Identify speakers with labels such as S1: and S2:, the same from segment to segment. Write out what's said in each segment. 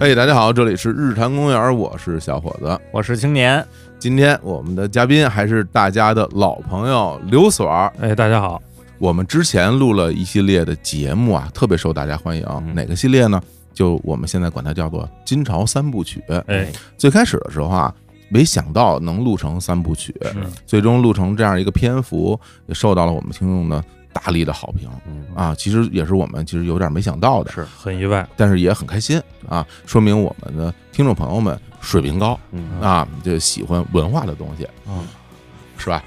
S1: 哎，大家好，这里是日坛公园，我是小伙子。
S2: 我是青年，
S1: 今天我们的嘉宾还是大家的老朋友刘所儿。
S3: 哎，大家好，
S1: 我们之前录了一系列的节目啊，特别受大家欢迎。
S2: 嗯
S1: 哪个系列呢？就我们现在管它叫做“金朝三部曲”。
S3: 哎，
S1: 最开始的时候啊，没想到能录成三部
S3: 哎
S1: 曲，
S2: 是
S1: 最终录成这样一个篇幅，也受到了我们听众的大力的好评
S2: 嗯
S1: 啊。其实也是我们其实有点没想到的，
S2: 是
S3: 很意外，
S1: 但是也很开心啊，说明我们的听众朋友们水平高
S2: 嗯
S1: 啊，就喜欢文化的东西，
S2: 嗯
S1: 是吧？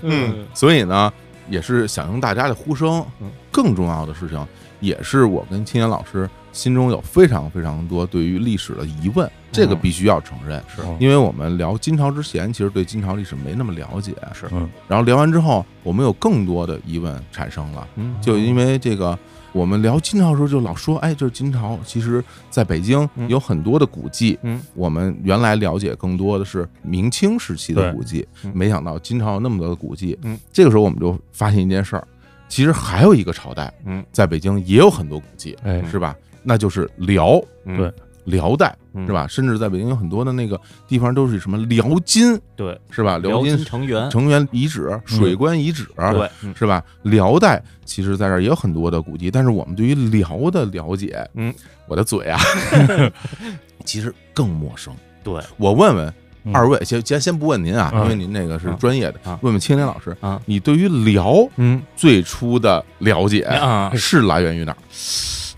S3: 嗯，
S1: 所以呢，也是响应大家的呼声
S2: 嗯。
S1: 更重要的事情，也是我跟青年老师心中有非常非常多对于历史的疑
S2: 嗯
S1: 问，这个必须要承认。
S3: 是
S1: 因为我们聊金朝之前，其实对金朝历史没那么了解，
S2: 是
S3: 嗯
S1: 然后聊完之后，我们有更多的疑问产生了，
S2: 嗯
S1: 就因为这个，我们聊金朝的时候就老说，哎，就是金朝，其实在北京
S2: 嗯
S1: 有很多的古迹，
S2: 嗯，
S1: 我们原来了解更多的是明清时期的
S3: 对
S1: 古迹，
S2: 嗯
S1: 没想到金朝有那么多的古迹，
S2: 嗯，
S1: 这个时候我们就发现一件事儿，其实还有一个朝代，
S2: 嗯，
S1: 在北京也有很多古迹，
S3: 哎
S1: 是吧？那就是辽，
S2: 嗯
S3: 对
S1: 辽代
S2: 嗯
S1: 是吧？甚至在北京有很多的那个地方都是什么辽金，
S2: 对，
S1: 是吧？
S2: 辽
S1: 辽
S2: 金
S1: 金
S2: 成员，
S1: 成员遗址、水关遗址，
S2: 对，嗯
S1: 是吧？辽代其实在这儿也有很多的古迹，但是我们对于辽的了解，
S2: 嗯，
S1: 我的 嘴啊，其实更陌生。
S2: 对，
S1: 我问问
S3: 嗯
S1: 二位，先先先不问您啊，
S3: 嗯
S1: 因为您那个是
S2: 啊
S1: 专业的
S2: 啊，
S1: 问问青年老师
S2: 啊，
S1: 你对于辽
S2: 嗯
S1: 最初的了解
S2: 啊，
S1: 是来源于哪儿？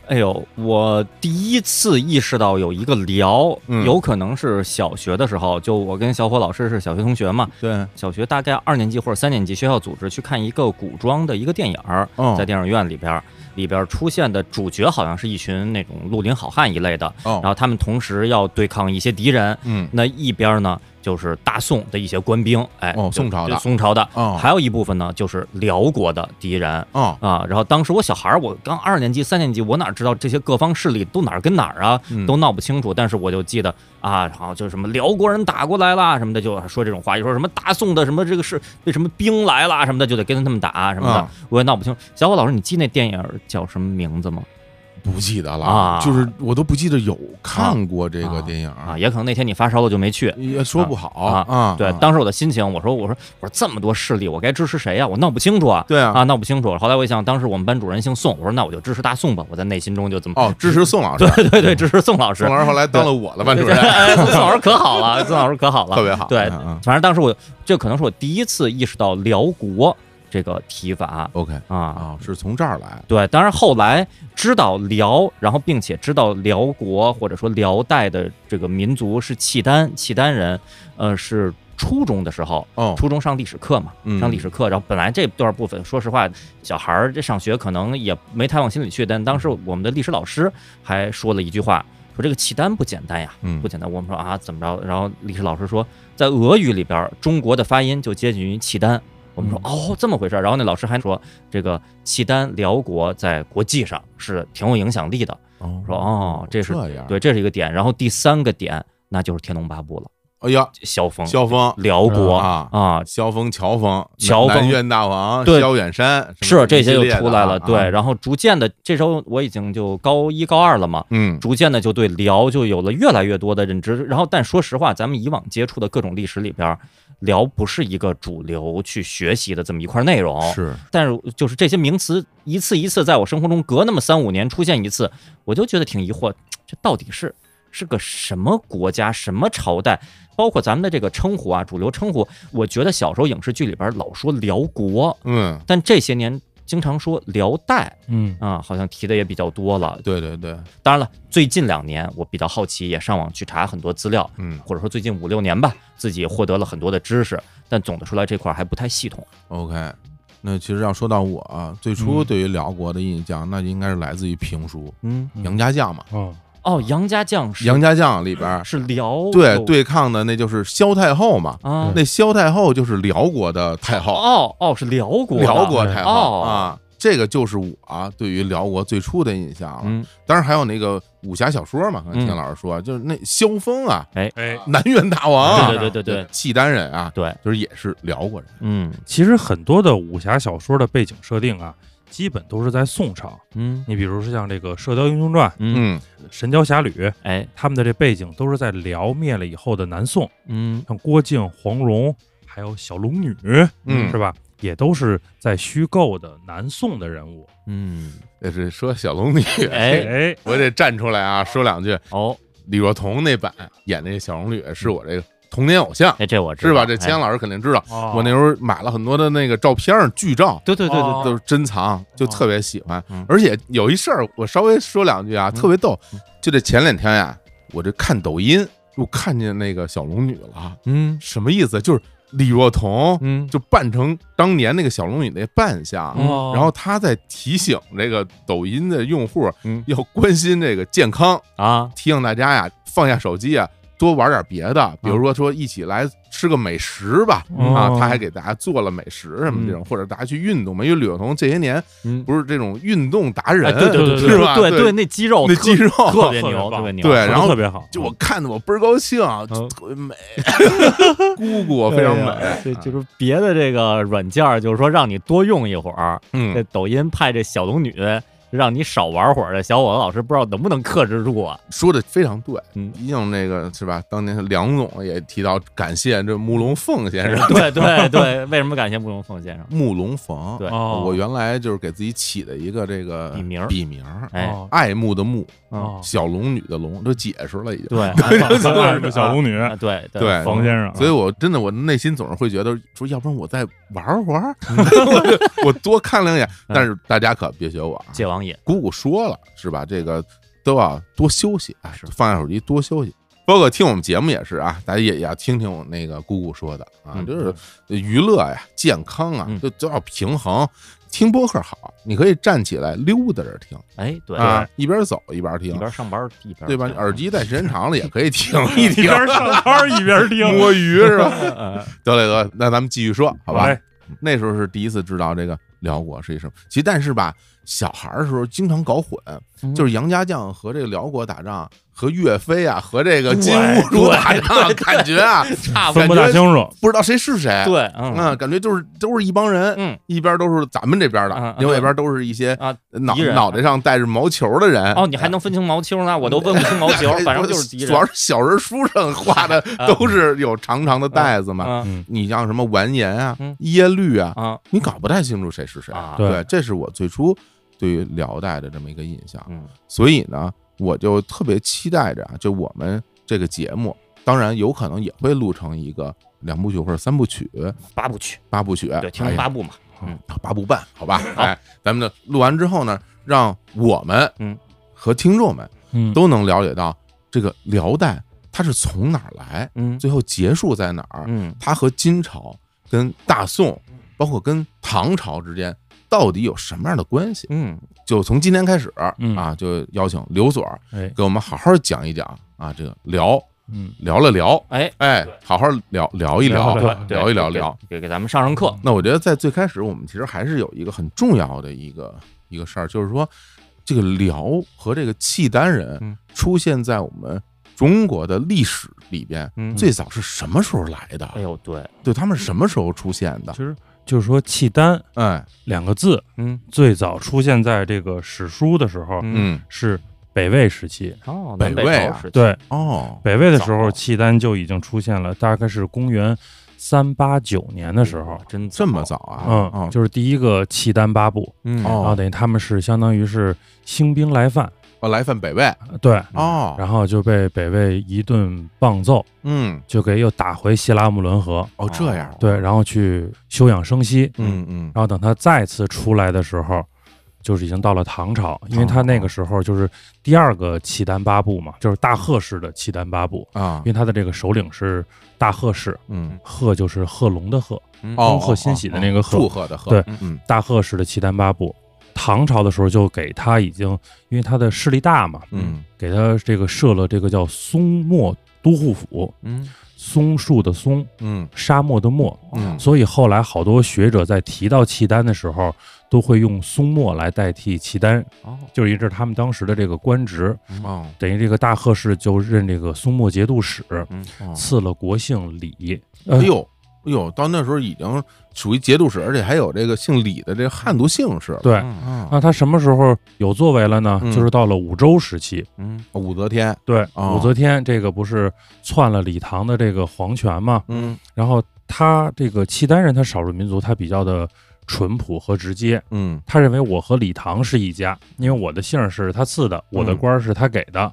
S2: 哎呦，我第一次意识到有一个辽，
S1: 嗯
S2: 有可能是小学的时候，就我跟小伙老师是小学同学嘛，
S1: 对，
S2: 小学大概二年级或者三年级，学校组织去看一个古装的一个电影儿，
S1: 哦
S2: 在电影院里边儿，里边儿出现的主角好像是一群那种绿林好汉一类的，然
S1: 哦，
S2: 后他们同时要对抗一些敌人，
S1: 嗯，
S2: 那一边呢就是大宋的一些官兵，哎，
S1: 哦
S2: 就
S1: 宋朝的
S2: 就宋朝的，
S1: 哦，
S2: 还有一部分呢就是辽国的敌人。
S1: 哦，
S2: 啊，然后当时我小孩儿，我刚二年级、三年级，我哪知道这些各方势力都哪儿跟哪儿啊，
S1: 嗯
S2: 都闹不清楚。但是我就记得啊，好像就是什么辽国人打过来啦什么的，就说这种话，就说什么大宋的什么这个是为什么兵来啦什么的，就得跟他们打什么的，
S1: 啊
S2: 我也闹不清。小伙老师，你记那电影儿叫什么名字
S1: 啊
S2: 吗？
S1: 不记得了，
S2: 啊
S1: 就是我都不记得有看过这个电影
S2: 啊，也可能那天你发烧了就没去。
S1: 也说不好
S2: 啊
S1: 啊。
S2: 对
S1: 啊，
S2: 当时我的心情，我说我说我说这么多势力，我该支持谁呀、我闹不清楚啊。
S1: 对啊，
S2: 啊，闹不清楚。后来我一想，当时我们班主任姓宋，我说那我就支持大宋吧。我在内心中就这么，
S1: 哦，支持宋老师，
S2: 对对对，支持宋老师
S1: 宋。老师后来当了我的 班主任，
S2: 哎宋老师可好 了，宋老师可好
S1: 特
S2: 了。
S1: 别好。
S2: 对
S1: 嗯嗯
S2: 反正当时我这可能是我第一次意识到辽国这个提法
S1: ，OK
S2: 啊。
S1: 啊，是从这儿来，
S2: 对，当然后来知道辽，然后并且知道辽国或者说辽代的这个民族是契丹，契丹人，呃，是初中的时候，
S1: 哦，
S2: 初中上历史课嘛，
S1: 嗯
S2: 上历史课，然后本来这段部分，说实话，小孩儿这上学可能也没太往心里去，但当时我们的历史老师还说了一句话，说这个契丹不简单呀，
S1: 嗯
S2: 不简单。我们说啊，怎么着？然后历史老师说，在俄语里边儿，中国的发音就接近于契丹。我们
S1: 嗯
S2: 说哦，这么回事儿。然后那老师还说，这个契丹辽国在国际上是挺有影响力的。
S1: 哦
S2: 我说哦，这是
S1: 这样，，
S2: 对，这是一个点。然后第三个点，那就是《天龙八部》了，
S1: 哎呀，
S2: 萧峰，
S1: 萧峰
S2: 辽国
S1: 啊
S2: 啊，
S1: 萧峰、乔峰、
S2: 乔峰
S1: 南院大王、
S2: 对
S1: 萧远山，什么
S2: 是这些
S1: 一系
S2: 就
S1: 列的
S2: 出来
S1: 啊
S2: 了，对，，
S1: 啊
S2: 然后逐渐的，这时候我已经就高一高二了嘛，
S1: 嗯，
S2: 逐渐的就对辽就有了越来越多的认知。然后，但说实话，咱们以往接触的各种历史里边儿，辽不是一个主流去学习的这么一块内容，
S1: 是
S2: 但是就是这些名词一次一次在我生活中隔那么三五年出现一次，我就觉得挺疑惑，这到底是是个什么国家、什么朝代？包括咱们的这个称呼啊，主流称呼，我觉得小时候影视剧里边儿老说辽国，
S1: 嗯，
S2: 但这些年经常说辽代
S3: 嗯
S2: 啊，好像提的也比较多了。
S1: 对对对，
S2: 当然了，最近两年我比较好奇，也上网去查很多资料，
S1: 嗯
S2: 或者说最近五六年吧，自己获得了很多的知识，但总的说来这块儿还不太系统。
S1: ，OK。那其实要说到我啊最初
S3: 嗯
S1: 对于辽国的印象，那就应该是来自于评书
S2: 嗯，
S1: 《
S3: 嗯
S1: 杨家将》嘛，
S3: 哦，
S2: 哦，杨家将
S1: 《
S2: 是
S1: 杨家将》里边儿
S2: 是哦辽
S1: 对
S2: 有
S1: 对抗的那就是萧太后嘛，
S2: 啊，
S1: 那萧太后就是辽国的太后，
S2: 哦哦是辽国的
S1: 辽国太后
S2: 哦
S1: 啊。这个就是我、啊对于辽国最初的印象了。
S2: 嗯
S1: 当然还有那个武侠小说嘛，刚才
S2: 嗯
S1: 田老师说，就是那萧峰啊，
S3: 哎，
S1: 南院大王啊，
S2: 对对对对对
S1: 契丹人啊，
S2: 对，
S1: 就是也是辽国人。
S2: 嗯
S3: 其实很多的武侠小说的背景设定啊，基本都是在宋朝。
S2: 嗯
S3: 你比如说像这个《射雕英雄传》
S2: 嗯，
S1: 嗯
S3: 《神雕侠侣》，
S2: 哎，
S3: 他们的这背景都是在辽灭了以后的南宋，
S2: 嗯
S3: 像郭靖、黄蓉，还有小龙女，
S1: 嗯
S3: 是吧？也都是在虚构的南宋的人物。
S2: 嗯，
S1: 这是说小龙 女，
S2: 哎
S3: 哎，
S1: 我得站出来啊，说两句。
S2: 哦，
S1: 李若彤那版演那小龙女是我这个童年偶像，
S2: 哎，这我知道
S1: 是吧？这
S2: 哎
S1: 秦阳老师肯定知道，
S3: 哦
S1: 我那时候买了很多的那个照片儿、剧照，
S2: 对对对对
S3: 哦
S1: 都是珍藏，就
S3: 哦
S1: 特别喜欢
S2: 嗯。
S1: 而且有一事儿，我稍微说两句啊，
S2: 嗯
S1: 特别逗。就这前两天呀，我这看抖音，又看见那个小龙女了，
S2: 嗯
S1: 什么意思？就是李若彤
S2: 嗯，
S1: 就扮成当年那个小龙女那扮相。
S2: 嗯
S3: 哦
S1: 然后她在提醒这个抖音的用户
S2: 嗯
S1: 要关心这个健康，
S2: 啊，
S1: 提醒大家呀，放下手机啊，多玩点别的，
S2: 嗯
S1: 比如说说一起来吃个美食吧。
S3: 哦
S1: 啊，他还给大家做了美食什么这种，或者大家去运动嘛，因为吕晓彤这些年
S2: 嗯，
S1: 不是这种运动达人，
S2: 哎，对对对
S1: 是吧？
S2: 对对，，那肌肉
S1: 那
S2: 特
S1: 肌肉
S2: 特别
S3: 特别
S2: 牛，
S3: 棒
S2: 特别牛，
S1: 对
S3: 说得
S1: 然后
S3: 特别好，
S1: 就我看的我倍儿高兴，就特别美， 姑姑非常
S2: 哎嗯呀这
S1: 美，
S2: 就是别的这个软件儿，就是说让你多用一会儿。这
S1: 嗯，
S2: 抖音派这小龙女让你少玩会儿，这小伙子老师不知道能不能克制住啊？
S1: 说的非常对。
S2: 嗯，
S1: 毕竟那个是吧？当年梁总也提到感谢这慕容凤先生，
S2: 对对对，为什么感谢慕容凤先生？
S1: 慕容冯，
S2: 对
S3: 哦，
S1: 我原来就是给自己起的一个这个
S2: 笔名儿
S1: 笔名儿，
S2: 哎，
S3: 哦
S1: 爱慕的慕，
S2: 嗯，
S3: 哦
S1: 小龙女的龙，都解释了已经。
S2: 对，
S3: 爱慕小龙女，
S2: 啊，对
S1: 对
S3: 冯先生，
S1: 哎
S3: 啊
S1: 所以，我真的我内心总是会觉得说，要不然我再玩会 儿，我我多看两眼。
S2: 嗯
S1: 但是大家可别学我啊！
S2: 界王爷，
S1: 姑姑说了是吧？这个都要多休息，哎
S2: 是
S1: 放下手机多休息。包括听我们节目也是啊，大家也也要听听我那个姑姑说的啊，
S2: 嗯
S1: 就是娱乐呀、健康啊
S2: 嗯，
S1: 都都要平衡。听播客好，你可以站起来溜达着听
S2: 哎，对，
S1: 啊，一边走一边
S2: 一
S1: 听，
S2: 边上班一边
S1: 对吧？你耳机戴时间长了也可以听 一
S3: 一
S1: 听，
S3: 边上班一边听，
S1: 摸鱼是吧？
S2: 嗯
S1: 得嘞得嘞，那咱们继续说，好吧？
S3: 哎
S1: 那时候是第一次知道这个辽国是一什么。其实但是吧，小孩儿的时候经常搞混，
S2: 嗯
S1: 就是杨家将和这个辽国打仗，和岳飞啊，和这个金兀
S3: 对
S1: 术打仗，感觉啊，
S2: 差不
S3: 分
S2: 多，
S3: 不大清楚，
S1: 不知道谁是谁。
S2: 对，
S1: 嗯，
S2: 嗯
S1: 感觉就是都是一帮人，
S2: 嗯
S1: 一边都是咱们这边
S2: 嗯嗯
S1: 的，另外一边都是一些
S2: 啊，
S1: 脑
S2: 敌人
S1: 脑袋上戴着毛球的人。
S2: 哦，你还能分清毛球呢？我都分不清毛球
S1: 哎，
S2: 反正就是敌
S1: 主要
S2: 人。
S1: 是小人书上画 的都是有长长的带子嘛。
S2: 嗯
S3: 嗯，
S1: 你像什么完颜啊
S2: 嗯、
S1: 耶律啊，
S2: 啊
S1: 你搞不太清楚谁是谁。
S2: 啊，
S3: 对
S1: 对，这是我最初对于辽代的这么一个印象。
S2: 嗯
S1: 所以呢，我就特别期待着啊，就我们这个节目，当然有可能也会录成一个两部曲或者三部曲、
S2: 八部曲，
S1: 八部曲，
S2: 对，听
S1: 哎呀
S2: 八部嘛，
S1: 八部半，好吧？哎，咱们呢录完之后呢，让我们
S2: 嗯
S1: 和听众们
S3: 嗯，
S1: 都能了解到这个辽代它是从哪儿来，
S2: 嗯
S1: 最后结束在哪儿，
S2: 嗯
S1: 它和金朝、跟大宋，包括跟唐朝之间到底有什么样的关系？
S2: 嗯，
S1: 就从今天开始
S3: 嗯
S1: 啊，就邀请刘所儿
S3: 哎，
S1: 给我们好好讲一讲啊，这个聊
S3: 嗯，
S1: 聊了聊，
S2: 哎，
S1: 哎，好好聊聊一
S3: 聊
S1: 聊，
S3: 了
S2: 对，
S1: 聊一聊
S2: 给
S1: 聊。，
S2: 给给咱们上上课，
S1: 那我觉得在最开始，我们其实还是有一个很重要的一个一个事儿，就是说这个辽和这个契丹
S2: 嗯
S1: 人出现在我们中国的历史里边，
S2: 嗯
S1: 最早是什么时候来
S2: 哎
S1: 的？
S2: 呦，对，
S1: 对，他们是什么时候出现的
S3: 其？实就是说契丹
S1: 哎，
S3: 两个字
S2: 嗯
S3: 最早出现在这个史书的时候
S1: 嗯，
S3: 是北魏时期，
S2: 哦，
S1: 北
S2: 南北
S1: 魏
S2: 朝
S1: 啊
S2: 时期，
S3: 对，
S1: 哦，
S3: 北魏的时
S2: 早
S3: 候契丹就已经出现了，大概是公元三八九年的时候
S2: 哇，，哦真
S1: 这么早啊？
S3: 嗯，就是第一个契丹八部，
S2: 嗯
S1: 哦
S3: 然后等于他们是相当于是兴兵来犯，
S1: 哦，来犯北魏
S3: 呃对，
S1: 哦，
S3: 然后就被北魏一顿棒揍，
S1: 嗯，
S3: 就给又打回西拉木伦河，
S1: 哦，这样，
S3: 对，然后去休养生息，
S1: 嗯嗯，
S3: 然后等他再次出来的时候，就是已经到了唐朝，因为他那个时候就是第二个契丹八部
S1: 嗯
S3: 嘛，就是大贺氏的契丹八部，
S1: 啊
S3: 因，为他的这个首领是大贺氏，
S1: 嗯，
S3: 贺就是贺龙的贺，
S2: 嗯
S1: 哦，
S3: 恭贺新喜的那个贺
S1: 祝贺的贺，
S3: 对
S1: 嗯，
S3: 大贺氏的契丹八部。唐朝的时候就给他已经，因为他的势力大嘛，
S1: 嗯，
S3: 给他这个设了这个叫松漠都护府，
S2: 嗯
S3: 松树的松，
S1: 嗯
S3: 沙漠的漠，
S1: 嗯，
S3: 所以后来好多学者在提到契丹的时候，都会用松漠来代替契丹，
S2: 哦，
S3: 就是一这是他们当时的这个官职，
S1: 哦，
S3: 等于这个大贺氏就任这个松漠节度使，
S1: 哦
S3: 赐了国姓李。
S1: 哎
S3: 呃，
S1: 呦，哎呦，到那时候已经属于节度使，而且还有这个姓李的这个汉族姓氏了。
S3: 对，
S2: 嗯
S1: 啊，
S3: 那他什么时候有作为了呢？
S1: 嗯
S3: 就是到了武周时期，
S2: 嗯
S1: 武则天，
S3: 对，
S1: 哦
S3: 武则天这个不是篡了李唐的这个皇权嘛？
S1: 嗯
S3: 然后他这个契丹人，他少数民族，他比较的淳朴和直接，
S1: 嗯
S3: 他认为我和李唐是一家，因为我的姓是他赐的，
S1: 嗯
S3: 我的官是他给的。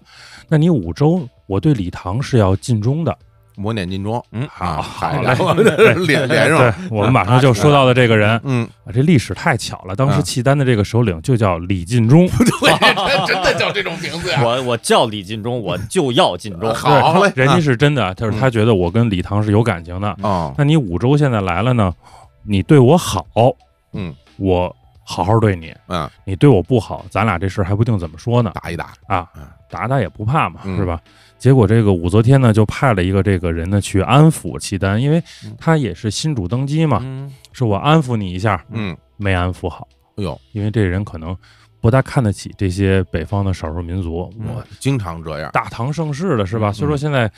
S3: 那你武周，我对李唐是要尽忠的。
S1: 抹脸尽忠
S2: 嗯
S1: 啊，
S3: 好
S1: 好
S3: 嘞
S1: 嘞， 我这连连上
S3: 对
S1: 了，，
S3: 我们马上就说到的这 个人，
S1: 嗯，
S3: 啊，这历史太巧了，当时
S1: 啊
S3: 契丹的这个首领就叫李尽忠。
S1: 对，他真的叫这种名字呀？
S2: 我我叫李尽忠，我就要尽 忠。
S1: 好嘞，
S3: 人家
S1: 啊
S3: 是真的，就是他觉得我跟李唐是有感情的。
S1: 哦，
S3: 那你五周现在来了呢，你对我好，
S1: 嗯，
S3: 我好好对你；
S1: 嗯，
S3: 你对我不好，咱俩这事儿还不定怎么说呢。
S1: 打一打，
S3: 啊
S1: 嗯，
S3: 打打也不怕嘛，
S1: 嗯
S3: 是吧？结果这个武则天呢，就派了一个这个人呢去安抚契丹，因为
S2: 嗯
S3: 他也是新主登基嘛，
S2: 嗯
S3: 说我安抚你一下，
S1: 嗯，
S3: 没安抚好，
S1: 哎呦，
S3: 因为这人可能不大看得起这些北方的少数民族，
S2: 嗯
S3: 我
S1: 经常这样，
S3: 大唐盛世了是吧？
S1: 嗯
S3: 虽说现在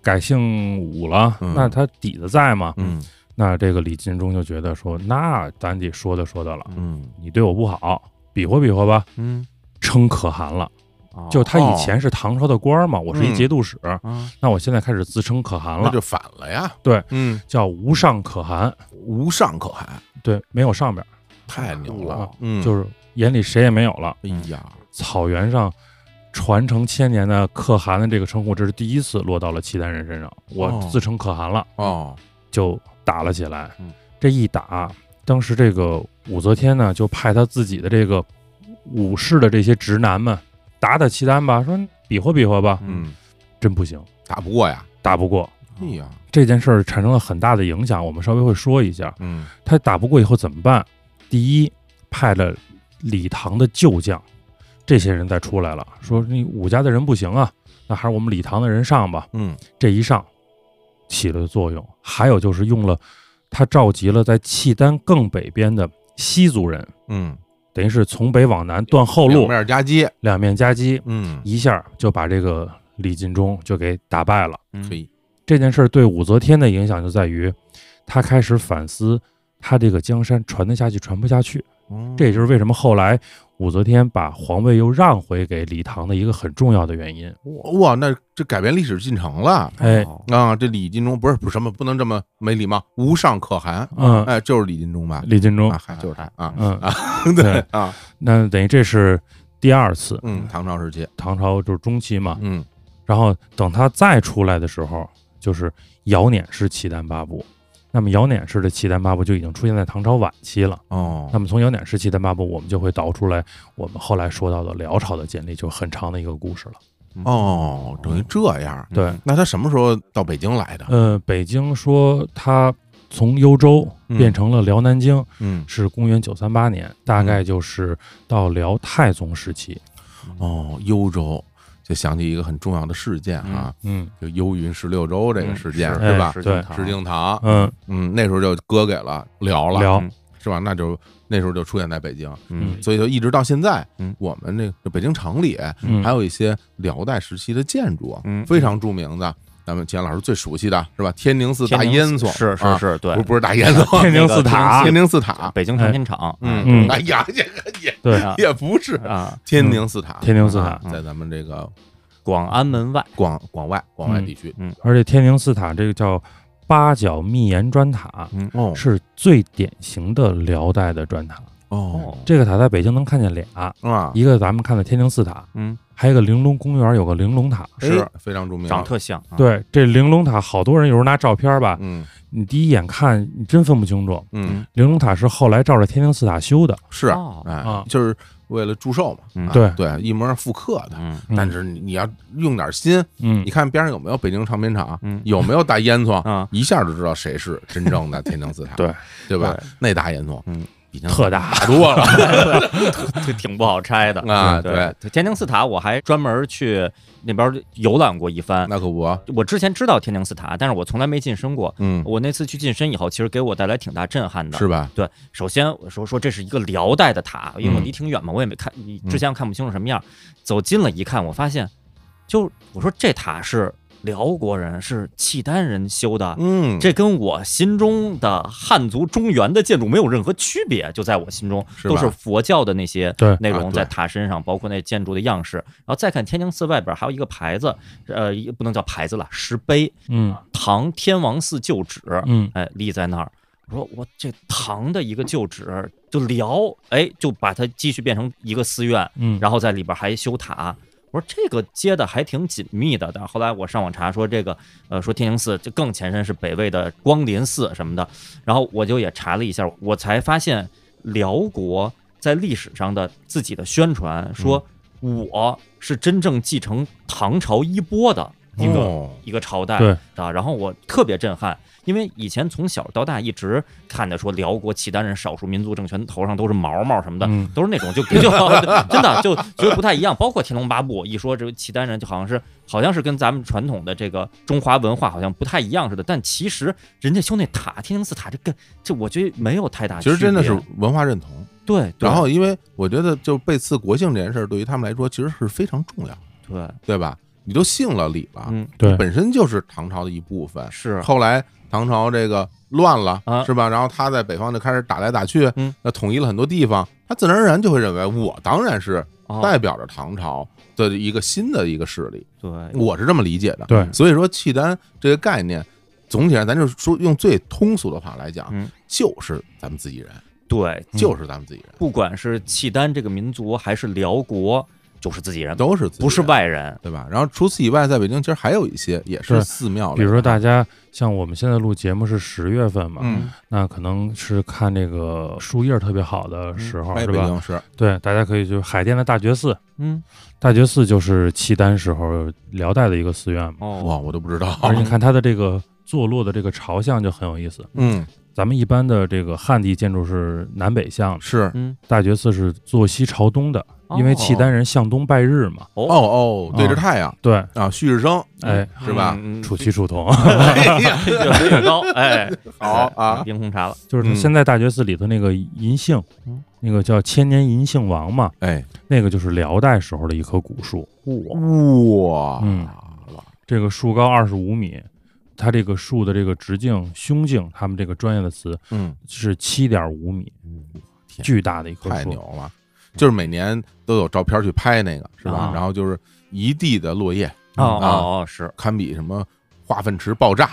S3: 改姓武了，
S1: 嗯
S3: 那他底子在嘛？
S1: 嗯
S3: 那这个李进忠就觉得说，那咱得说道说道了，
S1: 嗯，
S3: 你对我不好，比划比划吧。
S2: 嗯，
S3: 称可汗了，
S2: 哦
S3: 就他以前是唐朝的官儿嘛，我是一
S1: 嗯
S3: 节度使，
S2: 啊
S3: 那我现在开始自称可汗
S1: 哦那
S3: 了，
S1: 就反了呀，
S3: 对，
S1: 嗯，
S3: 叫无上可汗，
S1: 无上可汗，
S3: 对，没有上边儿，
S1: 太牛了
S3: 哇，
S1: 嗯，
S3: 哦就是眼里谁也没有了。
S1: 哎呀，
S3: 草原上传承千年的可汗的这个称呼，这是第一次落到了契丹人身上，我
S1: 哦
S3: 自称可汗了。
S1: 哦，
S3: 就打了起来
S2: 嗯。
S3: 这一打，当时这个武则天呢，就派他自己的这个武士的这些直男们打打契丹吧，说比划比划吧，
S1: 嗯，
S3: 真不行，
S1: 打不过呀，
S3: 打不过。
S1: 哎呀，
S3: 这件事儿产生了很大的影响，我们稍微会说一下。
S1: 嗯，
S3: 他打不过以后怎么办？第一，派了李唐的旧将，这些人再出来了，说你武家的人不行啊，那还是我们李唐的人上吧。
S1: 嗯，
S3: 这一上起了作用。还有就是用了，他召集了在契丹更北边的西族人，
S1: 嗯，
S3: 等于是从北往南断后
S1: 两
S3: 路，
S1: 面夹击，
S3: 两面夹击，
S1: 嗯，
S3: 一下就把这个李进忠就给打败了。
S2: 嗯
S1: 可以，
S3: 这件事儿对武则天的影响就在于，他开始反思他这个江山传得下去传不下去。
S1: 嗯
S3: 这也就是为什么后来武则天把皇位又让回给李唐的一个很重要的原因。
S1: 哇，那这改变历史进程了。
S3: 哎，
S2: 哦
S1: 啊，这李进忠不是不是什么，不能这么没礼貌，无上可汗，
S3: 嗯，
S1: 哎，就是李进忠吧？
S3: 李进忠
S1: 啊，，还就是他
S2: 哎
S1: 啊，
S3: 嗯
S1: 啊， 对
S3: 对
S1: 啊，
S3: 那等于这是第二次
S1: 嗯，唐朝时期，
S3: 唐朝就是中期嘛。
S1: 嗯，
S3: 然后等他再出来的时候，就是尧辇氏契丹八部。那么尧辇氏的契丹八部就已经出现在唐朝晚期了。
S1: 哦
S3: 那，么从尧辇氏契丹八部，我们就会导出来我们后来说到的辽朝的建立，就很长的一个故事了。
S2: 嗯
S1: 哦，等于这样。
S3: 对，
S1: 那他什么时候到北京来的？
S3: 呃，北京说他从幽州变成了辽南京，
S1: 嗯，
S3: 是公元九三八年，大概就是到辽太宗时期。
S1: 哦，幽州，就想起一个很重要的事件啊，
S3: 嗯
S1: 就幽云十六州
S2: 嗯
S1: 这个事件
S3: 是
S1: 吧？
S3: 哎
S2: 对，
S1: 石敬瑭，
S3: 嗯，
S1: 嗯，那时候就割给了辽了，
S3: 辽
S2: 嗯
S1: 是吧？那就那时候就出现在北京，
S2: 嗯
S1: 所以就一直到现在
S2: 嗯，
S1: 我们那个北京城里
S3: 嗯
S1: 还有一些辽代时期的建筑，啊
S2: 嗯
S1: 非常著名的，咱们钱老师最熟悉的是吧？天宁寺
S2: 天
S1: 大
S2: 宁
S1: 烟
S2: 寺
S1: 囱
S2: 是是
S1: 啊
S2: 是，对
S1: 不，不是大烟 囱，
S3: 天宁寺
S2: 啊
S3: 塔
S1: 天，宁寺塔，
S2: 北京
S3: 哎
S2: 成品厂，
S1: 嗯，
S3: 嗯
S1: 哎呀，也也
S3: 对，
S2: 啊
S1: 也不是
S2: 啊，
S1: 天宁寺塔，
S3: 嗯天宁寺塔
S1: 啊在咱们这个
S2: 广安门外，
S1: 广广外广外地区，
S3: 而且天宁寺塔这个叫八角密檐砖塔，
S2: 嗯
S1: 哦
S3: 是最典型的辽代的砖塔。
S1: 哦
S3: 这个塔在北京能看见俩，
S1: 啊，
S3: 一个咱们看的天宁寺塔，
S2: 嗯，
S3: 还有一个玲珑公园有个玲珑塔。
S1: 是非常著名，
S2: 长得特像，啊，
S3: 对，这玲珑塔好多人有时候拿照片吧，
S1: 嗯
S3: 你第一眼看你真分不清楚。
S1: 嗯
S3: 玲珑塔是后来照着天宁寺塔修的，
S1: 是，
S2: 哦
S1: 哎
S3: 啊，
S1: 就是为了祝寿嘛，
S2: 嗯
S1: 啊
S3: 对
S1: 对，一模复刻的。
S2: 嗯
S3: 嗯
S1: 但是你你要用点心，
S3: 嗯
S1: 你，看边上有没有北京唱片厂，
S2: 嗯
S1: 有没有大烟囱，
S2: 啊，
S1: 一下就知道谁是真正的天宁寺塔，
S3: 对
S1: 对吧
S2: 对？
S1: 那大烟囱，
S2: 嗯，
S1: 比那
S3: 特大，
S1: 大 多了
S2: 这挺不好拆的
S1: 啊！
S2: 对
S1: 对，，
S2: 天宁寺塔我还专门去那边游览过一番。
S1: 那可不，啊
S2: 我之前知道天宁寺塔，但是我从来没近身过。
S1: 嗯，
S2: 我那次去近身以后，其实给我带来挺大震撼的。
S1: 是吧？
S2: 对，首先我说说这是一个辽代的塔，因为我
S1: 嗯
S2: 离挺远嘛，我也没看，之前看不清楚什么样。走近了一看，我发现，就我说这塔是辽国人是契丹人修的，
S1: 嗯，
S2: 这跟我心中的汉族中原的建筑没有任何区别，就在我心中
S1: 是吧
S2: 都是佛教的那些
S3: 对
S2: 内
S1: 啊
S2: 容
S1: 对
S2: 在塔身上，包括那建筑的样式。然后再看天宁寺外边还有一个牌子，呃，也不能叫牌子了，石碑，
S3: 嗯
S2: 唐天王寺旧址，
S3: 嗯
S2: 哎，立在那儿。我说我这唐的一个旧址，就辽，哎，就把它继续变成一个寺院，
S3: 嗯，
S2: 然后在里边还修塔。我说这个接的还挺紧密的，但后来我上网查说这个，呃，说天宁寺就更前身是北魏的光临寺什么的，然后我就也查了一下，我才发现辽国在历史上的自己的宣传说
S3: 嗯
S2: 我是真正继承唐朝衣钵的一个
S1: 哦
S2: 一个朝代，
S3: 对
S2: 啊，然后我特别震撼，因为以前从小到大一直看的说辽国契丹人少数民族政权头上都是毛毛什么的，
S3: 嗯
S2: 都是那种就就真的就觉得不太一样。包括《天龙八部》一说这个契丹人，就好像是好像是跟咱们传统的这个中华文化好像不太一样似的，但其实人家修那塔天宁寺塔，这跟这我觉得没有太大
S1: 其
S2: 区别。
S1: 实真的是文化认同。
S2: 对，对
S1: 然后，因为我觉得就背刺国姓这件事儿，对于他们来说其实是非常重要，
S2: 对，
S1: 对吧？你都姓了李了，
S2: 嗯，
S3: 对，
S1: 本身就是唐朝的一部分。
S2: 是
S1: 后来唐朝这个乱了，
S2: 啊
S1: 是吧？然后他在北方就开始打来打去，
S2: 嗯
S1: 那统一了很多地方，他自然而然就会认为我当然是
S3: 啊
S2: 哦
S1: 代表着唐朝的一个新的一个势力，
S2: 对，
S1: 我是这么理解的。
S3: 哎对
S1: 所以说契丹这个概念，总体上咱就说用最通俗的话来讲，
S2: 嗯
S1: 就是咱们自己人，
S2: 对，
S3: 嗯
S1: 就是咱们自己人，
S2: 不管是契丹这个民族还是辽国，就是自己人，
S1: 都是自己人
S2: 不是外人。
S1: 对吧？然后除此以外，在北京其实还有一些也是
S3: 对
S1: 寺庙类的，
S3: 比如说大家像我们现在录节目是十月份嘛，
S1: 嗯，
S3: 那可能是看这个树叶特别好的时候，
S1: 哎
S3: 是
S1: 北
S3: 吧？
S1: 京是
S3: 对，大家可以就是海淀的大觉寺，
S2: 嗯，
S3: 大觉寺就是契丹时候辽代的一个寺院嘛。
S2: 哦，
S1: 哇，我都不知道，
S3: 而且你看它的这个坐落的这个朝向就很有意思。
S1: 嗯，
S3: 咱们一般的这个汉地建筑是南北向，
S1: 是
S2: 嗯，
S3: 大觉寺是坐西朝东的，
S2: 哦嗯
S3: 因为契丹人向东拜日嘛。
S1: 哦哦，对着太阳
S3: 对，
S1: 啊，旭日升，
S3: 哎，
S1: 是吧？
S2: 嗯？嗯
S3: 楚西楚同，
S1: 哎呀
S2: 越来越高，哎，
S1: 好啊
S2: 冰红茶了，
S3: 就是
S1: 嗯
S3: 现在大觉寺里头那个银杏
S2: 嗯，
S3: 那个叫千年银杏王嘛，
S1: 哎，
S3: 那个就是辽代时候的一棵古树。
S1: 哇，
S3: 嗯这个树高二十五米，它这个树的这个直径、胸径，他们这个专业的词
S1: 嗯，
S3: 是七点五米，
S1: 天
S3: 巨大的一棵
S1: 太牛
S3: 树。
S1: 了！就是每年都有照片去拍那个，是吧
S2: 啊？
S1: 然后就是一地的落叶，
S2: 哦
S1: 啊
S2: 哦哦，是
S1: 堪比什么化粪池爆 炸，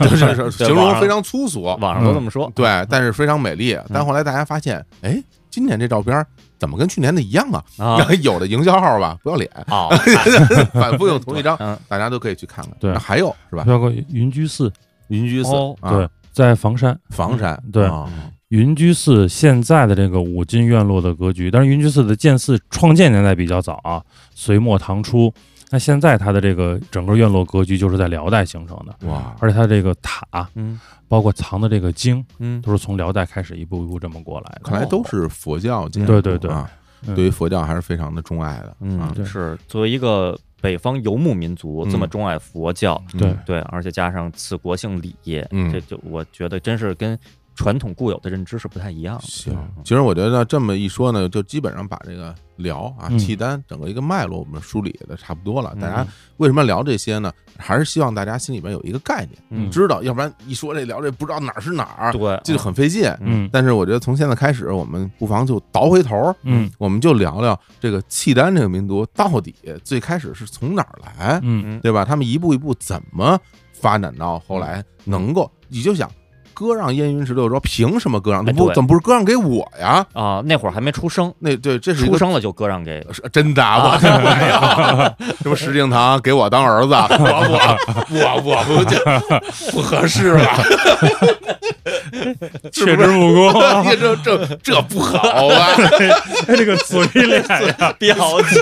S1: 就是说形容非常粗俗，
S2: 网上都这么说，
S1: 对，但是非常美
S3: 嗯
S1: 丽。但后来大家发现，哎，今年这照片怎么跟去年的一样啊？
S2: 啊
S1: 然后有的营销号吧不要 脸，
S2: 哦，
S1: 反复用同一张，
S2: 嗯，
S1: 大家都可以去看看。
S3: 对
S1: 那还有是吧？
S3: 包括云居寺，
S1: 云居寺
S2: 哦，
S1: 啊
S3: 对，在房山。
S1: 房山，
S3: 对
S1: 啊
S3: 云居寺现在的这个五进院落的格局，但是云居寺的建寺创建年代比较早啊，隋末唐初。那现在它的这个整个院落格局就是在辽代形成的，
S1: 哇，
S3: 而且它这个塔，
S2: 嗯
S3: 包括藏的这个经，
S2: 嗯，
S3: 都是从辽代开始一步一步这么过来的。
S1: 看来都是佛教建筑
S3: 对对对
S1: 啊，
S3: 嗯
S1: 对于佛教还是非常的钟爱的，啊
S2: 嗯，
S3: 对
S2: 是作为一个北方游牧民族，这么钟爱佛教，
S3: 对
S2: 对，而且加上此国姓李，
S1: 嗯
S2: 这就我觉得真是跟传统固有的认知是不太一样的。嗯
S1: 行，其实我觉得这么一说呢，就基本上把这个辽啊、
S3: 嗯
S1: 契丹整个一个脉络我们梳理的差不多了。
S2: 嗯
S1: 大家为什么聊这些呢？还是希望大家心里边有一个概念，
S2: 嗯
S1: 知道，要不然一说这聊这不知道哪儿是哪儿，
S2: 对，
S1: 这就很费劲。
S3: 嗯
S1: 但是我觉得从现在开始，我们不妨就倒回头，
S3: 嗯，
S1: 我们就聊聊这个契丹这个民族到底最开始是从哪儿来，
S3: 嗯
S1: 对吧？他们一步一步怎么发展到后来能够，你就想。割让燕云十六州，凭什么割让？
S2: 哎
S1: 不
S2: 对
S1: 怎么不是割让给我呀？
S2: 啊，那会儿还没出生，
S1: 那对，这是一
S2: 出
S1: 个
S2: 生了就割让给
S1: 是真的啊，我才不要。 什么石敬瑭给我当儿子，啊我我我我不就不合适了，
S3: 血 之武功，
S1: 这这这这不好啊！
S3: 这个嘴脸呀，
S2: 表情，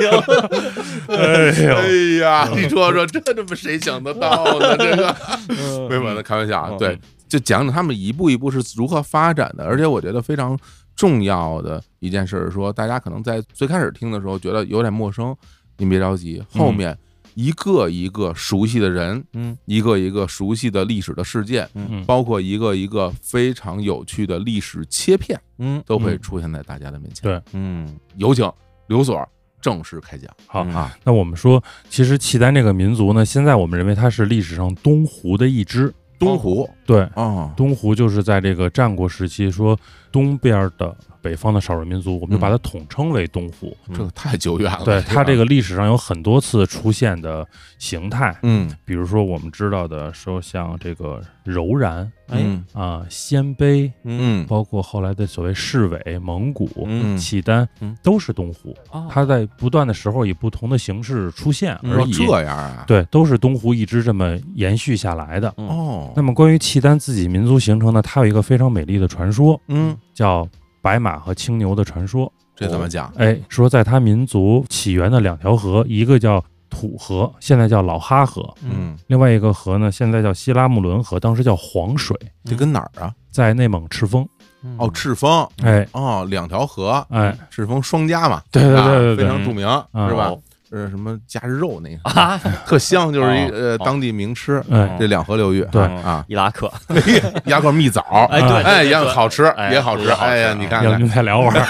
S1: 哎嗯
S3: 哎
S1: 呀，你说说这他妈谁想得到呢？这个
S3: 呦，
S1: 没有，那开玩笑啊
S3: 嗯，
S1: 对，就讲讲他们一步一步是如何发展的，而且我觉得非常重要的一件事是说，大家可能在最开始听的时候觉得有点陌生，您别着急，后面一个一个熟悉的人，
S2: 嗯，
S1: 一个一个熟悉的历史的事件，
S3: 嗯
S1: 包括一个一个非常有趣的历史切片，
S2: 嗯
S1: 都会出现在大家的面前。
S3: 对
S2: 嗯
S1: 有请刘所正式开讲
S3: 好
S1: 啊。
S3: 那我们说，其实契丹这个民族呢，现在我们认为它是历史上东胡的一支。
S1: 东湖
S3: 对，
S1: 啊，
S3: 东胡就是在这个战国时期，说东边的北方的少数民族，我们就把它统称为东胡。
S2: 嗯
S1: 这个太久远了。
S3: 对，它这
S1: 个
S3: 个历史上有很多次出现的形态，
S1: 嗯
S3: 比如说我们知道的说像这个柔然
S2: 哎，
S1: 嗯
S3: 啊、鲜卑，
S1: 嗯
S3: 包括后来的所谓市委、蒙古、
S1: 嗯
S3: 契丹
S2: 嗯，
S3: 都是东胡。
S2: 哦
S3: 它在不断的时候以不同的形式出现
S2: 嗯
S3: 而
S1: 哦
S3: 已。
S1: 这样啊，
S3: 对，都是东胡一支这么延续下来的。
S1: 哦，
S3: 那么关于契丹自己民族形成呢，它有一个非常美丽的传说，
S1: 嗯，
S3: 叫白马和青牛的传说。
S1: 这怎么讲？
S3: 哎，说在它民族起源的两条河，一个叫土河，现在叫老哈河；
S1: 嗯，
S3: 另外一个河呢，现在叫西拉木伦河，当时叫黄水，
S1: 这跟哪儿啊？
S3: 在内蒙赤峰。
S2: 嗯
S1: 哦，赤峰
S3: 哎
S1: 哦，两条河，
S3: 哎，
S1: 赤峰双家嘛，
S3: 对对
S1: 啊
S3: 对对对
S1: 非常著名，是吧
S2: 哦？
S1: 呃，什么夹着肉那个，
S2: 啊，
S1: 特香，就是一
S2: 哦
S1: 呃
S2: 哦
S1: 当地名吃。
S3: 哎
S1: 这两河流域，
S3: 对
S1: 啊，
S2: 伊拉克，
S1: 鸭块蜜枣，
S2: 哎对对
S1: 哎，
S2: 对
S1: 也
S2: 对
S1: 好吃，
S2: 哎
S1: 也好
S2: 也
S1: 吃，
S2: 好吃
S1: 哎呀，
S2: 啊
S1: 你看
S3: 要不
S1: 看
S3: 您再聊会 儿。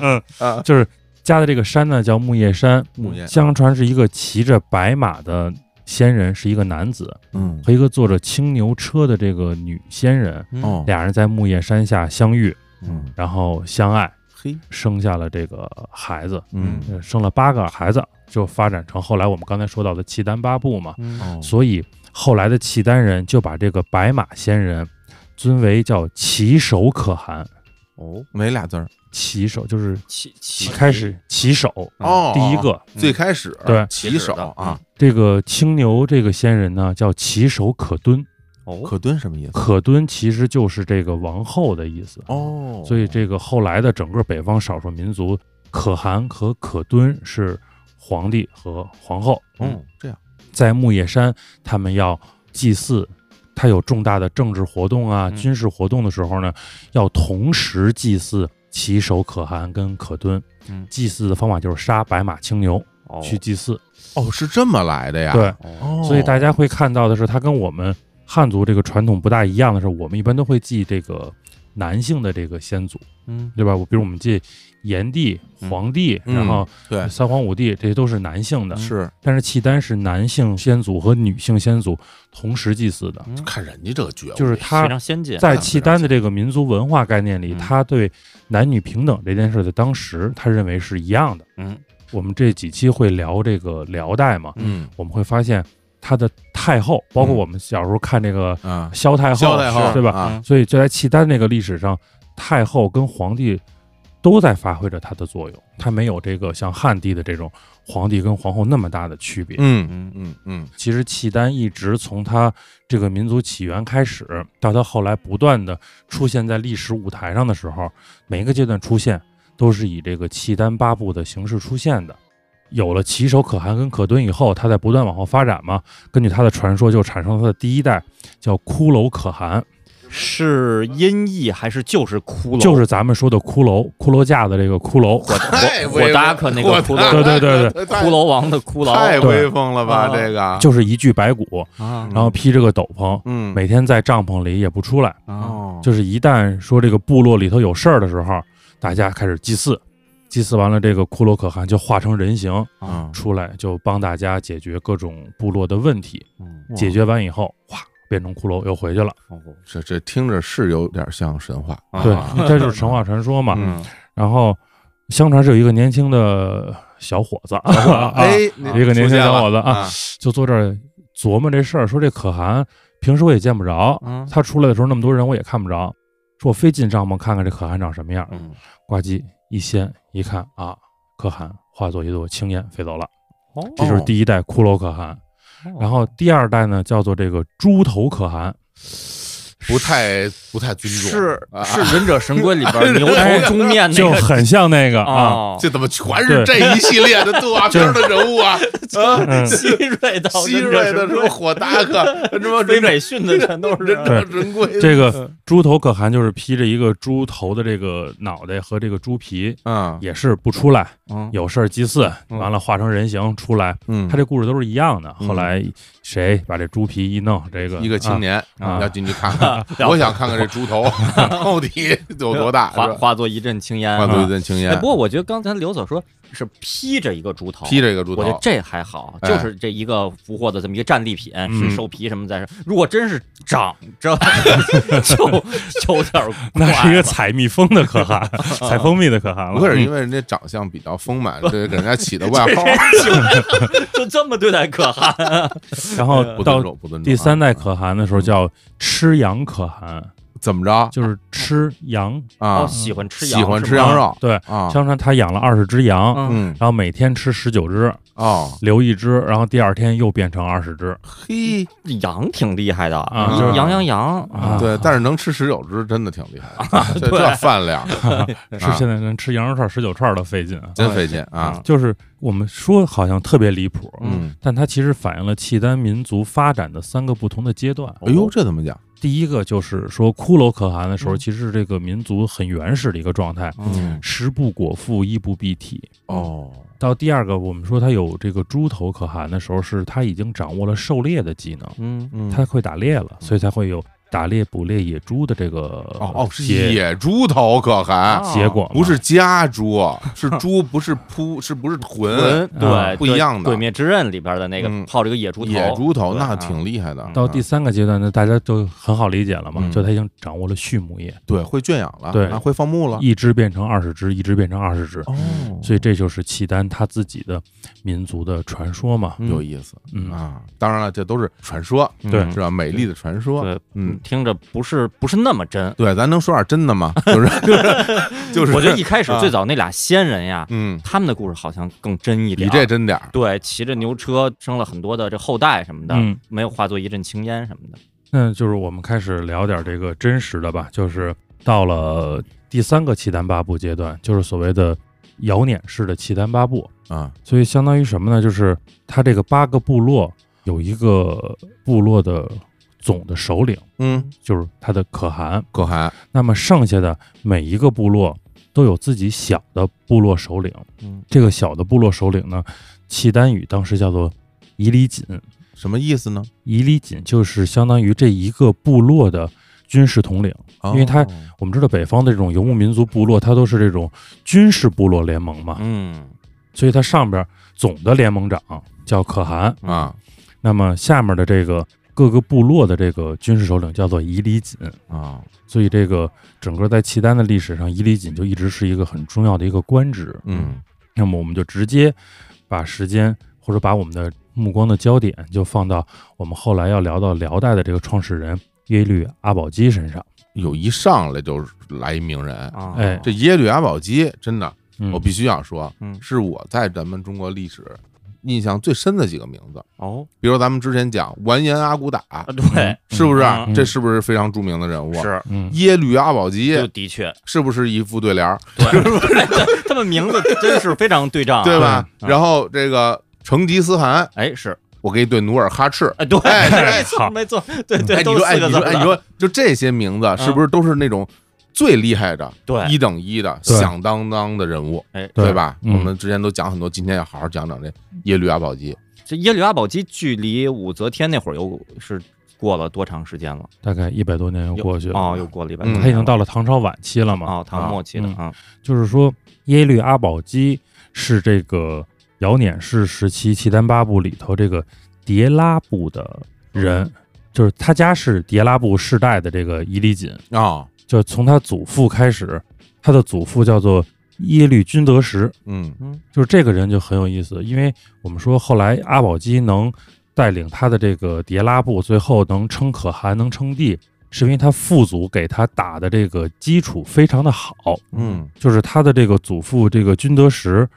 S3: 嗯，
S1: 啊，
S3: 就是加的这个山呢，叫木叶山。
S1: 木叶
S3: 相传是一个骑着白马的仙人，是一个男子，
S1: 嗯，
S3: 和一个坐着青牛车的这个女仙人，
S1: 哦，
S3: 俩人在木叶山下相遇，
S1: 嗯，
S3: 然后相爱，
S1: 嘿，
S3: 生下了这个孩子，
S1: 嗯，
S3: 呃生了八个孩子，就发展成后来我们刚才说到的契丹八部嘛。
S2: 嗯，
S1: 哦，
S3: 所以后来的契丹人就把这个白马仙人尊为叫骑手可汗，
S2: 哦，
S1: 没俩字儿，
S3: 骑手就是
S2: 起
S3: 骑
S2: 起
S3: 开始骑手
S2: 嗯
S1: 哦，
S3: 第一个。
S1: 嗯最开始
S3: 对
S1: 骑手啊，
S3: 这个青牛这个仙人呢，叫骑手可敦，
S2: 哦，
S1: 可敦什么意思？
S3: 可敦其实就是这个王后的意思。
S1: 哦，
S3: 所以这个后来的整个北方少数民族，可汗和可敦是皇帝和皇后。
S1: 嗯，这样，
S3: 在木叶山，他们要祭祀，他有重大的政治活动啊、
S2: 嗯
S3: 军事活动的时候呢，要同时祭祀旗手可汗跟可敦。
S2: 嗯
S3: 祭祀的方法就是杀白马、青牛
S2: 哦
S3: 去祭祀。
S1: 哦，是这么来的呀？
S3: 对，
S2: 哦，
S1: 哦，
S3: 所以大家会看到的是，它跟我们汉族这个传统不大一样的是，我们一般都会祭这个男性的这个先祖，
S2: 嗯，
S3: 对吧？我比如我们祭炎帝、
S2: 嗯
S3: 黄帝，
S1: 嗯
S3: 然后
S1: 对
S3: 三皇五帝，这些都是男性的。
S1: 是
S3: 但是契丹是男性先祖和女性先祖同时祭祀的，
S2: 嗯
S1: 看人家这个觉悟，
S3: 就是
S2: 非
S3: 他
S2: 常先进，
S3: 在契丹的这个民族文化概念里，
S2: 嗯
S3: 他对男女平等这件事，在当时他认为是一样的。
S2: 嗯，
S3: 我们这几期会聊这个辽代嘛，
S1: 嗯
S3: 我们会发现他的太后，包括
S1: 嗯
S3: 我们小时候看这个
S1: 啊，
S3: 萧太后，
S1: 萧太后
S3: 是对吧？
S2: 嗯
S1: 啊，
S3: 所以就在契丹那个历史上，太后跟皇帝都在发挥着它的作用，它没有这个像汉帝的这种皇帝跟皇后那么大的区别。
S1: 嗯嗯嗯
S3: 其实契丹一直从它这个民族起源开始，到它后来不断的出现在历史舞台上的时候，每一个阶段出现都是以这个契丹八部的形式出现的。有了骑手可汗跟可敦以后，它在不断往后发展嘛，根据它的传说就产生了它的第一代叫骷髅可汗，
S2: 是音译还是就是骷髅？
S3: 就是咱们说的骷髅，骷髅架的这个 骷髅。
S2: 火
S1: 太
S2: 火
S1: 威
S2: 火
S1: 风
S2: 达克那个
S1: 火
S2: 骷
S1: 达
S2: 髅，
S3: 对对对
S1: 对，
S2: 骷髅王的骷
S1: 太
S2: 髅
S1: 威风了吧？
S2: 对
S1: 这个
S3: 啊就是一具白骨，
S2: 啊
S3: 然后披着个斗篷，
S1: 啊嗯
S3: 每天在帐篷里也不出来。
S2: 啊，
S1: 哦，
S3: 就是一旦说这个部落里头有事儿的时候，大家开始祭祀，祭祀完了，这个骷髅可汗就化成人形
S1: 啊，
S3: 出来，就帮大家解决各种部落的问题。
S2: 嗯，
S1: 哇
S3: 解决完以后，哗，变成骷髅又回去了。
S2: 哦
S1: 这这听着是有点像神话，
S2: 啊
S3: 对
S1: 啊，
S3: 这就是神话传说嘛。
S1: 嗯
S3: 然后，相传是有一个年轻的小伙子，啊
S1: 哎，
S3: 一个年轻小伙
S1: 子
S3: 子啊，就坐这儿琢磨这事儿，说这可汗平时我也见不着，
S2: 啊，
S3: 他出来的时候那么多人我也看不着，说我非进帐篷看看这可汗长什么样。
S2: 嗯，
S3: 呱唧一掀一看啊，可汗化作一朵青烟飞走了，
S2: 哦
S3: 这就是第一代骷髅可汗。然后第二代呢，叫做这个猪头可汗，
S1: 不太不太尊重，
S2: 是
S1: 啊
S2: 是《忍者神龟》里 边牛头中面那
S3: 就
S2: 个
S3: 很像那个啊，
S2: 哦，
S1: 这怎么全是这一系 列的动画片的人物啊？
S3: 嗯
S2: 希瑞到
S1: 希
S2: 忍
S1: 瑞
S2: 者
S1: 的
S2: 神
S1: 什么
S2: 龟，
S1: 火达克，什么
S2: 北
S1: 忍者
S2: 美训的全都 是
S1: 忍者神龟，
S3: 这个
S2: 嗯
S3: 猪头可汗就是披着一个猪头的这个脑袋和这个猪皮，
S1: 啊，
S3: 也是不出来，
S2: 嗯
S3: 有事儿祭祀，
S2: 嗯
S3: 完了化成人形出来。
S1: 嗯
S3: 他这故事都是一样的。
S1: 嗯
S3: 后来谁把这猪皮一弄，这个
S1: 一个青
S3: 啊
S1: 年
S3: 啊
S1: 要进去看看， 我想看看这猪头 到底有多大，
S2: 化
S1: 是吧
S2: 化作一阵青烟
S1: 化
S2: 啊。
S1: 作一阵青
S2: 哎，
S1: 烟
S2: 不。过我觉得刚才刘总说是披着一个竹桃，
S1: 披着一个竹
S2: 我觉得
S1: 桃，
S2: 这还好，
S1: 哎
S2: 就是这一个俘获的这么一个战利品，
S1: 嗯
S2: 是兽皮什么在如果真是长 着，就就有点儿怪
S3: 那是一个
S2: 了
S3: 采蜜蜂的可 汗，采蜂蜜的可汗
S1: 不
S3: 了。嗯
S1: 愧是因为人家长相比较丰满，这给人家起的外号，
S2: 就这么对待可汗，
S3: 然后
S1: 不嗯尊
S3: 到
S1: 重，不尊重啊。
S3: 第三代可汗的时候叫吃羊可汗，
S1: 怎么着
S3: 就是吃羊。
S2: 哦
S1: 啊？
S2: 喜欢吃羊，
S1: 喜欢吃
S2: 是吗
S1: 羊肉
S3: 对，
S1: 啊？
S3: 相传他养了二十只羊，
S2: 嗯
S1: 嗯
S3: 然后每天吃十九只，
S1: 哦，
S3: 留一只，然后第二天又变成二十只。
S1: 嘿，
S2: 羊挺厉害的，
S3: 啊
S2: 一
S1: 嗯就是
S2: 羊羊羊
S3: 啊
S1: 对，但是能吃十九只真的挺厉害的，这
S2: 对
S1: 这饭量啊
S3: 是现在能吃羊肉串十九串都费劲啊！
S1: 真费劲啊！
S3: 就是我们说好像特别离谱，
S1: 嗯，
S3: 但它其实反映了契丹民族发展的三个不同的阶段。哦
S1: 哎呦，，这怎么讲？
S3: 第一个就是说骷髅可汗的时候，
S2: 嗯
S3: 其实是这个民族很原始的一个状态，
S1: 嗯，
S3: 食不果腹，衣不蔽体。
S1: 哦，
S3: 到第二个，我们说他有这个猪头可汗的时候，是他已经掌握了狩猎的技能，
S2: 嗯，
S1: 嗯，
S3: 他会打猎了，所以才会有打猎捕猎野猪的这个
S1: 哦哦是
S3: 结
S1: 野猪头可汗，
S2: 啊
S3: 结果嘛，
S1: 不是家猪，是猪，不是扑，是不是豚？
S2: 文对
S1: 啊不一样的
S2: 鬼灭之刃》里边的那个
S1: 嗯
S2: 泡这个野猪头，
S1: 野猪头
S2: 对
S1: 那
S2: 啊
S1: 挺厉害的。
S3: 到第三个阶段呢，大家就很好理解了嘛，
S1: 嗯
S3: 就他已经掌握了畜牧业，
S1: 对会圈养了，
S3: 嗯对
S1: 啊会放牧了。
S3: 一只变成二十只，一只变成二十只，
S1: 哦，
S3: 所以这就是契丹他自己的民族的传说嘛。
S1: 有意思
S3: 嗯，
S1: 啊！当然了，这都是传说，嗯
S3: 对
S1: 是吧？美丽的传说，
S2: 对，
S1: 嗯，
S2: 听着不是不是那么真。
S1: 对，咱能说点真的吗？就是就是就是，
S2: 我觉得一开始
S1: 啊
S2: 最早那俩仙人呀，
S1: 嗯，
S2: 他们的故事好像更真一
S1: 比
S2: 点。
S1: 这真点儿。
S2: 对，骑着牛车生了很多的这后代什么的，
S3: 嗯
S2: 没有化作一阵青烟什么的。
S3: 那就是我们开始聊点这个真实的吧，就是到了第三个契丹八部阶段，就是所谓的尧辇式的契丹八部。
S1: 啊，
S3: 所以相当于什么呢？就是他这个八个部落有一个部落的总的首领，
S1: 嗯，
S3: 就是他的可汗。
S1: 可汗，
S3: 那么剩下的每一个部落都有自己小的部落首领。
S2: 嗯，
S3: 这个小的部落首领呢，契丹语当时叫做伊里锦，
S1: 什么意思呢？
S3: 伊里锦就是相当于这一个部落的军事统领。
S1: 哦
S3: 因为他我们知道北方的这种游牧民族部落，它都是这种军事部落联盟嘛，
S2: 嗯
S3: 所以它上边总的联盟长叫可汗，
S2: 嗯
S1: 啊
S3: 那么下面的这个各个部落的这个军事首领叫做伊里锦。
S1: 啊，
S3: 所以，这个整个在契丹的历史上，伊里锦就一直是一个很重要的一个官职。
S1: 嗯，
S3: 那么我们就直接把时间或者把我们的目光的焦点就放到我们后来要聊到辽代的这个创始人耶律阿保机身上。
S1: 有一上来就来一名人，
S2: 啊，
S3: 哎
S1: 这耶律阿保机真的，
S3: 嗯
S1: 我必须要说，
S2: 嗯
S1: 是我在咱们中国历史印象最深的几个名字。
S3: 嗯
S2: 哦，
S1: 比如咱们之前讲完颜阿骨打，
S2: 啊对，
S1: 是不是？
S2: 嗯
S1: 这是不是非常著名的人物？
S2: 是，
S3: 嗯，
S1: 耶律阿保
S2: 就
S1: 机
S2: 的确，
S1: 是不是一副对联儿，
S2: 对，他们名字真是非常对仗啊，
S1: 对吧？
S2: 嗯
S1: 然后这个成吉思汗，
S2: 哎，是，
S1: 我给你对努尔哈赤。
S2: 哎，对，
S1: 哎
S3: 好
S2: 没错，没错，对对，
S1: 哎，你
S2: 都
S1: 说，
S2: 是
S1: 哎，
S2: 四个
S1: 你
S2: 字
S1: 说，
S2: 儿
S1: 哎，你
S2: 的，嗯
S1: 说，就这些名字是不是都是那种最厉害的、
S2: 对，
S1: 一等一的、
S3: 对
S1: 响当当的人物，
S2: 哎，
S3: 对
S1: 对吧？
S3: 嗯
S1: 我们之前都讲很多，今天要好好讲讲这耶律阿保机。
S2: 这耶律阿保机距离武则天那会儿又是过了多长时间了？
S3: 大概一百多年又过去了，
S2: 哦，又过了一百
S1: 嗯
S2: 多年了，
S3: 他已经到了唐朝晚期了嘛。
S2: 哦，唐末期的
S3: 嗯
S2: 啊，
S3: 就是说，耶律阿保机是这个尧辇氏时期契丹八部里头这个迭拉部的人，就是他家是迭拉部世代的这个伊里锦，
S2: 嗯
S1: 啊，
S3: 就是从他祖父开始，他的祖父叫做耶律君德时，
S1: 嗯
S2: 嗯
S3: 就是这个人就很有意思，因为我们说后来阿保机能带领他的这个迭拉部，最后能称可汗，能称帝，是因为他父祖给他打的这个基础非常的好，
S1: 嗯
S3: 就是他的这个祖父这个君德时，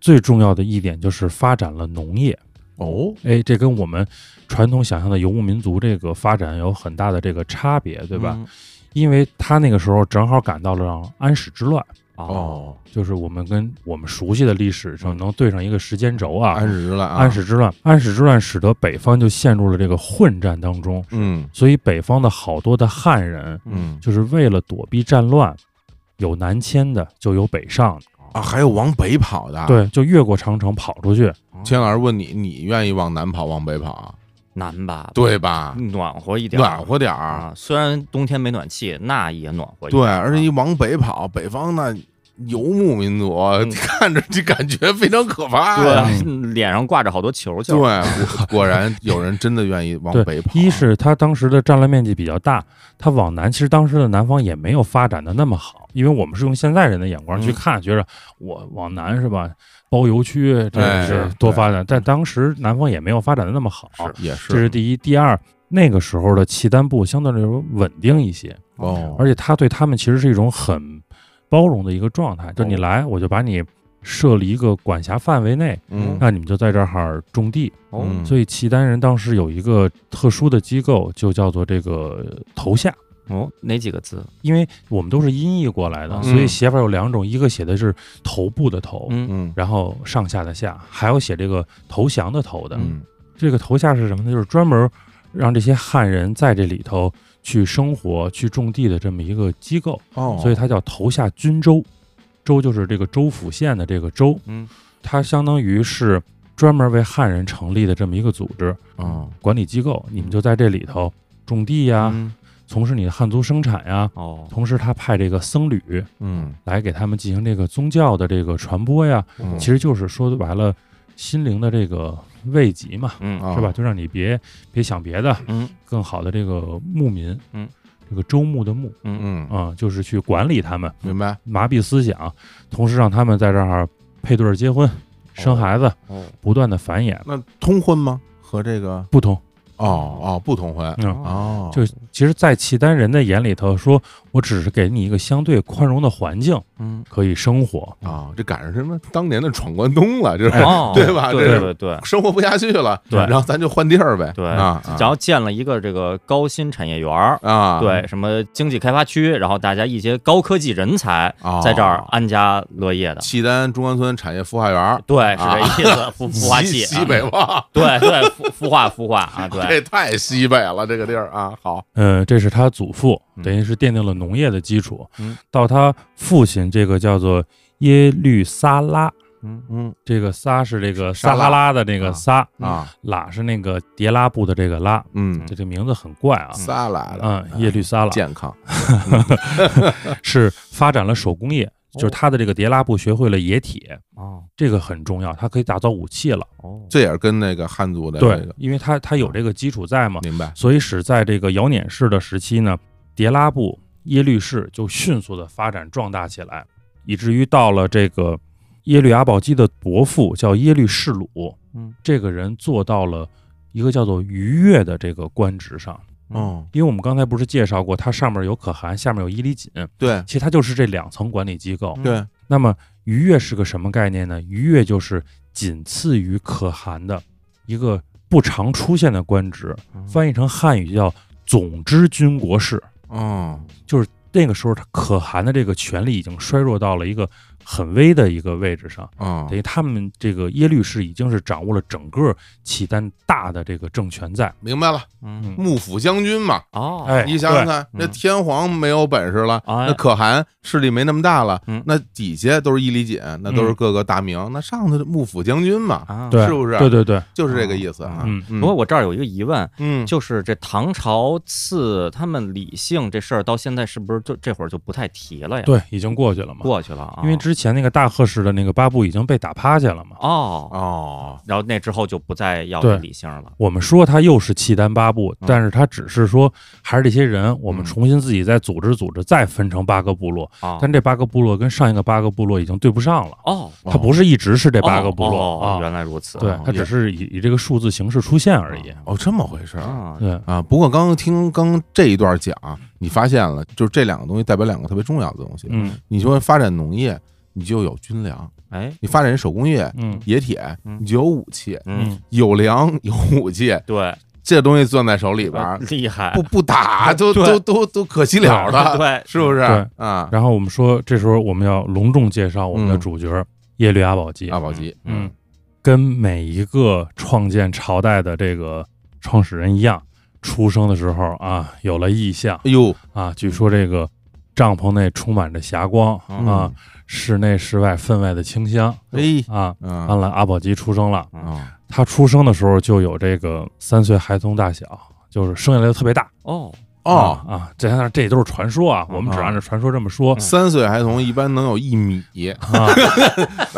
S3: 最重要的一点就是发展了农业。
S1: 哦，
S3: 哎，这跟我们传统想象的游牧民族这个发展有很大的这个差别，对吧？
S2: 嗯？
S3: 因为他那个时候正好赶到了安史之乱，
S2: 哦，
S1: 哦，
S3: 就是我们跟我们熟悉的历史上能对上一个时间轴啊。
S1: 嗯安史之乱啊，
S3: 安，史之乱，安史之乱使得北方就陷入了这个混战当中，
S1: 嗯
S3: 所以北方的好多的汉人
S1: 嗯
S3: 就是为了躲避战乱，有南迁的，就有北上的，
S1: 啊，还有往北跑的，。
S3: 对，就越过长城跑出去。
S1: 钱老师问你，你愿意往南跑往北跑啊？
S2: 南吧，
S1: 对吧？
S3: 嗯
S2: 暖和一点儿，啊
S1: 暖和点
S3: 啊
S1: 儿，
S2: 啊，虽然冬天没暖气，那也暖和一
S1: 对，
S2: 点儿。
S1: 而且一往北跑，北方那游牧民族， 看着就感觉非常可怕
S2: 对
S1: 呀。
S2: 啊
S3: 嗯，
S2: 脸上挂着好多
S1: 对，
S2: 球球。
S1: 果果然有人真的愿意往
S3: 对
S1: 北跑。
S3: 一是它当时的占land 面积比较大，它往南其实当时的南方也没有发展的那么好，因为我们是用现在人的眼光去
S1: 嗯
S3: 看，觉着我往南是吧，包邮区这
S1: 哎
S3: 个是多发展，但当时南方也没有发展的那么好，
S1: 是哦也是，
S3: 这是第一。第二，那个时候的契丹部相对来说稳定一些，
S1: 哦，
S3: 而且他对他们其实是一种很包容的一个状态，就你
S1: 哦
S3: 来我就把你设立一个管辖范围内，
S1: 嗯
S3: 那你们就在这儿种地。
S2: 哦，
S1: 嗯
S3: 所以契丹人当时有一个特殊的机构，就叫做这个呃头下。
S2: 哦，哪几个字？
S3: 因为我们都是音译过来的，
S2: 嗯
S3: 所以写法有两种，一个写的是头部的头，
S2: 嗯，
S1: 嗯
S3: 然后上下的下，还有写这个投降的投的。
S1: 嗯
S3: 这个头下是什么呢？就是专门让这些汉人在这里头去生活、去种地的这么一个机构，
S1: 哦，
S3: 所以它叫头下军州。州就是这个州府县的这个州，
S1: 嗯，
S3: 它相当于是专门为汉人成立的这么一个组织。
S1: 哦
S3: 管理机构，你们就在这里头种地呀，
S1: 嗯
S3: 从事你的汉族生产呀。
S2: 哦，
S3: 同时，他派这个僧侣
S1: 嗯
S3: 来给他们进行这个宗教的这个传播呀，
S1: 嗯
S3: 其实就是说白了，心灵的这个慰藉嘛，
S2: 嗯
S1: 啊
S3: 是吧？就让你别别想别的，
S2: 嗯
S3: 更好的这个牧民，
S2: 嗯，
S3: 这个周牧的牧
S1: 嗯，
S3: 啊、就是去管理他们，
S1: 明白
S3: 麻痹思想，同时让他们在这儿配对儿结婚、生孩子，
S2: 哦，
S3: 不断的繁衍，
S1: 那通婚吗？和这个
S3: 不同，
S1: 哦哦不通婚
S3: 嗯，
S1: 哦，
S3: 就其实，在契丹人的眼里头，说我只是给你一个相对宽容的环境，
S2: 嗯
S3: 可以生活。
S1: 啊，这赶上什么当年的闯关东了，这是嗯
S2: 哦，
S1: 对吧
S2: 对
S1: 这
S2: 对
S1: 是
S2: 对对
S1: 生活不下去了，
S2: 对
S1: 然后咱就换地儿呗，
S2: 对
S1: 啊，啊
S2: 然后建了一个这个高新产业园儿。
S1: 啊，
S2: 对，什么经济开发区，然后大家一些高科技人才
S1: 哦
S2: 在这儿安家乐业的，
S1: 契丹中关村产业孵化园，
S2: 对，是这意 思，孵孵化器
S1: 西
S2: 啊，
S1: 啊西北吧，
S2: 对对，孵孵化孵化 啊，对，
S1: 这太西北了，这个地儿啊，好，
S3: 呃，这是他祖父，
S2: 嗯
S3: 等于是奠定了农业的基础。
S2: 嗯
S3: 到他父亲这个叫做耶律撒拉，
S2: 嗯
S1: 嗯
S3: 这个撒是这个
S1: 撒拉
S3: 撒哈拉的这个撒，
S1: 啊，
S3: 拉是那个迭拉部的这个拉，
S1: 嗯，
S3: 这这名字很怪啊。
S1: 仨来了，
S3: 嗯，耶律撒拉
S1: 健康，
S3: 是发展了手工业，就是他的这个迭拉部学会了冶铁，
S2: 哦
S3: 这个很重要，他可以打造武器了。
S2: 哦，
S1: 这也是跟那个汉族的这
S3: 对
S1: 个，
S3: 因为他他有这个基础在嘛，
S1: 明白，
S3: 所以使在这个尧撵氏的时期呢，迭拉部耶律氏就迅速的发展壮大起来，以至于到了这个耶律阿保机的伯父叫耶律士鲁，
S2: 嗯，
S3: 这个人做到了一个叫做愉悦的这个官职上。
S2: 嗯
S1: 哦，
S3: 因为我们刚才不是介绍过，它上面有可汗，下面有伊犁锦，
S1: 对
S3: 其实它就是这两层管理机构。
S2: 嗯
S1: 对，
S3: 那么愉悦是个什么概念呢？愉悦就是仅次于可汗的一个不常出现的官职，翻译成汉语叫“总之军国事
S1: 哦，”。
S3: 那个时候，可汗的这个权力已经衰弱到了一个很微的一个位置上，
S1: 哦
S3: 等，于他们这个耶律氏已经是掌握了整个契丹大的这个政权在。
S1: 明白了，
S2: 嗯
S1: 幕府将军嘛，
S2: 哦，
S3: 哎
S1: 你想想看，
S2: 对
S1: 那
S2: 嗯
S1: 天皇没有本事了，
S2: 哎
S1: 那可汗势力没那么大了
S2: 嗯，
S1: 那底下都是伊犁锦，那都是各个大名，那上头是幕府将军嘛，
S2: 啊，
S3: 对，
S1: 是不是
S3: 对对对，
S1: 就是这个意思啊。
S3: 嗯，
S1: 嗯
S2: 不过我这儿有一个疑问，
S1: 嗯，
S2: 就是这唐朝赐他们李姓这事儿，到现在是不是就这会儿就不太提了呀？，
S3: 对，已经过去了嘛。
S2: 过去了啊，
S3: 因为之前那个大贺氏的那个八部已经被打趴下了嘛。
S2: 哦，
S1: 哦，
S2: 然后那之后就不再要
S3: 对
S2: 李姓了。
S3: 我们说他又是契丹八部，
S2: 嗯
S3: 但是他只是说还是这些人，我
S1: 嗯
S3: 们重新自己再组织组织，再分成八个部落。
S2: 啊，
S3: 但这八个部落跟上一个八个部落已经对不上了，
S2: 哦，
S3: 它不是一直是这八个部
S2: 哦
S3: 落
S2: 哦哦
S3: 啊，
S2: 原来如此。
S3: 对，它只是以以这个数字形式出现而已。
S1: 哦，这么回事儿
S2: 啊，
S3: 对，
S1: 啊。不过刚刚听刚这一段讲，你发现了，就是这两个东西代表两个特别重要的东西。
S3: 嗯
S1: 你说发展农业，你就有军粮；
S2: 哎，
S1: 你发展手工业、
S3: 嗯
S1: 冶铁，
S2: 嗯
S1: 你就有武器。
S2: 嗯，，
S1: 有粮有武器，
S2: 对，
S1: 这东西攥在手里边
S2: 啊
S1: 儿，
S2: 厉害
S1: 不，不 打都
S2: 对
S1: 都都都可惜了
S2: 对
S1: 的，
S2: 对，
S1: 是不是？
S3: 对
S1: 啊，
S3: 然后我们说，这时候我们要隆重介绍我们的
S1: 嗯
S3: 主角耶律阿保机，
S2: 啊
S1: 阿保机，
S3: 嗯，跟每一个创建朝代的这个创始人一样，出生的时候啊有了异象
S1: 哎呦
S3: 啊，据说这个帐篷内充满着霞光
S2: 嗯
S3: 啊，，室内室外分外的清香
S1: 哎，
S2: 嗯
S3: 啊。
S1: 啊
S3: 安澜阿保机出生了，
S1: 啊，
S3: 他出生的时候就有这个三岁孩童大小，就是生下来就特别大，
S2: 哦，嗯
S1: 哦，
S3: 啊，这当然这都是传说啊，我们只按照传说这么说
S1: 三岁孩童一般能有一米
S2: 嗯
S3: 啊。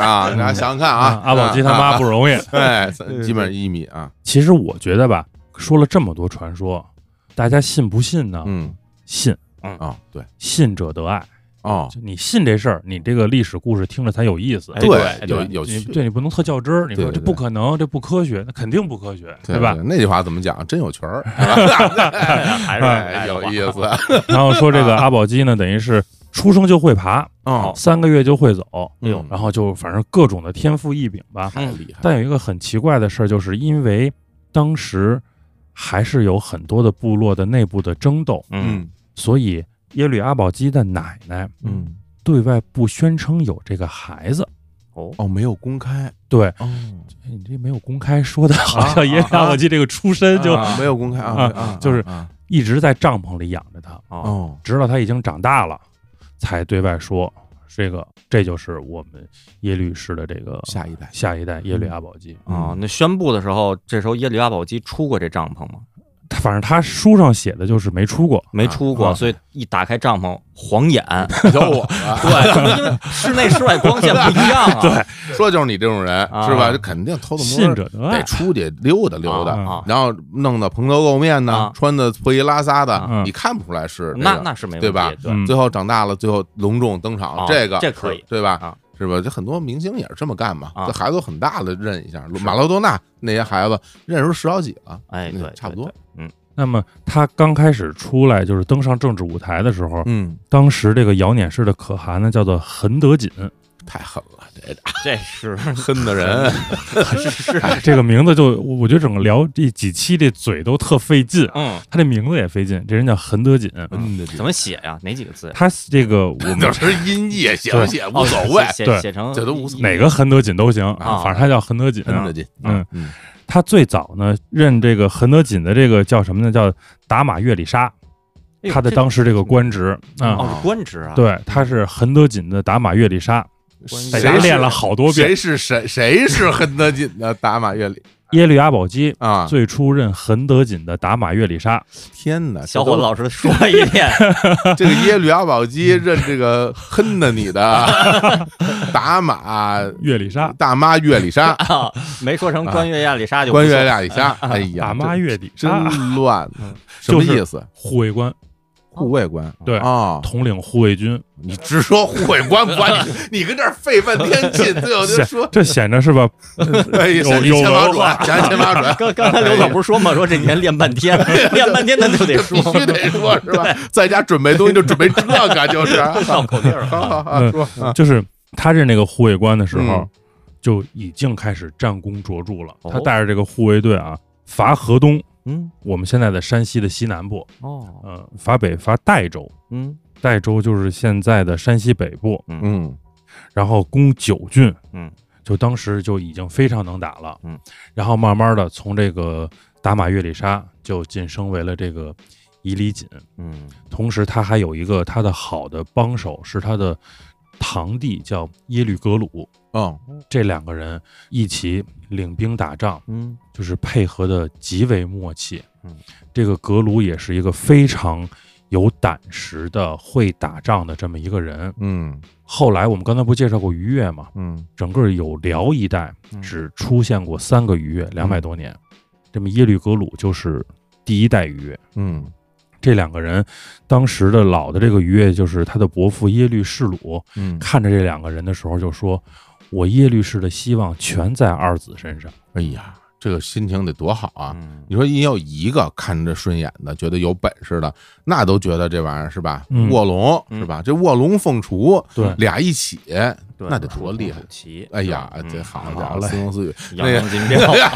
S1: 啊，大家想想看
S3: 啊
S1: 啊，，
S3: 阿宝鸡他妈不
S2: 嗯
S3: 容易。
S1: 哎，三基本上一米啊，
S3: 其实我觉得吧，说了这么多传说，大家信不信呢？
S1: 嗯
S3: 信，
S1: 啊，对，
S3: 信者得爱。
S1: 哦，
S3: 就你信这事儿，你这个历史故事听着才有意思。
S2: 哎对
S1: 有
S2: 对
S1: 有
S3: 你
S1: 趣，
S3: 对你不能特较真儿，你
S1: 对
S3: 说
S1: 对
S3: 这
S1: 对
S3: 不可能，这不科学，那肯定不科学，
S1: 对
S3: 吧？？
S1: 那句话怎么讲？真有趣 儿，哎
S2: 还是
S1: 哎有意思，
S3: 然后说这个阿宝鸡呢，等于是出生就会爬，
S1: 啊哦，
S3: 三个月就会走，
S1: 哎呦
S3: 然后就反正各种的天赋异禀吧。
S1: 太厉害了，
S3: 但有一个很奇怪的事儿，就是因为当时还是有很多的部落的内部的争斗，
S2: 嗯，
S3: 所以耶律阿保机的奶奶
S1: 嗯，
S3: 对外不宣称有这个孩子。
S2: 哦，
S1: 哦，没有公开，
S3: 对，
S1: 哦，
S3: 哎你这没有公开说的，好像耶律阿保机这个出身 就
S1: 啊没有公开啊
S3: 啊
S1: 啊，
S3: 就是
S1: 啊
S3: 一直在帐篷里养着他，
S2: 哦，
S1: 哦，
S3: 直到他已经长大了，才对外说这个，这就是我们耶律氏的这个
S1: 下嗯一代
S3: 下一代耶律阿保机。
S2: 啊，那宣布的时候，这时候耶律阿保机出过这帐篷吗？
S3: 他反正他书上写的就是没出过，
S2: 没出过，
S3: 啊
S2: 所以一打开帐篷，晃眼。
S1: 有我了，
S2: 对，因为室内室外光线不一样啊。对，
S1: 说就是你这种人
S2: 啊哎
S1: 是吧？就肯定偷偷摸
S3: 信
S1: 摸
S3: 者得
S1: 得
S3: 爱。
S1: 出去溜达溜达，
S2: 啊，
S1: 然后弄得蓬头垢面呢
S2: 啊，嗯
S1: 穿的破衣拉撒的
S3: 啊，
S1: 你看不出来是这个
S2: 那那是没问题，
S1: 对吧
S2: 对，
S3: 嗯
S1: 最后长大了，最后隆重登场
S2: 啊，
S1: 个
S2: 这可以
S1: 对吧
S2: 啊？
S1: 是吧？这很多明星也是这么干嘛，
S2: 啊
S1: 这孩子都很大了认一下，
S2: 是
S1: 马拉多纳那些孩子认识都十好几了，
S2: 哎，
S1: 那
S2: 对，
S1: 差不多
S2: 对，对嗯，
S3: 那么他刚开始出来就是登上政治舞台的时候，
S1: 嗯，
S3: 当时这个尧捻氏的可汗呢叫做恒德锦，
S1: 太狠了， 这
S2: 这 是
S1: 狠的 人，
S2: 是是，
S3: 这个名字就我我觉得整个聊这几期这嘴都特费劲， 啊
S2: 嗯，
S3: 他这名字也费劲。这人叫恒德锦，啊
S1: 嗯，的
S2: 怎么写呀？哪几个字呀？
S3: 他这个我 们
S1: 那是音译写不写无所谓
S2: 哦， 写
S3: 对
S2: 写写成
S1: 这都无所谓
S3: 哪个恒德锦都行，
S2: 嗯啊
S3: 反正他叫恒德锦。
S1: 狠的劲，
S3: 嗯
S1: 嗯
S3: 他最早呢任这个恒德锦的这个叫什么呢？叫达马月里沙，
S2: 哎呦
S3: 他的
S2: 这
S3: 当时这个官职啊。
S2: 哦是官职啊，，
S3: 对，他是恒德锦的达马月里沙，在
S1: 谁
S3: 家
S1: 是
S3: 练了好多遍。
S1: 谁是谁谁是狠的劲的打马月里
S3: 耶律阿保机
S1: 啊？
S3: 最初任恒德锦的达马月里沙，
S1: 天哪，
S2: 小伙子
S1: 这
S2: 老师说一 遍，
S1: 都这个耶律阿保机认这个恨的你的打马
S3: 月里沙，
S1: 大妈月里沙，
S2: 啊，没说成关月 亚里沙就不
S1: 关
S2: 错
S1: 月亮里下，哎啊呀，
S3: 大妈月里
S1: 真
S3: 沙，
S1: 真乱，什
S3: 就
S1: 么
S3: 是
S1: 意思？
S3: 护卫官
S1: 护卫官
S3: 对
S1: 啊，
S3: 统领护卫军，
S1: 你直说护卫官不管你，你跟这儿费半天劲，最后就说
S3: 这显着是吧？
S1: 哎，
S3: 有
S1: 想一
S3: 有
S1: 千八
S3: 文
S1: 准，想一千八准。
S2: 刚刚才刘总不是说吗？说这年练半 天，练半天咱就 得说
S3: 嗯
S1: 必，须得说，是吧？在家准备东西就准备这个，就是。
S2: 绕口令儿
S1: 好好
S2: 啊。
S1: 好，
S3: 嗯
S1: 说啊，
S3: 就是他任那个护卫官的时候
S1: 嗯，
S3: 就已经开始战功卓著了。
S2: 哦
S3: 他带着这个护卫队啊，伐河东，
S2: 嗯，
S3: 我们现在的山西的西南部，
S2: 哦，
S3: 呃，伐北伐代州，
S2: 嗯
S3: 代州就是现在的山西北部，
S1: 嗯
S3: 然后攻九郡，
S2: 嗯，
S3: 就当时就已经非常能打了，
S2: 嗯，
S3: 然后慢慢的从这个打马月里沙就晋升为了这个伊犁锦，
S2: 嗯，
S3: 同时他还有一个他的好的帮手是他的堂弟叫耶律格鲁，
S1: 嗯，
S3: 这两个人一起领兵打仗，
S2: 嗯，
S3: 就是配合的极为默契。
S2: 嗯，
S3: 这个格鲁也是一个非常有胆识的、会打仗的这么一个人。
S1: 嗯
S3: 后来我们刚才不介绍过于越吗？
S1: 嗯
S3: 整个有辽一带
S2: 嗯
S3: 只出现过三个于越，两百多年。这么耶律格鲁就是第一代于越。
S1: 嗯
S3: 这两个人，当时的老的这个于越就是他的伯父耶律世鲁，
S1: 嗯，
S3: 看着这两个人的时候就说：“我耶律氏的希望全在二子身上。
S1: 哎呀，这个心情得多好啊！
S2: 嗯
S1: 你说你有一个看着顺眼的，觉得有本事的，那都觉得这玩意儿是吧？
S3: 嗯
S1: 卧龙是吧？这卧龙凤雏，
S3: 对
S1: 俩一起，
S2: 对
S1: 那得多厉害！
S2: 齐，
S1: 哎呀，
S2: 嗯
S1: 这好
S2: 嗯
S1: 家
S3: 好
S1: 伙，
S3: 嘞
S1: 思风思雨，
S2: 阳阳金标。
S1: 哎呀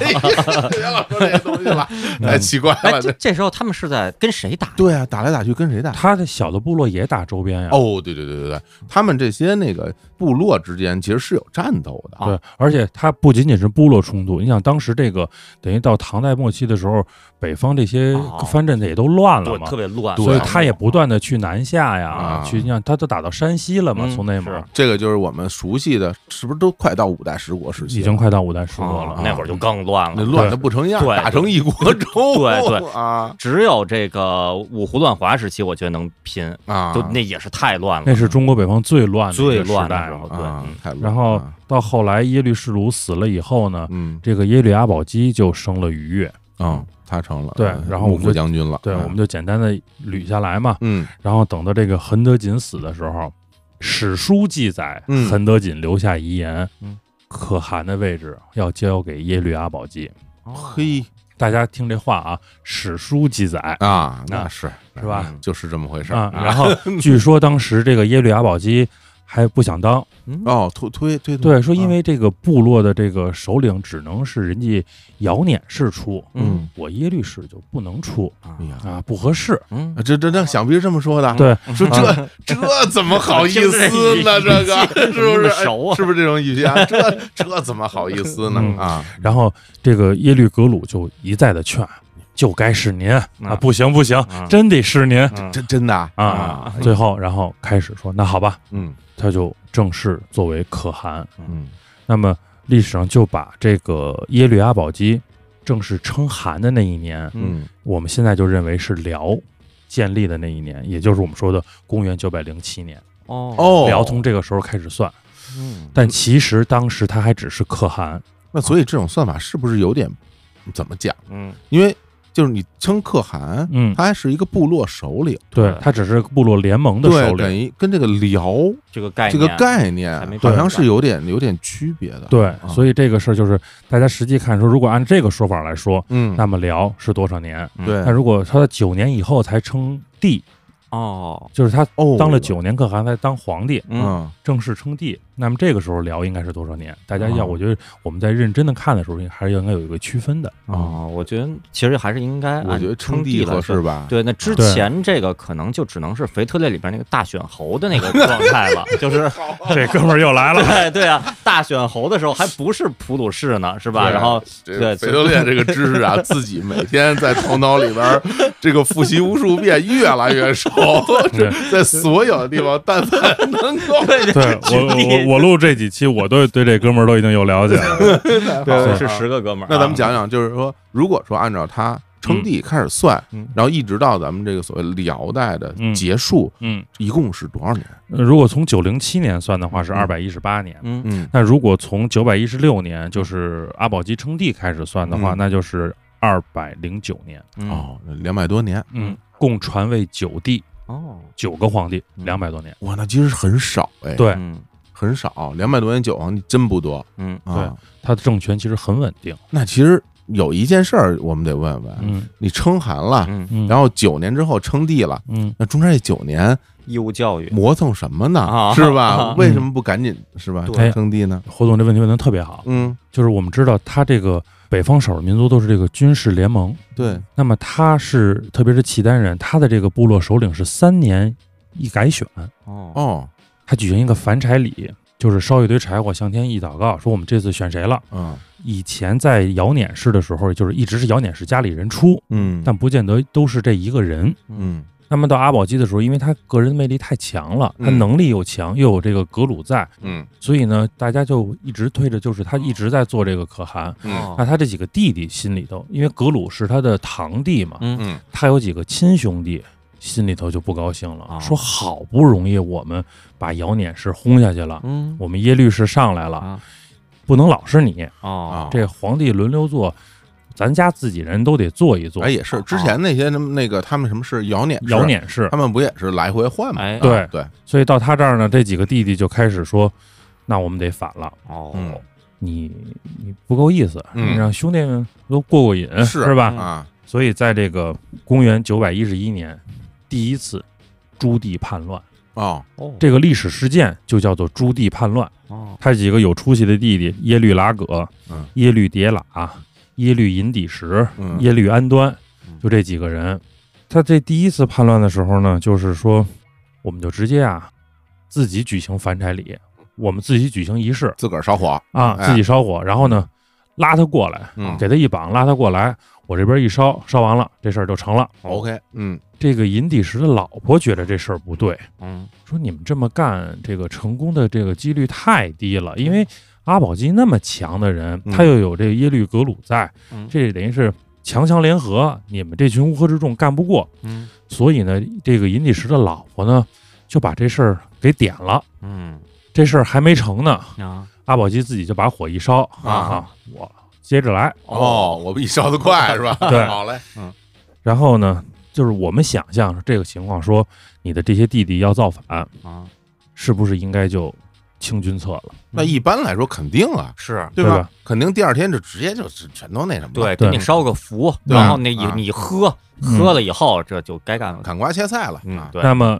S1: 别老说这些东西了，太奇怪
S2: 哎，
S1: 了。
S2: 这
S1: 这
S2: 这时候他们是在跟谁打？
S1: 对啊，打来打去跟谁”打？
S3: 他的小的部落也打周边呀。
S1: 哦，对对对对对，他们这些那个部落之间其实是有战斗的。
S3: 对，而且它不仅仅是部落冲突，你想当时这个等于到唐代末期的时候，北方这些
S2: 哦
S3: 藩镇也都乱了
S2: 对，
S3: 嘛，
S2: 特别乱，
S3: 所以
S1: 对
S3: 他也不断的去南下呀，
S1: 啊
S3: 去你看他都打到山西了嘛，
S2: 嗯
S3: 从内
S2: 是
S3: 蒙，
S1: 这个就是我们熟悉的，是不是都快到五代十国时期了？
S3: 已经快到五代十国了
S2: 啊
S3: 啊。
S2: 那会儿就更乱
S1: 那
S2: 了。
S1: 乱的不成样，
S2: 对
S1: 打成一锅粥。
S2: 对对
S1: 啊
S2: 只有这个五胡乱华时期，我觉得能拼，
S1: 啊，
S2: 就那也是太乱
S3: 那
S2: 了。
S3: 是中国北方最乱的一
S2: 最
S3: 个时
S2: 乱的
S3: 代
S2: 时
S3: 了
S2: 候，对，
S1: 啊
S2: 嗯，
S1: 太乱了
S3: 然后到后来耶律氏鲁死了以后呢，
S1: 嗯
S3: 这个耶律阿保机就生了逾越，
S1: 嗯，他成了
S3: 对
S1: 呃
S3: 然后
S1: 幕
S3: 我们
S1: 府
S3: 就
S1: 将军了。
S3: 对，
S1: 嗯
S3: 我们就简单的捋下来嘛。
S1: 嗯
S3: 然后等到这个恒德锦死的时候，史书记载
S1: 嗯
S3: 恒德锦留下遗言
S2: 嗯，
S3: 可汗的位置要交给耶律阿保机。
S1: 嘿
S3: 大家听这话啊，史书记载
S1: 啊，
S3: 那
S1: 那是
S3: 是吧
S1: 嗯就是这么回事儿
S3: 啊。
S1: 啊
S3: 然 后据说当时这个耶律阿保机还不想当，
S1: 哦，推推啊推
S3: 对，说因为这个部落的这个首领只能是人家尧辇氏出，
S1: 嗯，
S3: 我耶律氏就不能出
S1: 哎呀，
S3: 啊，不合适。
S2: 嗯
S1: 啊，这这这想必是这么说的。啊
S3: 对，嗯
S1: 说这这怎么 好意思呢？这个是不
S2: 这
S1: 是
S2: 么熟啊
S1: 是不是这种语气啊？这这怎么好意思呢
S3: 嗯？
S1: 啊，
S3: 然后这个耶律格鲁就一再的劝，就该是您啊，
S2: 嗯
S3: 不行不
S1: 呃
S3: 行，
S2: 嗯
S3: 真得是您
S2: 嗯
S1: 真真的啊
S3: 啊。最后，然后开始说，那好吧，
S1: 嗯
S3: 他就正式作为可汗。
S1: 嗯
S3: 那么历史上就把这个耶律阿保机正式称汗的那一年，
S1: 嗯
S3: 我们现在就认为是辽建立的那一年，也就是我们说的公元九百零七年，
S2: 哦
S1: 哦，
S3: 辽从这个时候开始算。
S2: 嗯
S3: 但其实当时他还只是可汗，
S1: 那所以这种算法是不是有点怎么讲？
S2: 嗯
S1: 因为就是你称可汗，
S3: 嗯，
S1: 他还是一个部落首领，
S3: 对他只是部落联盟的首
S1: 对，
S3: 领
S1: 等。于跟这个辽
S2: 这个概念，
S1: 这个概
S2: 还没
S1: 念
S2: 转
S1: 好
S2: 换
S1: 像是有点有点区别的。
S3: 对，所
S1: 以
S3: 以这个事儿就是大家实际看说，如果按这个说法来说，
S1: 嗯，
S3: 那么辽是多少年？
S2: 嗯
S1: 对
S3: 那如果他九年以后才称帝，
S2: 哦，
S3: 就是他
S1: 哦，
S3: 当了九年可汗才当皇帝，
S2: 嗯
S1: 嗯
S3: 正式称帝，那么这个时候辽应该是多少年？大家
S1: 哦
S3: 要，我觉得我们在认真的看的时候，还是应该有一个区分的。
S1: 哦，
S2: 哦，我觉得其实还是应该
S1: 我
S2: 按
S1: 觉得
S2: 称
S1: 称帝
S2: 来
S1: 合
S2: 说
S1: 适吧？
S2: 对，那之
S3: 对
S2: 前这个可能就只能是《腓特烈》里边那个大选侯的那个状态了， 就是
S3: 这哥们儿又来了，
S2: 对对啊，大选侯的时候还不是普鲁士呢，是吧？
S1: 对
S2: 然后
S1: 这
S2: 对
S1: 肥流练这个知识啊，自己每天在头脑里边儿这个复习无数遍，越来越熟。这在所有的地方，但凡能够
S3: 对我我我录这几期，我都对这哥们儿都已经有了解了。
S2: 对
S1: 对
S2: 是
S1: 啊
S2: 十个哥们儿啊。
S1: 那咱们讲讲，就是说，如果说按照他称帝开始算
S2: 嗯嗯，
S1: 然后一直到咱们这个所谓辽代的
S3: 嗯
S1: 结束，
S3: 嗯，
S1: 一共是多少年？
S3: 呃如果从九零七年算的话，是
S1: 嗯
S3: 二百一十八年。
S2: 嗯，
S1: 嗯
S3: 那如果从九百一十六年，就是阿保机称帝开始算的话，
S1: 嗯
S3: 那就是二百零九年。
S2: 嗯
S1: 哦，两百多年。
S2: 嗯，
S3: 共传位九帝，
S2: 哦，
S3: 九个皇帝，
S2: 嗯
S3: 两百多年。
S1: 哇，那其实很少哎，
S3: 对
S2: 嗯
S1: 很少，两百多年九皇帝真不多
S2: 嗯
S1: 啊。
S3: 他的政权其实很稳定。
S1: 那其实有一件事儿，我们得问问，
S3: 嗯
S1: 你称汗了，
S2: 嗯，
S3: 嗯，
S1: 然
S3: 后
S1: 后九年之后称帝了，
S3: 嗯，
S1: 那中间这九年
S2: 义务教育，
S1: 磨蹭什么呢
S2: 啊？
S1: 是
S2: 啊
S1: 吧？为什么不赶紧是吧
S2: 对？
S1: 称帝呢？
S3: 侯总这问题问的特别好，
S1: 嗯，
S3: 就是我们知道他这个北方少数民族都是这个军事联盟，
S1: 对，
S3: 那么他是特别是契丹人，他的这个部落首领是三年一改选，
S2: 哦
S1: 哦，
S3: 他举行一个反柴礼，就是烧一堆柴火向天一祷告，说我们这次选谁了。
S1: 嗯
S3: 以前在尧辇氏的时候，就是一直是尧辇氏家里人出，
S1: 嗯，
S3: 但不见得都是这一个人。
S1: 嗯
S3: 那么到阿保机的时候，因为他个人魅力太强了，他
S1: 嗯
S3: 能力又强，又有这个格鲁在，
S1: 嗯
S3: 所以呢，大家就一直推着，就是他一直在做这个可汗。
S2: 哦
S1: 嗯
S3: 那他这几个弟弟心里头，因为格鲁是他的堂弟嘛，
S2: 嗯
S1: 嗯
S3: 他有几个亲兄弟，心里头就不高兴
S2: 啊
S3: 了，说好不容易我们把尧辇氏轰下去了，
S2: 嗯
S3: 我们耶律氏上来了，
S2: 啊
S3: 不能老是你，
S2: 哦
S1: 啊，
S3: 这皇帝轮流坐，咱家自己人都得坐一坐。
S1: 哎，也是，之前那些什么那个他们什么是尧辇，
S3: 尧，辇氏
S1: 他，们不也是来回换吗？
S2: 哎
S1: 啊
S3: 对哦
S1: 对，
S3: 所以到他这儿呢，这几个弟弟就开始说，那我们得反了。
S2: 哦
S1: 嗯，
S3: 你你不够意思，
S1: 嗯
S3: 你让兄弟们都过过瘾，
S1: 是
S3: 吧？
S1: 啊，
S3: 所以在这个公元九百一十一年，第一次朱棣叛乱，
S1: 哦，
S2: 哦
S3: 这个历史事件就叫做朱棣叛乱。
S2: 哦
S3: 他几个有出息的弟弟耶律剌葛、
S1: 嗯
S3: 耶律迭喇、耶律银底石、
S1: 嗯
S3: 耶律安端
S2: 嗯，
S3: 就这几个人。他这第一次叛乱的时候呢，就是说，我们就直接啊，自己举行反柴礼，我们自己举行仪式
S1: 自个儿烧火，
S3: 啊，
S1: 哎
S3: 自己烧火，然后呢，拉他过来，
S1: 嗯
S3: 给他一绑，拉他过来，我这边一烧，烧完了，这事儿就成了。
S1: ，OK，嗯
S3: 这个银底石的老婆觉得这事儿不对，
S2: 嗯
S3: 说你们这么干，这个成功的这个几率太低了，因为阿保机那么强的人，
S1: 嗯
S3: 他又有这个耶律格鲁在，
S2: 嗯
S3: 这等于是强强联合，你们这群乌合之众干不过，
S2: 嗯
S3: 所以呢，这个银底石的老婆呢就把这事儿给点了，
S2: 嗯
S3: 这事儿还没成呢，
S2: 啊
S3: 阿保机自己就把火一烧
S1: 啊
S3: 我接着来，
S1: 哦，我比你烧得快是吧？
S3: 对
S1: 好嘞，
S3: 然后呢，就是我们想象这个情况，说你的这些弟弟要造反，
S2: 啊
S3: 是不是应该就清君侧了？
S1: 那一般来说肯定啊，
S2: 是。
S1: 对
S3: 对
S1: 吧
S3: 吧？
S1: 肯定第二天就直接就全都那什么了，
S2: 对，
S3: 对
S2: 给你烧个符，
S1: 啊对
S2: 然后那你
S1: 啊
S2: 你喝
S3: 嗯
S2: 喝了以后，这就该干了。
S1: 砍瓜切菜了
S2: 嗯
S1: 啊，，
S2: 对，
S3: 那么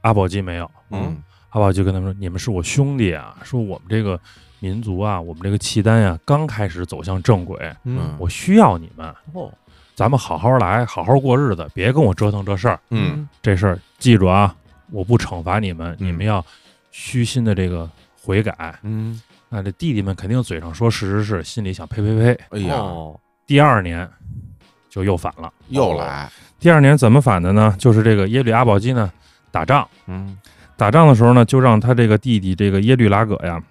S3: 阿保机没有，
S1: 嗯
S3: 阿保机跟他们说：“你们是我兄弟啊，说我们这个民族啊，我们这个契丹呀、刚开始走向正轨，
S1: 嗯
S3: 我需要你们，
S2: 哦，
S3: 咱们好好来，好好过日子，别跟我折腾这事儿。
S1: 嗯，
S3: 这事儿记住啊，我不惩罚你们，
S1: 嗯
S3: 你们要虚心的这个悔改。
S2: 嗯，
S3: 那这弟弟们肯定嘴上说是是是，心里想呸呸呸。
S1: 哎呀，
S2: 哦，
S3: 第二年就又反了。
S1: 又来，
S3: 第二年怎么反的呢？就是这个耶律阿保机呢打仗，
S2: 嗯
S3: 打仗的时候呢，就让他这个弟弟这个耶律拉葛呀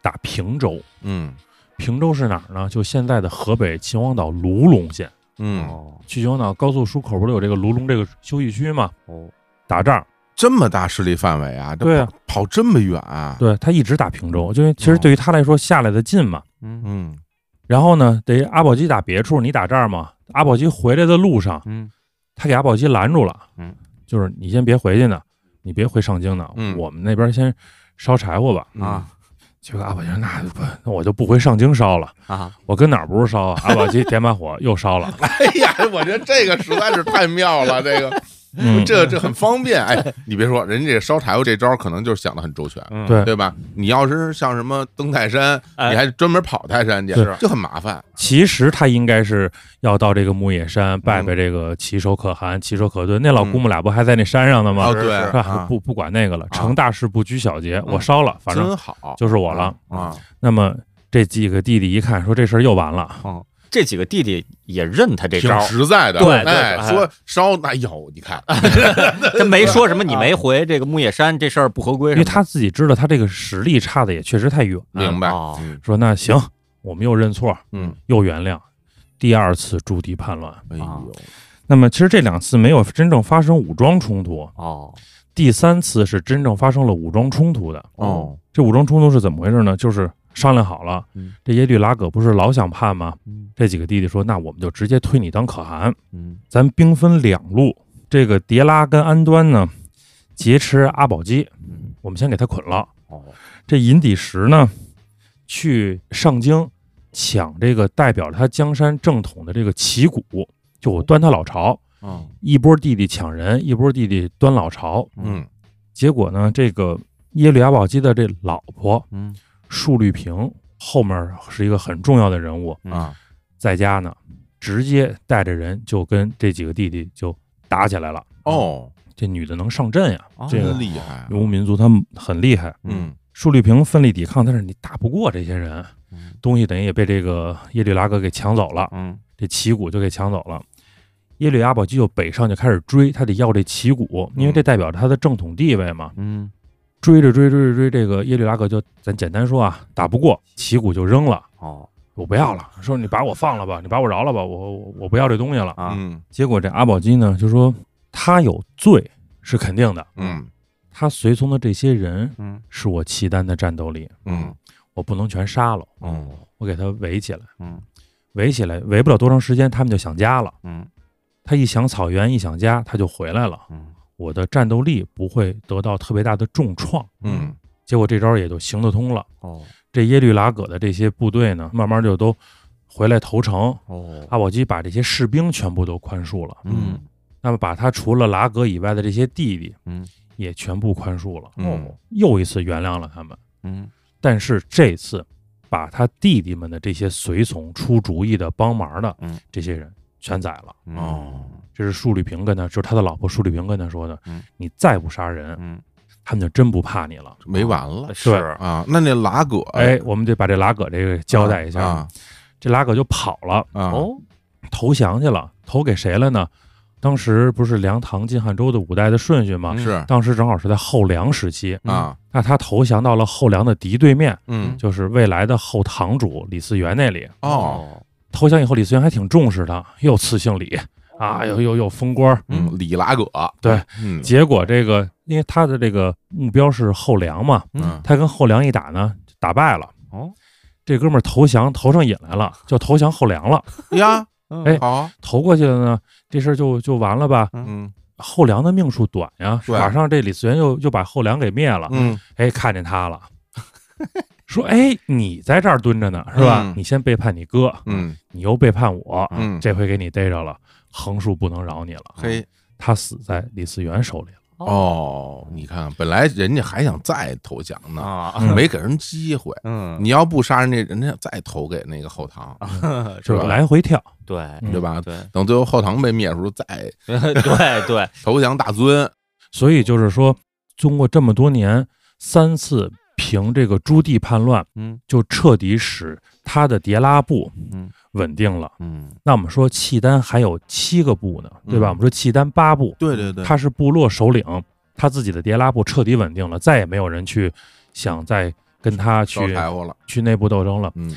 S3: 打平州。
S1: 嗯
S3: 平州是哪儿呢？就现在的河北秦皇岛卢龙县。
S1: 嗯，
S2: 哦
S3: 去秦皇岛高速出口不是有这个卢龙这个休息区吗？
S2: 哦，
S3: 打仗，
S1: 这么大势力范围啊，这
S3: 对啊
S1: 跑跑这么远啊，
S3: 对他一直打平州，就因为其实对于他来说下来的近嘛。
S2: 嗯
S1: 嗯
S3: 然后呢，得阿保机打别处，你打这儿嘛。阿保机回来的路上，
S2: 嗯
S3: 他给阿保机拦住了，
S2: 嗯，
S3: 就是你先别回去呢，你别回上京呢，
S1: 嗯
S3: 我们那边先烧柴火吧。
S2: 啊
S3: 结果阿保机说那不，那我就不回上京烧了，
S1: 嗯
S2: 啊，
S3: 我跟哪儿不是烧啊？阿保机点把火又烧 了，
S1: 哎呀，我觉得这个实在是太妙了，这个
S3: 嗯，
S1: 这这很方便。哎，你别说，人家这烧柴火这招可能就是想的很周全，
S2: 嗯
S3: 对
S1: 对吧？你要是像什么登泰山，
S2: 哎
S1: 你还专门跑泰山去
S3: 是，
S1: 就很麻烦。
S3: 其实他应该是要到这个牧野山拜拜这个奇手可汗、奇手可敦，那老姑母俩不还在那山上呢吗？
S1: 哦，
S2: 是
S1: 对
S2: 是
S3: 是吧
S1: 啊？
S3: 不不管那个了，成大事不拘小节，
S1: 嗯
S3: 我烧了，反正
S1: 真好，
S3: 就是我了。
S1: 啊，
S3: 那么这几个弟弟一看，说这事儿又完了，
S2: 哦，这几个弟弟也认他这
S1: 挺
S2: 招儿，
S1: 实在的。
S2: 对对
S1: 哎，
S2: 哎
S1: 说烧那有，你看，
S2: 真没说
S1: 啊
S2: 什么你没回这个木叶山这事儿不合规
S3: 因
S2: 什么的，
S3: 为他自己知道他这个实力差的也确实太远。啊
S1: 明白
S2: 哦？
S1: 嗯
S3: 说那行，我们又认错，
S1: 嗯，
S3: 又原谅。第二次驻地叛乱，
S1: 哎呦，
S3: 那么其实这两次没有真正发生武装冲突，
S2: 哦
S3: 第三次是真正发生了武装冲突的。
S1: 哦，
S3: 这武装冲突是怎么回事呢？就是商量好了，
S2: 嗯
S3: 这耶律拉葛不是老想叛吗？
S2: 嗯
S3: 这几个弟弟说，那我们就直接推你当可汗，
S2: 嗯
S3: 咱兵分两路。这个迭拉跟安端呢，劫持阿保机，
S2: 嗯
S3: 我们先给他捆了。
S2: 哦
S3: 这银底石呢，去上京抢这个代表他江山正统的这个旗鼓，就我端他老巢。
S1: 哦
S3: 一波弟弟抢人，一波弟弟端老巢。
S1: 嗯
S3: 结果呢，这个耶律阿保机的这老婆
S2: 嗯
S3: 树绿萍后面是一个很重要的人物，
S1: 啊，
S3: 在家呢，直接带着人就跟这几个弟弟就打起来了。
S1: 哦，
S3: 这女的能上阵呀，
S2: 哦
S3: 这
S1: 真
S3: 个
S1: 厉害啊，
S3: 游牧民族他们很厉害。
S1: 嗯
S3: 树绿萍奋力抵抗，但是你打不过这些人
S2: 嗯，
S3: 东西等于也被这个耶律拉哥给抢走了，
S2: 嗯
S3: 这旗鼓就给抢走了。耶律阿保机就北上就开始追，他得要这旗鼓，因为这代表着他的正统地位嘛。
S2: 嗯
S3: 追着追着追着追，这个耶律拉哥就咱简单说啊，打不过旗鼓就扔了。
S2: 哦
S3: 我不要了，说你把我放了吧，你把我饶了吧，我我我不要这东西了。
S2: 啊
S1: 嗯
S3: 结果这阿保机呢就说他有罪是肯定的，
S1: 嗯
S3: 他随从的这些人
S2: 嗯
S3: 是我契丹的战斗力，
S1: 嗯
S3: 我不能全杀了，
S1: 哦
S3: 我给他围起来，
S2: 嗯
S3: 围起来，围不了多长时间，他们就想家了。
S2: 嗯
S3: 他一想草原，一想家，他就回来了，
S2: 嗯
S3: 我的战斗力不会得到特别大的重创。
S1: 嗯
S3: 结果这招也就行得通了。
S2: 哦
S3: 这耶律拉葛的这些部队呢，慢慢就都回来投诚，
S2: 哦
S3: 阿保机把这些士兵全部都宽恕了。
S2: 嗯
S3: 那么把他除了拉格以外的这些弟弟，
S2: 嗯，
S3: 也全部宽恕了，
S1: 嗯
S3: 又一次原谅了他们。
S2: 嗯
S3: 但是这次，把他弟弟们的这些随从、出主意的、帮忙的
S2: 嗯
S3: 这些人全宰了。
S2: 嗯
S1: 哦
S3: 这是树绿萍跟他，就是他的老婆树绿萍跟他说的
S2: 嗯。
S3: 你再不杀人，
S2: 嗯
S3: 他们就真不怕你了。
S1: 没完了
S2: 是哎
S3: 对哎
S1: 啊！那那拉葛，
S3: 哎，我们得把这拉葛这个交代一下。
S1: 啊，
S3: 这拉葛就跑了，
S1: 啊，
S2: 哦，
S3: 投降去了，投给谁了呢？当时不是梁唐晋汉周的五代的顺序吗？
S2: 嗯
S1: 是
S3: 当时正好是在后梁时期，
S1: 啊，
S3: 那他投降到了后梁的敌对面，
S1: 嗯，
S3: 就是未来的后堂主李嗣源那里。
S1: 哦，，
S3: 投降以后，李嗣源还挺重视他，又赐姓李啊，又又又封官。
S1: 嗯，李拉葛，
S3: 对，
S1: 嗯
S3: 结果这个，因为他的这个目标是后梁嘛，
S1: 嗯
S3: 他跟后梁一打呢，就打败了。
S2: 哦，
S3: 这哥们儿投降投上瘾来了，就投降后梁了。
S1: 呀，
S3: 哎
S1: 嗯好，啊
S3: 投过去了呢，这事儿就就完了吧？
S1: 嗯
S3: 后梁的命数短呀，
S1: 对
S3: 马上这李嗣源又又把后梁给灭了。
S1: 嗯，
S3: 哎，看见 他了，说哎，你在这儿蹲着呢，是吧
S1: 嗯？
S3: 你先背叛你哥，
S1: 嗯
S3: 你又背叛我，
S1: 嗯
S3: 这回给你逮着了，横竖不能饶你了。
S1: 嘿，
S3: 他死在李嗣源手里了。
S1: 哦，你看，本来人家还想再投降呢，
S2: 啊，
S3: 嗯
S1: 没给人机会。
S2: 嗯，
S1: 你要不杀人家，人家再投给那个后唐，
S2: 是
S1: 呃吧
S3: 就是来回跳，
S2: 对
S3: 嗯
S1: 对吧？
S2: 对
S1: 等最后后唐被灭的时候，再
S2: 对对，
S1: 投降大尊。
S3: 所以就是说，经过这么多年，三次凭这个朱棣叛乱，
S2: 嗯
S3: 就彻底使他的迭拉部
S2: 嗯
S3: 稳定了。
S2: 嗯
S3: 那我们说契丹还有七个部呢，对吧？
S1: 嗯
S3: 我们说契丹八部，
S1: 对对对
S3: 他是部落首领，他自己的迭拉部彻底稳定了，再也没有人去想再跟他去
S1: 烧柴火了，
S3: 去内部斗争了。
S1: 嗯，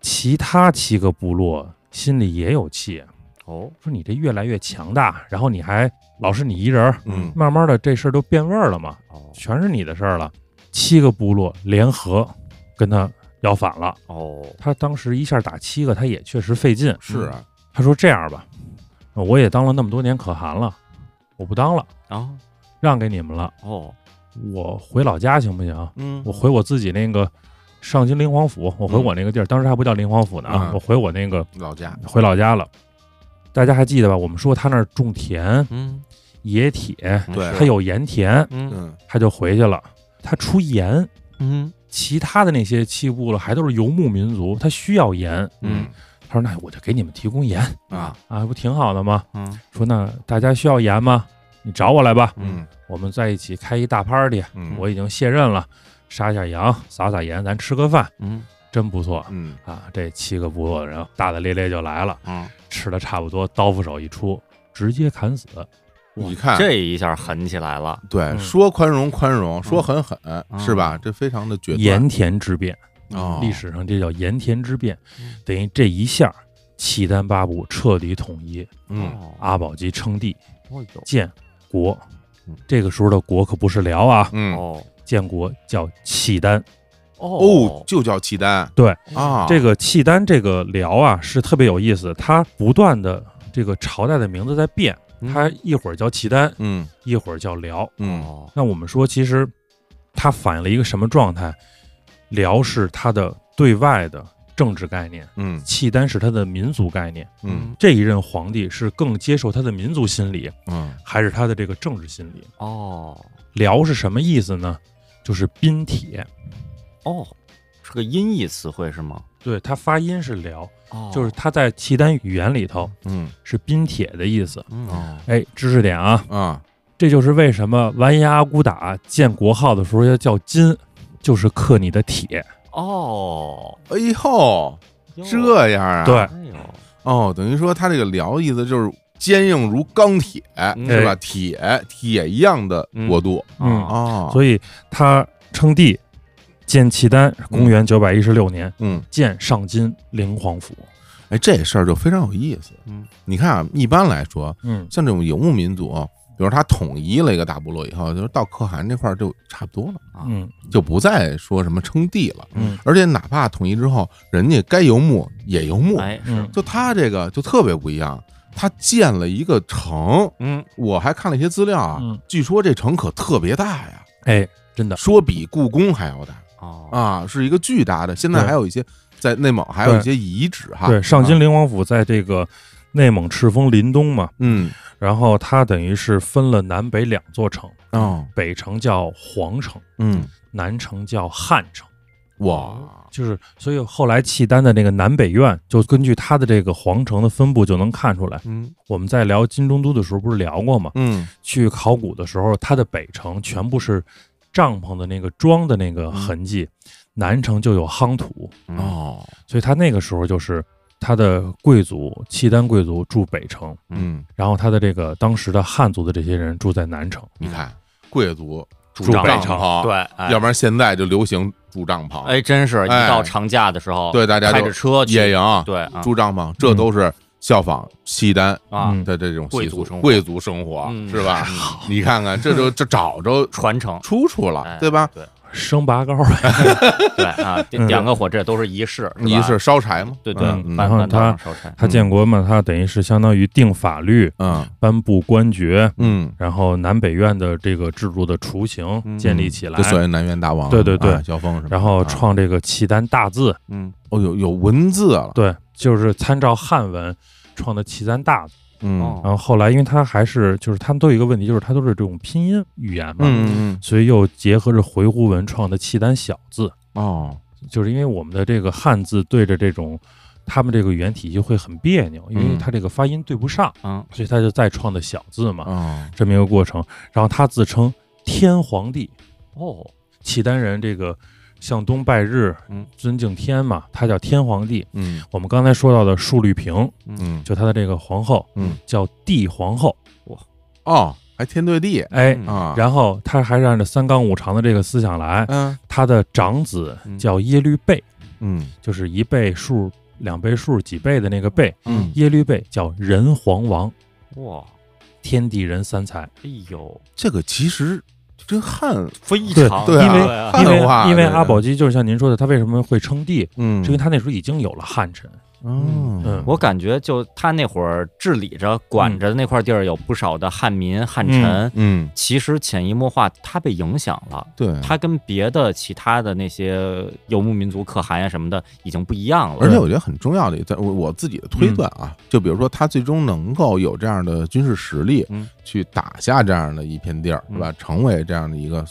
S3: 其他七个部落心里也有气，
S2: 哦，
S3: 说你这越来越强大，然后你还老是你一人儿，
S1: 嗯
S3: 慢慢的这事儿都变味儿了嘛，
S2: 哦
S3: 全是你的事儿了。七个部落联合跟他要反了，
S2: 哦，
S3: 他当时一下打七个，他也确实费劲。
S1: 是啊，
S3: 他说这样吧，我也当了那么多年可汗了，我不当了，
S2: 啊
S3: 让给你们了，
S2: 哦，
S3: 我回老家行不行？
S1: 嗯
S3: 我回我自己那个上京灵皇府，我回
S1: 嗯
S3: 我那个地儿，当时还不叫灵皇府呢啊，
S1: 嗯
S3: 我回我那个
S1: 老家，
S3: 回老家了。大家还记得吧？我们说他那儿种田、
S2: 嗯，
S3: 冶铁，
S1: 对
S3: 他有盐田，
S2: 嗯
S1: 嗯
S3: 他就回去了。他出盐，
S2: 嗯
S3: 其他的那些器部了还都是游牧民族，他需要盐。
S1: 嗯
S3: 他说：“那我就给你们提供盐
S1: 啊，
S3: 啊，不挺好的吗
S2: 嗯？”
S3: 说：“那大家需要盐吗？你找我来吧，
S1: 嗯
S3: 我们在一起开一大 party。
S1: 嗯，
S3: 我已经卸任了，杀下羊，撒撒盐，咱吃个饭，
S2: 嗯
S3: 真不错
S1: 嗯
S3: 啊！”这七个部落的人大大咧咧就来了，
S2: 啊，
S3: 吃的差不多，刀斧手一出，直接砍死。
S2: 哇
S1: 你看
S2: 这一下狠起来了，
S1: 对，
S3: 嗯
S1: 说宽容宽容，说狠狠
S2: 嗯
S1: 是吧？这非常的决断
S3: 盐田之变，
S1: 哦
S3: 历史上这叫盐田之变
S2: 嗯，
S3: 等于这一下，契丹八部彻底统一，
S1: 嗯，
S2: 哦，
S3: 阿保机称帝
S2: 哦
S3: 建国
S2: 嗯。
S3: 这个时候的国可不是辽啊，
S2: 呦，
S1: 嗯
S2: 哦
S3: 建国叫契丹。
S1: 哦，，就叫契丹
S3: 对
S2: 嗯
S1: 啊，
S3: 这个契丹这个辽啊是特别有意思，它不断的这个朝代的名字在变，
S2: 嗯
S3: 它一会儿叫契丹，
S1: 嗯
S3: 一会儿叫辽。
S1: 嗯
S2: 哦，
S3: 那我们说，其实它反映了一个什么状态？辽是它的对外的政治概念，
S1: 嗯
S3: 契丹是它的民族概念。
S1: 嗯
S3: 这一任皇帝是更接受他的民族心理，
S1: 嗯
S3: 还是他的这个政治心理？
S2: 哦
S3: 辽是什么意思呢？就是宾铁，
S2: 哦，是个音译词汇是吗？
S3: 对，它发音是辽，
S2: 哦，
S3: 就是它在契丹语言里头
S1: 嗯
S3: 是宾铁的意思。
S2: 嗯
S1: 哦
S3: 哎，知识点啊，
S1: 啊，
S3: 这就是为什么完颜阿骨打建国号的时候要叫金，就是克你的铁。
S2: 哦，
S1: 哎呦，
S2: 哟
S1: 这样啊，
S3: 对，
S2: 哎呦，
S1: 哦，等于说他这个辽意思就是坚硬如钢铁，是吧？铁铁一样的国度
S3: 嗯
S2: 啊
S1: 哦，
S3: 所以他称帝建契丹，
S2: 嗯
S3: 公元九百一十六年
S1: 嗯，
S3: 建上金灵皇府。
S1: 哎，这事儿就非常有意思。
S2: 嗯，
S1: 你看啊，一般来说，
S3: 嗯，
S1: 像这种游牧民族啊，比如他统一了一个大部落以后，就是到可汗这块儿就差不多了，
S3: 嗯
S1: 就不再说什么称帝了。
S3: 嗯，
S1: 而且哪怕统一之后，人家该游牧也游牧，
S2: 哎是
S3: 嗯，
S1: 就他这个就特别不一样。他建了一个城，
S2: 嗯
S1: 我还看了一些资料啊，
S3: 嗯
S1: 据说这城可特别大呀，
S3: 哎，真的，
S1: 说比故宫还要大
S2: 哦
S1: 啊，是一个巨大的。现在
S3: 对
S1: 还有一些在内蒙还有一些遗址哈，
S3: 对，上金
S1: 啊，
S3: 灵王府在这个内蒙赤峰林东嘛，
S1: 嗯，
S3: 然后它等于是分了南北两座城，
S1: 哦，
S3: 北城叫皇城，
S1: 嗯，
S3: 南城叫汉城。
S2: 嗯
S1: 哇，
S3: 就是，所以后来契丹的那个南北院，就根据它的这个皇城的分布就能看出来。
S1: 嗯
S3: 我们在聊金中都的时候不是聊过吗？
S1: 嗯
S3: 去考古的时候，它的北城全部是帐篷的那个桩的那个痕迹，南城就有夯土，
S2: 嗯
S1: 哦，
S3: 所以它那个时候就是他的贵族契丹贵族住北城，
S1: 嗯，
S3: 然后他的这个当时的汉族的这些人住在南城，
S1: 你看贵族
S2: 主
S1: 住
S2: 张
S1: 帐
S3: 北城
S1: 篷，
S2: 对，，嗯哎
S1: 要不然现在就流行住帐篷，
S2: 哎，真是一
S1: 哎
S2: 到长假的时候，
S1: 对大家
S2: 开
S1: 都
S2: 着车去
S1: 野营、
S2: 对啊
S1: 住帐篷，这都是效仿契丹
S2: 啊，
S3: 嗯
S1: 的这种习
S2: 贵
S1: 俗
S2: 族生，活
S1: 贵族生活
S2: 嗯
S1: 是 吧？你看看，这就这找着
S2: 传承，
S1: 出处了
S2: 哎，
S1: 对吧？
S2: 对
S3: 生拔高呗，
S2: 对啊，
S3: 嗯
S2: 点个火，这都是仪式，吧
S1: 你是烧柴吗？
S2: 对对
S1: 嗯，
S2: 半
S3: 然后
S2: 半道上
S3: 他
S2: 烧柴，
S3: 他建国嘛，他等于是相当于定法律、
S1: 嗯
S3: 颁布官爵，
S1: 嗯，
S3: 然后南北院的这个制度的雏形建立起来
S1: 这，所谓南园大王，
S3: 对对对
S1: 啊萧峰什么的，
S3: 然后
S1: 啊，
S3: 创这个契丹大字，
S1: 嗯，哦，有有文字了，
S3: 对，就是参照汉文创的契丹大字。
S1: 嗯
S2: 哦
S3: 然后后来，因为他还是就是他们都有一个问题，就是他都是这种拼音语言嘛，
S1: 嗯嗯
S3: 所以又结合着回鹘文创的契丹小字，
S1: 嗯，哦，
S3: 就是因为我们的这个汉字对着这种他们这个语言体系会很别扭，因为
S1: 嗯
S3: 它这个发音对不上，
S2: 嗯，
S3: 所以他就再创的小字嘛，
S1: 哦，
S3: 这么一个过程。然后他自称天皇帝，
S2: 哦，
S3: 契丹人这个向东拜日
S2: 嗯，
S3: 尊敬天嘛，他叫天皇帝。
S1: 嗯
S3: 我们刚才说到的述律平，
S1: 嗯，
S3: 就他的这个皇后，
S1: 嗯，
S3: 叫帝皇后，
S1: 哦，还天对地
S3: 哎，
S2: 嗯
S1: 啊，
S3: 然后他还是按照三纲五常的这个思想来，
S1: 嗯
S3: 他的长子
S2: 嗯
S3: 叫耶律倍，
S1: 嗯
S3: 就是一倍数、两倍数、几倍的那个倍，
S1: 嗯，
S3: 耶律倍叫人皇王，
S2: 哇，
S3: 天地人三才，
S2: 哎呦，
S1: 这个其实跟汉，
S2: 非
S3: 对
S2: 常
S1: 对啊
S3: 因为
S2: 啊
S1: 汉
S3: 因为
S1: 文化
S3: 因为
S1: 这个
S3: 阿保机就是像您说的，他为什么会称帝，
S1: 嗯
S3: 是因为他那时候已经有了汉臣，
S1: 嗯
S3: 嗯
S2: 我感觉就他那会儿治理着、管着的那块地儿，有不少的汉民、汉臣。
S1: 嗯，
S2: 其实潜移默化，他被影响了。
S1: 对，
S2: 他跟别的其他的那些游牧民族、可汗呀什么的已经不一样了。
S1: 而且我觉得很重要的，在我我自己的推
S2: 嗯
S1: 断啊，就比如说他最终能够有这样的军事实力，
S2: 嗯
S1: 去打下这样的一片地儿，
S2: 嗯
S1: 是吧？成为这样的一个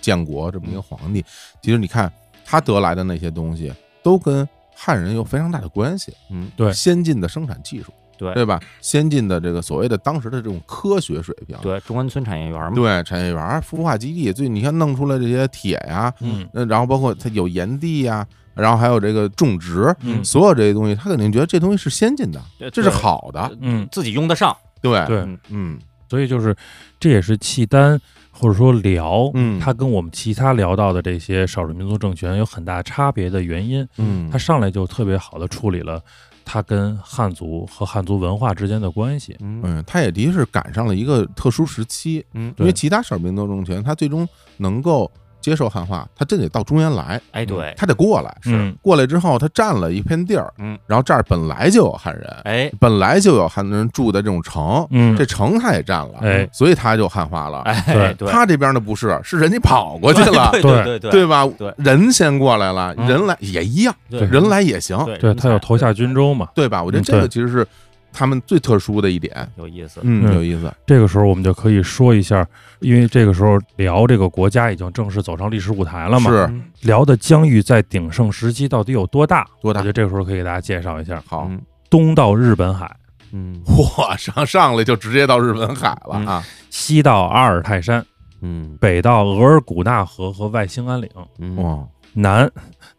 S1: 建国这么一个皇帝，其实你看他得来的那些东西，都跟汉人有非常大的关系。
S2: 嗯，
S3: 对
S1: 先进的生产技术，
S2: 对
S1: 对吧？先进的这个所谓的当时的这种科学水平，
S2: 对，中关村产业园嘛，
S1: 对产业园儿、孵化基地，最你看弄出来这些铁呀，
S3: 嗯
S1: 那然后包括它有盐地呀，然后还有这个种植，
S3: 嗯
S1: 所有这些东西，他肯定觉得这东西是先进的
S2: 对，
S1: 这是好的，
S3: 嗯，
S2: 自己用得上。
S1: 对，
S3: 对，
S2: 嗯
S1: 嗯
S3: 所以就是这也是契丹或者说辽，
S1: 嗯
S3: 它跟我们其他聊到的这些少数民族政权有很大差别的原因，
S1: 嗯
S3: 它上来就特别好的处理了它跟汉族和汉族文化之间的关系，
S2: 嗯
S1: 嗯，他也的确是赶上了一个特殊时期，
S2: 嗯，
S1: 因为
S3: 对
S1: 其他少数民族政权，他最终能够接受汉化，他真得到中原来，
S2: 哎，对，
S1: 他得过来，
S3: 嗯
S1: 过来之后，他占了一片地儿，
S2: 嗯，
S1: 然后这儿本来就有汉人，
S2: 哎，
S1: 本来就有汉人住的这种城，
S3: 嗯
S1: 这城他也占了，
S3: 哎
S1: 所以他就汉化了。
S2: 哎，对，
S1: 他这边呢不是，是人家跑过去了，
S2: 对对对
S1: 对吧？
S2: 对
S1: 人先过来了，
S2: 嗯
S1: 人来也一样，
S2: 对
S1: 人来啊也行，
S2: 对
S3: 对，它要投下军，州嘛。
S1: 对吧？我觉得
S3: 嗯
S1: 这个
S3: 对
S1: 其实是他们最特殊的一点，
S2: 有意思。
S1: 嗯，
S3: 嗯
S1: 有意思，
S3: 这个时候我们就可以说一下，因为这个时候辽这个国家已经正式走上历史舞台了嘛。
S1: 是
S2: 嗯
S3: 辽的疆域在鼎盛时期到底有多大？
S1: 多
S3: 我
S1: 大
S3: 觉得？这个时候可以给大家介绍一下，
S1: 好，
S2: 嗯
S3: 东到日本海，
S2: 嗯
S1: 哇，上上来就直接到日本海了啊！
S3: 西到阿尔泰山，
S2: 嗯
S3: 北到额尔古纳河和外兴安岭，
S2: 嗯，
S1: 哇，
S3: 南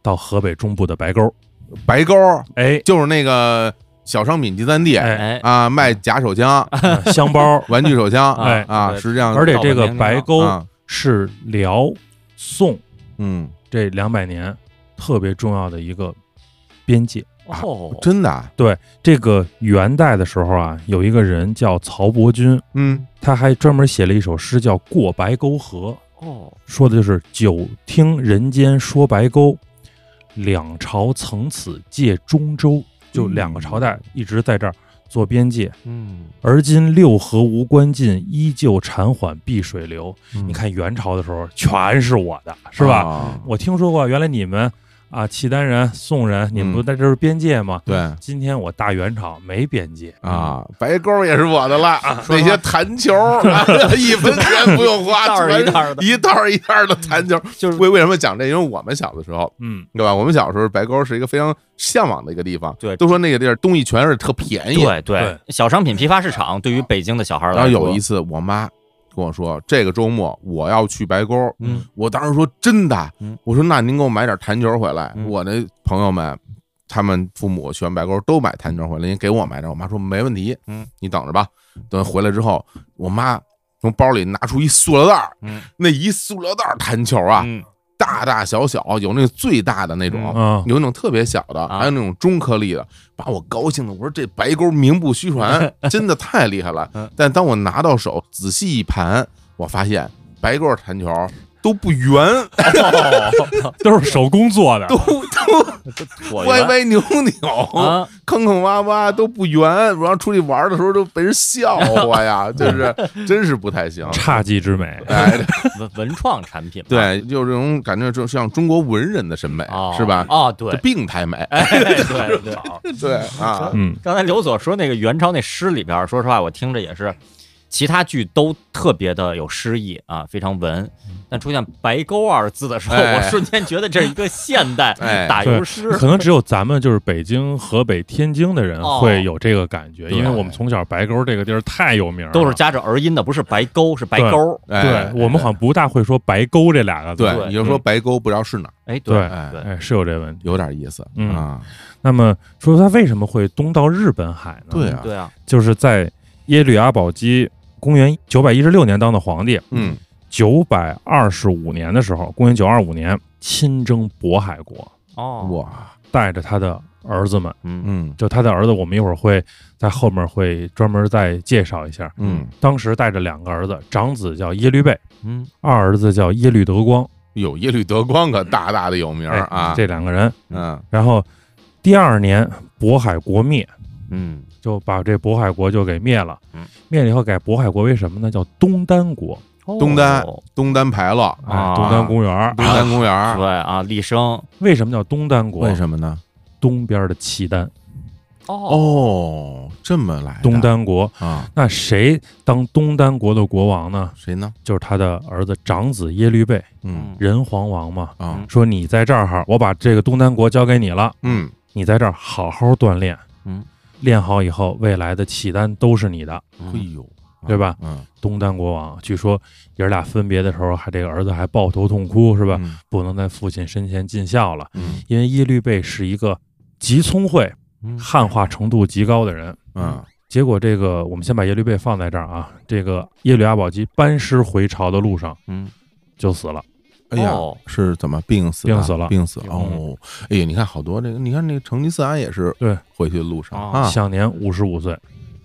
S3: 到河北中部的白沟。
S1: 白沟
S3: 哎，
S1: 就是那个小商品集散地
S3: 哎
S2: 哎，
S1: 啊，卖假手枪、，
S3: 香包
S1: 玩具手枪
S3: 哎
S1: 啊，
S2: 对
S1: 实际上
S3: 而且这个白沟
S1: 啊，
S3: 是辽、宋
S1: 嗯，
S3: 这两百年特别重要的一个边界。
S2: 哦，
S1: 真的啊，
S3: 这个元代的时候啊，有一个人叫曹伯钧，
S1: 嗯，
S3: 他还专门写了一首诗叫《过白沟河》，
S2: 哦，
S3: 说的就是“久听人间说白沟，两朝曾此界中州”，就两
S1: 嗯
S3: 个朝代一直在这儿做边界。
S2: 嗯，
S3: 而今六合无关尽，依旧潺缓碧水流。
S1: 你
S3: 嗯你看元朝的时候，全是我的，是吧？
S1: 吧？
S3: 我听说过，原来你们啊，契丹人、宋人，你们
S1: 嗯
S3: 不在这儿边界吗？
S1: 对，
S3: 今天我大元朝没边界，
S1: 啊，白沟也是我的了。
S2: 说
S1: 那
S2: 吧
S1: 些弹球，一分钱不用花，
S2: 一袋儿
S1: 全
S2: 一袋儿的
S1: 一袋儿一袋儿的弹球。
S2: 就是
S1: 为为什么讲这？因为我们小的时候，
S3: 嗯，
S1: 对吧？我们小时候白沟是一个非常向往的一个地方。
S2: 对
S1: 都说那个地儿东西全是特便宜。
S2: 对对，小商品批发市场对于北京的小孩儿
S1: 然
S2: 来
S1: 后
S2: 说，
S1: 啊有一次，我妈跟我说，这个周末我要去白沟。
S2: 嗯
S1: 我当时说真的
S2: 嗯，
S1: 我说那您给我买点弹球回来。
S2: 嗯
S1: 我那朋友们他们父母学完白沟都买弹窗回来，您给我买着。我妈说没问题，
S2: 嗯，
S1: 你等着吧。等回来之后，我妈从包里拿出一塑料袋儿，
S2: 嗯
S1: 那一塑料袋儿弹球啊，
S2: 嗯
S1: 大大小小，有那个最大的那种，
S2: 嗯
S3: 啊，
S1: 有那种特别小的，
S2: 啊
S1: 还有那种中颗粒的，把我高兴的，我说这白沟名不虚传，真的太厉害了
S2: 嗯。
S1: 但当我拿到手仔细一盘，我发现白沟弹球都不圆，
S3: 都是手工做的，
S1: 都都
S2: 我
S1: 歪歪扭扭，
S2: 啊，
S1: 坑坑洼洼都不圆。然后出去玩的时候都被人笑话呀，就是真是不太行。
S3: 侘寂之美。
S1: 哎，
S2: 文文创产品嘛
S1: 对，就这种感觉，就像中国文人的审美
S2: 哦，
S1: 是吧？
S2: 哦，
S1: 这
S2: 对，
S1: 病态美，
S2: 哎，对对。
S1: 对啊，
S3: 嗯，
S2: 刚才刘所说那个元朝那诗里边儿，说实话，我听着也是，其他剧都特别的有诗意啊，非常文。但出现“白沟”二字的时候，
S1: 哎
S2: 我瞬间觉得这是一个现代
S1: 哎
S2: 打油诗。
S3: 可能只有咱们就是北京、河北、天津的人
S2: 哦
S3: 会有这个感觉，
S1: 对
S3: 因为我们从小白沟这个地儿太有名了，
S2: 都是加着儿音的，不是白沟，是白沟。
S1: 对
S3: 对我们好像不大会说白沟这俩个字。
S1: 哎对，你就说白沟不知道是哪儿，
S2: 哎，
S3: 对
S1: 哎
S2: 对，
S3: 哎，是有这问题。
S1: 有点意思
S3: 嗯
S1: 啊。
S3: 那么说它为什么会东到日本海呢？
S1: 对啊
S2: 对啊，
S3: 就是在耶律阿保机公元九百一十六年当的皇帝，
S1: 嗯，
S3: 九百二十五年的时候，公元九二五年亲征渤海国，
S2: 哦，
S1: 嗯哇，
S3: 带着他的儿子们，
S2: 嗯
S1: 嗯
S3: 就他的儿子，我们一会儿会在后面会专门再介绍一下。
S1: 嗯，
S3: 当时带着两个儿子，长子叫耶律倍，
S2: 嗯
S3: 二儿子叫耶律德光，
S1: 有耶律德光可大大的有名
S3: 哎
S1: 儿啊，
S3: 这两个人。
S1: 嗯
S3: 然后第二年渤海国灭，
S2: 嗯，
S3: 就把这渤海国就给灭了
S2: 嗯。
S3: 灭了以后改渤海国为什么呢？叫东单国，
S1: 东单
S2: 哦
S1: 东单牌楼，
S3: 哎
S2: 啊，
S3: 东单公园儿。
S1: 东单公园儿，
S2: 对啊，立生
S3: 为什么叫东单国？
S1: 为什么哎呢？
S3: 东边的契丹，
S2: 哦，
S1: 哦，这么来的
S3: 东单国。
S1: 啊，
S3: 那谁当东单国的国王呢？
S1: 谁呢？
S3: 就是他的儿子长子耶律倍，
S1: 嗯
S3: 仁皇王嘛。
S1: 啊，
S3: 说你在这儿哈，我把这个东单国交给你了，
S1: 嗯，
S3: 你在这儿好好锻炼，
S2: 嗯，
S3: 练好以后，未来的契丹都是你的。
S2: 嗯
S1: 哎呦，啊
S3: 对吧？
S1: 嗯，
S3: 东单国王，据说爷儿俩分别的时候，还这个儿子还抱头痛哭，是吧？
S1: 嗯
S3: 不能在父亲身前尽孝了，
S1: 嗯
S3: 因为耶律倍是一个极聪慧、
S2: 嗯
S3: 汉化程度极高的人。
S1: 嗯
S3: 结果这个，我们先把耶律倍放在这儿啊。这个耶律阿保机班师回朝的路上
S2: 嗯，
S3: 就死了。
S1: 哎呀
S2: 哦，
S1: 是怎么病死的？
S3: 病死了
S1: 病死了。
S3: 嗯
S1: 哦，哎呀，你看好多这个，你看那个成吉思汗也是
S3: 对
S1: 回去的路上
S2: 哦
S1: 啊，
S3: 享年五十五岁，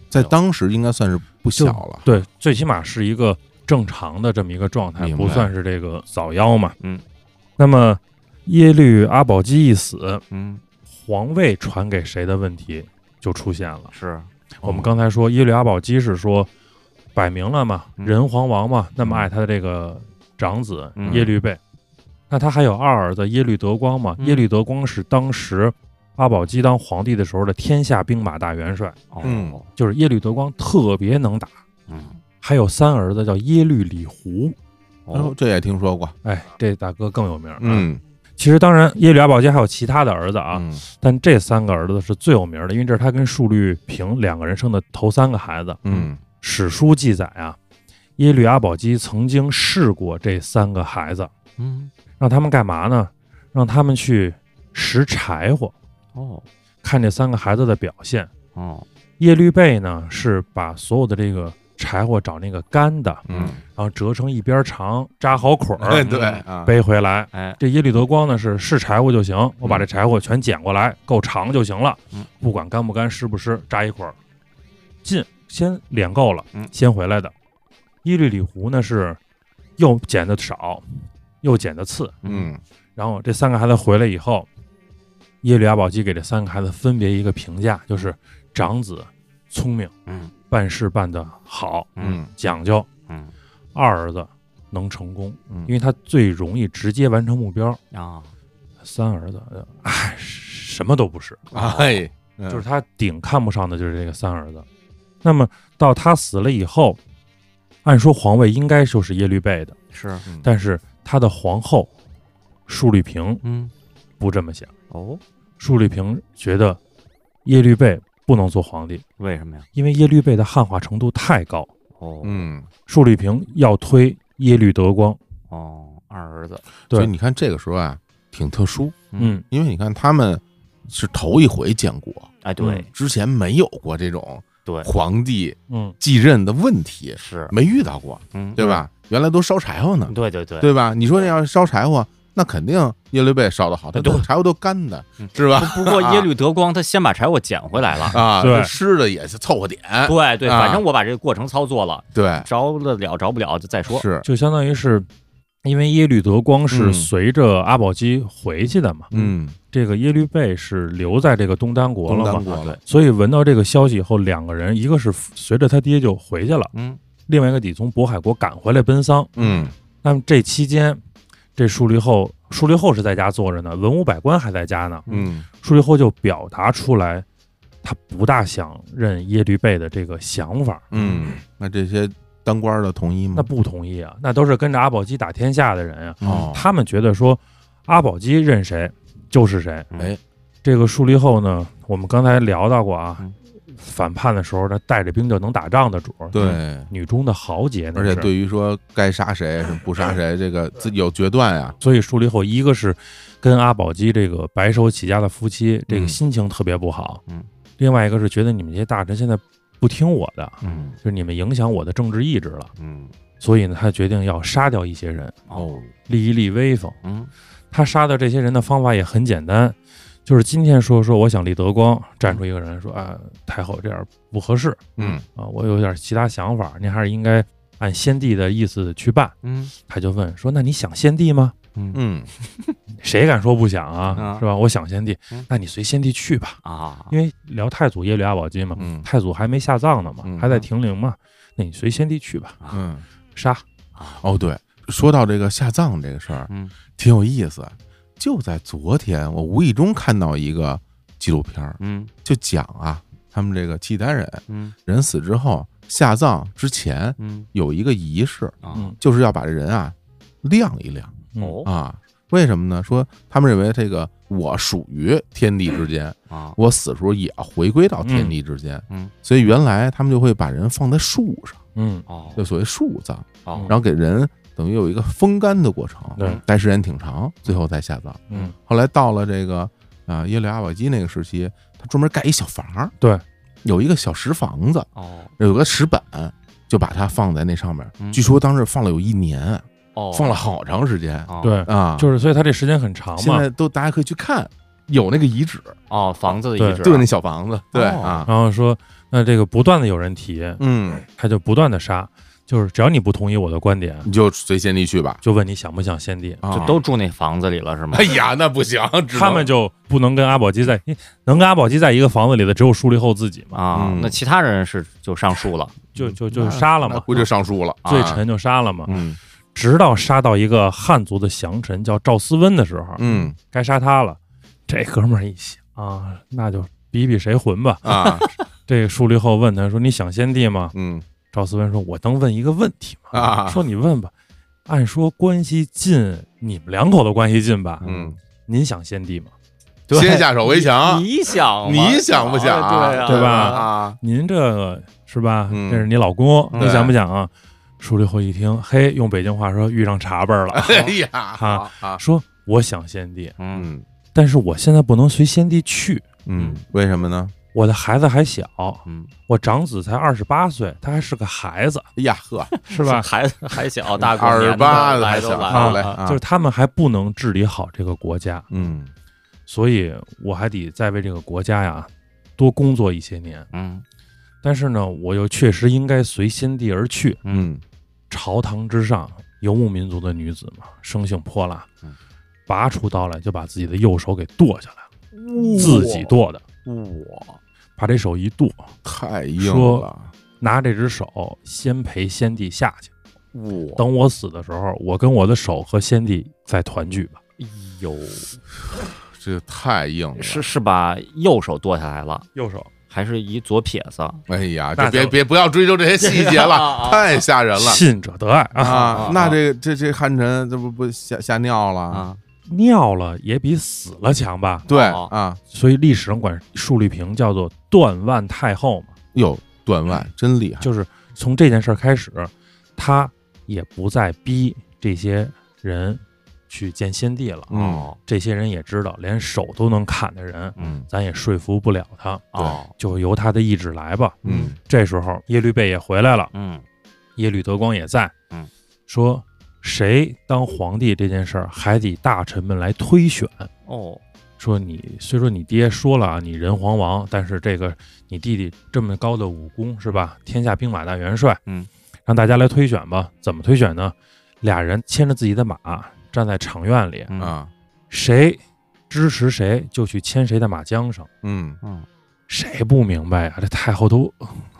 S1: 在当时应该算是不小了。
S3: 对，最起码是一个正常的这么一个状态，
S1: 明白
S3: 不算是这个早夭嘛。
S2: 嗯，
S3: 那么耶律阿保机一死，
S2: 嗯
S3: 皇位传给谁的问题就出现了。
S2: 是，
S3: 我
S2: 哦
S3: 们刚才说耶律阿保机是说摆明了嘛，
S2: 嗯
S3: 仁皇王嘛，那么爱他的这个长子
S2: 嗯
S3: 耶律倍，那他还有二儿子耶律德光嘛？
S2: 嗯
S3: 耶律德光是当时阿保机当皇帝的时候的天下兵马大元帅，
S2: 哦
S1: 嗯
S3: 就是耶律德光特别能打。
S2: 嗯，
S3: 还有三儿子叫耶律李胡，
S1: 哦，
S2: 哦
S1: 这也听说过。
S3: 哎，这大哥更有名。，啊
S1: 嗯
S3: 其实当然耶律阿保机还有其他的儿子啊，
S1: 嗯
S3: 但这三个儿子是最有名的，因为这是他跟述律平两个人生的头三个孩子。
S1: 嗯，
S3: 史书记载啊，耶律阿保机曾经试过这三个孩子，
S2: 嗯
S3: 让他们干嘛呢？让他们去拾柴火，
S2: 哦
S3: 看这三个孩子的表现。
S2: 哦
S3: 耶律倍呢是把所有的这个柴火找那个干的，
S1: 嗯，
S3: 然后折成一边长，扎好捆
S1: 哎，
S3: 儿
S1: 对啊，
S3: 背回来。
S2: 哎
S3: 这耶律德光呢是是柴火就行，我把这柴火全捡过来，够长就行了
S2: 嗯，
S3: 不管干不干湿不湿，扎一捆儿，进先敛够了
S2: 嗯，
S3: 先回来的。耶律李胡呢是又捡的少，又捡的次，
S1: 嗯
S3: 然后这三个孩子回来以后，耶律阿保机给这三个孩子分别一个评价，就是长子聪明，
S2: 嗯
S3: 办事办得好，
S1: 嗯
S3: 讲究；
S2: 嗯
S3: 二儿子能成功，
S1: 嗯
S3: 因为他最容易直接完成目标。
S2: 啊
S3: 三儿子，呃哎，什么都不是，
S1: 哎，嗯
S3: 就是他顶看不上的就是这个三儿子。那么到他死了以后，按说皇位应该就是耶律倍的，
S2: 是
S1: 嗯
S3: 但是他的皇后述律平
S2: 嗯
S3: 不这么想，
S2: 哦
S3: 述律平觉得耶律倍不能做皇帝，
S2: 为什么呀
S3: 因为耶律倍的汉化程度太高，
S2: 哦
S1: 嗯，
S3: 述律平要推耶律德光，
S2: 哦二儿子
S3: 对
S1: 所以你看这个时候啊，挺特殊，
S3: 嗯，
S1: 因为你看他们是头一回建国，
S2: 哎，对
S3: 嗯
S1: 之前没有过这种
S2: 对
S1: 皇帝
S3: 嗯
S1: 继任的问题，
S2: 是，
S1: 没遇到过，
S2: 嗯，
S1: 对吧？原来都烧柴火呢，
S2: 对对对
S1: 对吧？你说要烧柴火，那肯定耶律倍烧的好，他
S2: 对
S1: 柴火都干的
S2: 嗯，
S1: 是吧？，
S2: 不不过耶律德光他先把柴火捡回来了
S1: 啊，
S3: 对
S1: 湿的也是凑合点，
S2: 对对，
S1: 啊
S2: 反正我把这个过程操作了，
S1: 对，
S2: 着得了着不了就再说。
S1: 是，
S3: 就相当于是，因为耶律德光
S1: 嗯
S3: 是随着阿保机回去的嘛，
S1: 嗯，
S3: 这个耶律倍是留在这个东丹国
S1: 东
S3: 了
S1: 丹
S3: 嘛，
S1: 国了，
S3: 所以闻到这个消息以后，两个人一个是随着他爹就回去了，
S2: 嗯，
S3: 另外一个得从渤海国赶回来奔丧。
S1: 嗯，
S3: 那么这期间，这树立后，树立后是在家坐着呢，文武百官还在家呢。
S1: 嗯，
S3: 树立后就表达出来，他不大想认耶律倍的这个想法，
S1: 嗯，那这些当官的同意
S3: 那
S1: 吗？
S3: 不同意啊，那都是跟着阿保机打天下的人啊，
S1: 哦，
S3: 他们觉得说阿保机认谁就是谁。
S1: 哎，
S3: 这个树立后呢，我们刚才聊到过啊
S2: 嗯，
S3: 反叛的时候他带着兵就能打仗的主儿，
S1: 对，
S3: 女中的豪杰那
S1: 而
S3: 是，
S1: 且对于说该杀谁什么不杀谁，这个自有决断呀，
S3: 所以树立后一个是跟阿保机这个白手起家的夫妻，这
S1: 嗯
S3: 个心情特别不好，
S2: 嗯，
S3: 另外一个是觉得你们这些大臣现在不听我的，
S2: 嗯
S3: 就是你们影响我的政治意志了，
S1: 嗯，
S3: 所以呢，他决定要杀掉一些人，
S1: 哦，
S3: 立一立威风。
S2: 嗯
S3: 他杀掉这些人的方法也很简单，就是今天说说我想立德光，站出一个人说啊，太后这样不合适
S1: 嗯
S3: 啊，我有点其他想法，您还是应该按先帝的意思去办。
S2: 嗯
S3: 他就问说，那你想先帝吗？
S2: 嗯
S1: 嗯，
S3: 谁敢说不想啊
S2: 啊？
S3: 是吧？我想先帝
S2: 嗯，
S3: 那你随先帝去吧，
S2: 啊，
S3: 因为聊太祖耶律阿保机嘛
S1: 嗯，
S3: 太祖还没下葬呢嘛
S1: 嗯，
S3: 还在停灵嘛，那你随先帝去吧，
S1: 嗯，
S3: 杀。
S1: 哦，对，说到这个下葬这个事儿，
S2: 嗯
S1: 挺有意思。就在昨天，我无意中看到一个纪录片儿，
S2: 嗯
S1: 就讲啊，他们这个契丹人
S2: 嗯
S1: 人死之后下葬之前
S2: 嗯
S1: 有一个仪式，
S2: 啊
S3: 嗯
S1: 就是要把这人啊晾一晾
S2: 哦
S1: 啊。为什么呢？说他们认为这个我属于天地之间，
S2: 啊
S1: 我死时候也回归到天地之间，
S2: 嗯嗯
S1: 所以原来他们就会把人放在树上，
S3: 嗯，
S2: 哦
S1: 就所谓树葬，
S2: 哦
S1: 然后给人等于有一个风干的过程，
S3: 对，
S1: 待时间挺长，最后再下葬。
S3: 嗯，
S1: 后来到了这个啊、耶律阿保机那个时期，他专门盖一小房儿，
S3: 对，
S1: 有一个小石房子，
S2: 哦
S1: 有个石板，就把它放在那上面。
S2: 嗯
S1: 据说当时放了有一年，
S2: 哦
S1: 放了好长时间
S2: 哦
S3: 对，
S1: 啊，
S3: 就是所以他这时间很长
S1: 现
S3: 嘛
S1: 在。都大家可以去看，有那个遗址，
S2: 哦房子的
S3: 对
S2: 遗址
S1: 就那小房子，对
S2: 哦
S1: 啊，
S3: 然后说，那这个不断的有人提，
S1: 嗯，
S3: 他就不断的杀，就是只要你不同意我的观点，
S1: 你就随先帝去吧。
S3: 就问你想不想先帝。
S1: 啊
S2: 就都住那房子里了是吗
S1: 哎？呀，那不行，只能
S3: 他们就不能跟阿保机在，能跟阿保机在一个房子里的只有树立后自己嘛，
S2: 啊，
S1: 嗯
S2: 那其他人是就上树了
S3: 就就就杀了
S1: 那
S3: 嘛，
S1: 估计就上书了，
S3: 罪
S1: 啊，
S3: 臣就杀了嘛。
S1: 嗯
S3: 直到杀到一个汉族的降臣叫赵思温的时候，
S1: 嗯
S3: 该杀他了。这哥们儿一想啊，那就比比谁混吧。
S1: 啊
S3: 这个树立后问他说：“你想先帝吗
S1: 嗯？”
S3: 赵思温说：“我能问一个问题吗？”
S1: 啊
S3: 说你问吧。按说关系近，你们两口子关系近吧？
S1: 嗯，
S3: 您想先帝吗？
S2: 对
S1: 先下手为强，
S2: 你
S1: 啊
S2: 想吗
S1: 你想不想啊？
S2: 对啊
S3: 对吧
S1: 啊，
S3: 您这个是吧？
S1: 嗯
S3: 这是你老公，
S1: 嗯
S3: 你想不想啊？树立后一听，嘿，用北京话说遇上茶辈儿 了，
S1: 哎呀，啊啊，
S3: 说我想先帝，
S2: 嗯
S1: 嗯
S3: 但是我现在不能随先帝去，
S1: 嗯，为什么呢？
S3: 我的孩子还小，
S2: 嗯
S3: 我长子才二十八岁，他还是个孩子，
S1: 哎呀 呵，
S3: 是吧？
S2: 孩子 还小，大过
S1: 二
S2: 年
S1: 十
S2: 的
S1: 八
S2: 来
S1: 还
S2: 都
S1: 小，
S2: 来
S1: 好
S2: 了
S1: 嘞，
S2: 啊
S1: 啊
S3: 就是他们还不能治理好这个国家，
S1: 嗯
S3: 所以我还得再为这个国家呀多工作一些年。
S2: 嗯
S3: 但是呢，我又确实应该随先帝而去。
S1: 嗯
S3: 朝堂之上，游牧民族的女子嘛，生性泼辣
S2: 嗯，
S3: 拔出刀来就把自己的右手给剁下来了，自己剁的，
S2: 哇
S3: 把这手一剁，
S1: 太硬
S3: 说
S1: 了，
S3: 拿这只手先陪先帝下去，
S2: 哇，
S3: 等我死的时候，我跟我的手和先帝再团聚吧。
S2: 哎呦，
S1: 这太硬了，
S2: 是是把右手剁下来了，
S3: 右手
S2: 还是一左撇子？
S1: 哎呀，
S3: 那
S1: 这
S3: 就
S1: 别别不要追究这些细节
S2: 啊啊
S1: 了，
S2: 啊
S1: 太吓人了
S3: 信者得爱啊，
S1: 啊
S2: 啊！
S1: 那
S2: 啊
S1: 这个这这汉臣这不不吓吓尿了？
S2: 啊，
S3: 尿了也比死了强吧？
S1: 对
S2: 哦
S1: 啊，
S3: 所以历史上管竖立平叫做断腕太后嘛，
S1: 哟，段万真厉害，
S3: 嗯就是从这件事儿开始，他也不再逼这些人去见先帝了。
S1: 嗯
S3: 这些人也知道，连手都能砍的人，
S1: 嗯
S3: 咱也说服不了他，
S2: 哦，
S3: 就由他的意志来吧。
S1: 嗯
S3: 这时候耶律倍也回来了，
S2: 嗯
S3: 耶律德光也在，
S2: 嗯，
S3: 说谁当皇帝这件事儿还得大臣们来推选。
S2: 哦，
S3: 说你虽说你爹说了啊，你人皇王，但是这个你弟弟这么高的武功是吧？天下兵马大元帅，
S2: 嗯，
S3: 让大家来推选吧。怎么推选呢？俩人牵着自己的马站在场院里，
S2: 嗯
S1: 啊
S3: 谁支持谁就去牵谁的马缰上。
S1: 嗯
S2: 嗯，
S3: 谁不明白啊？这太后都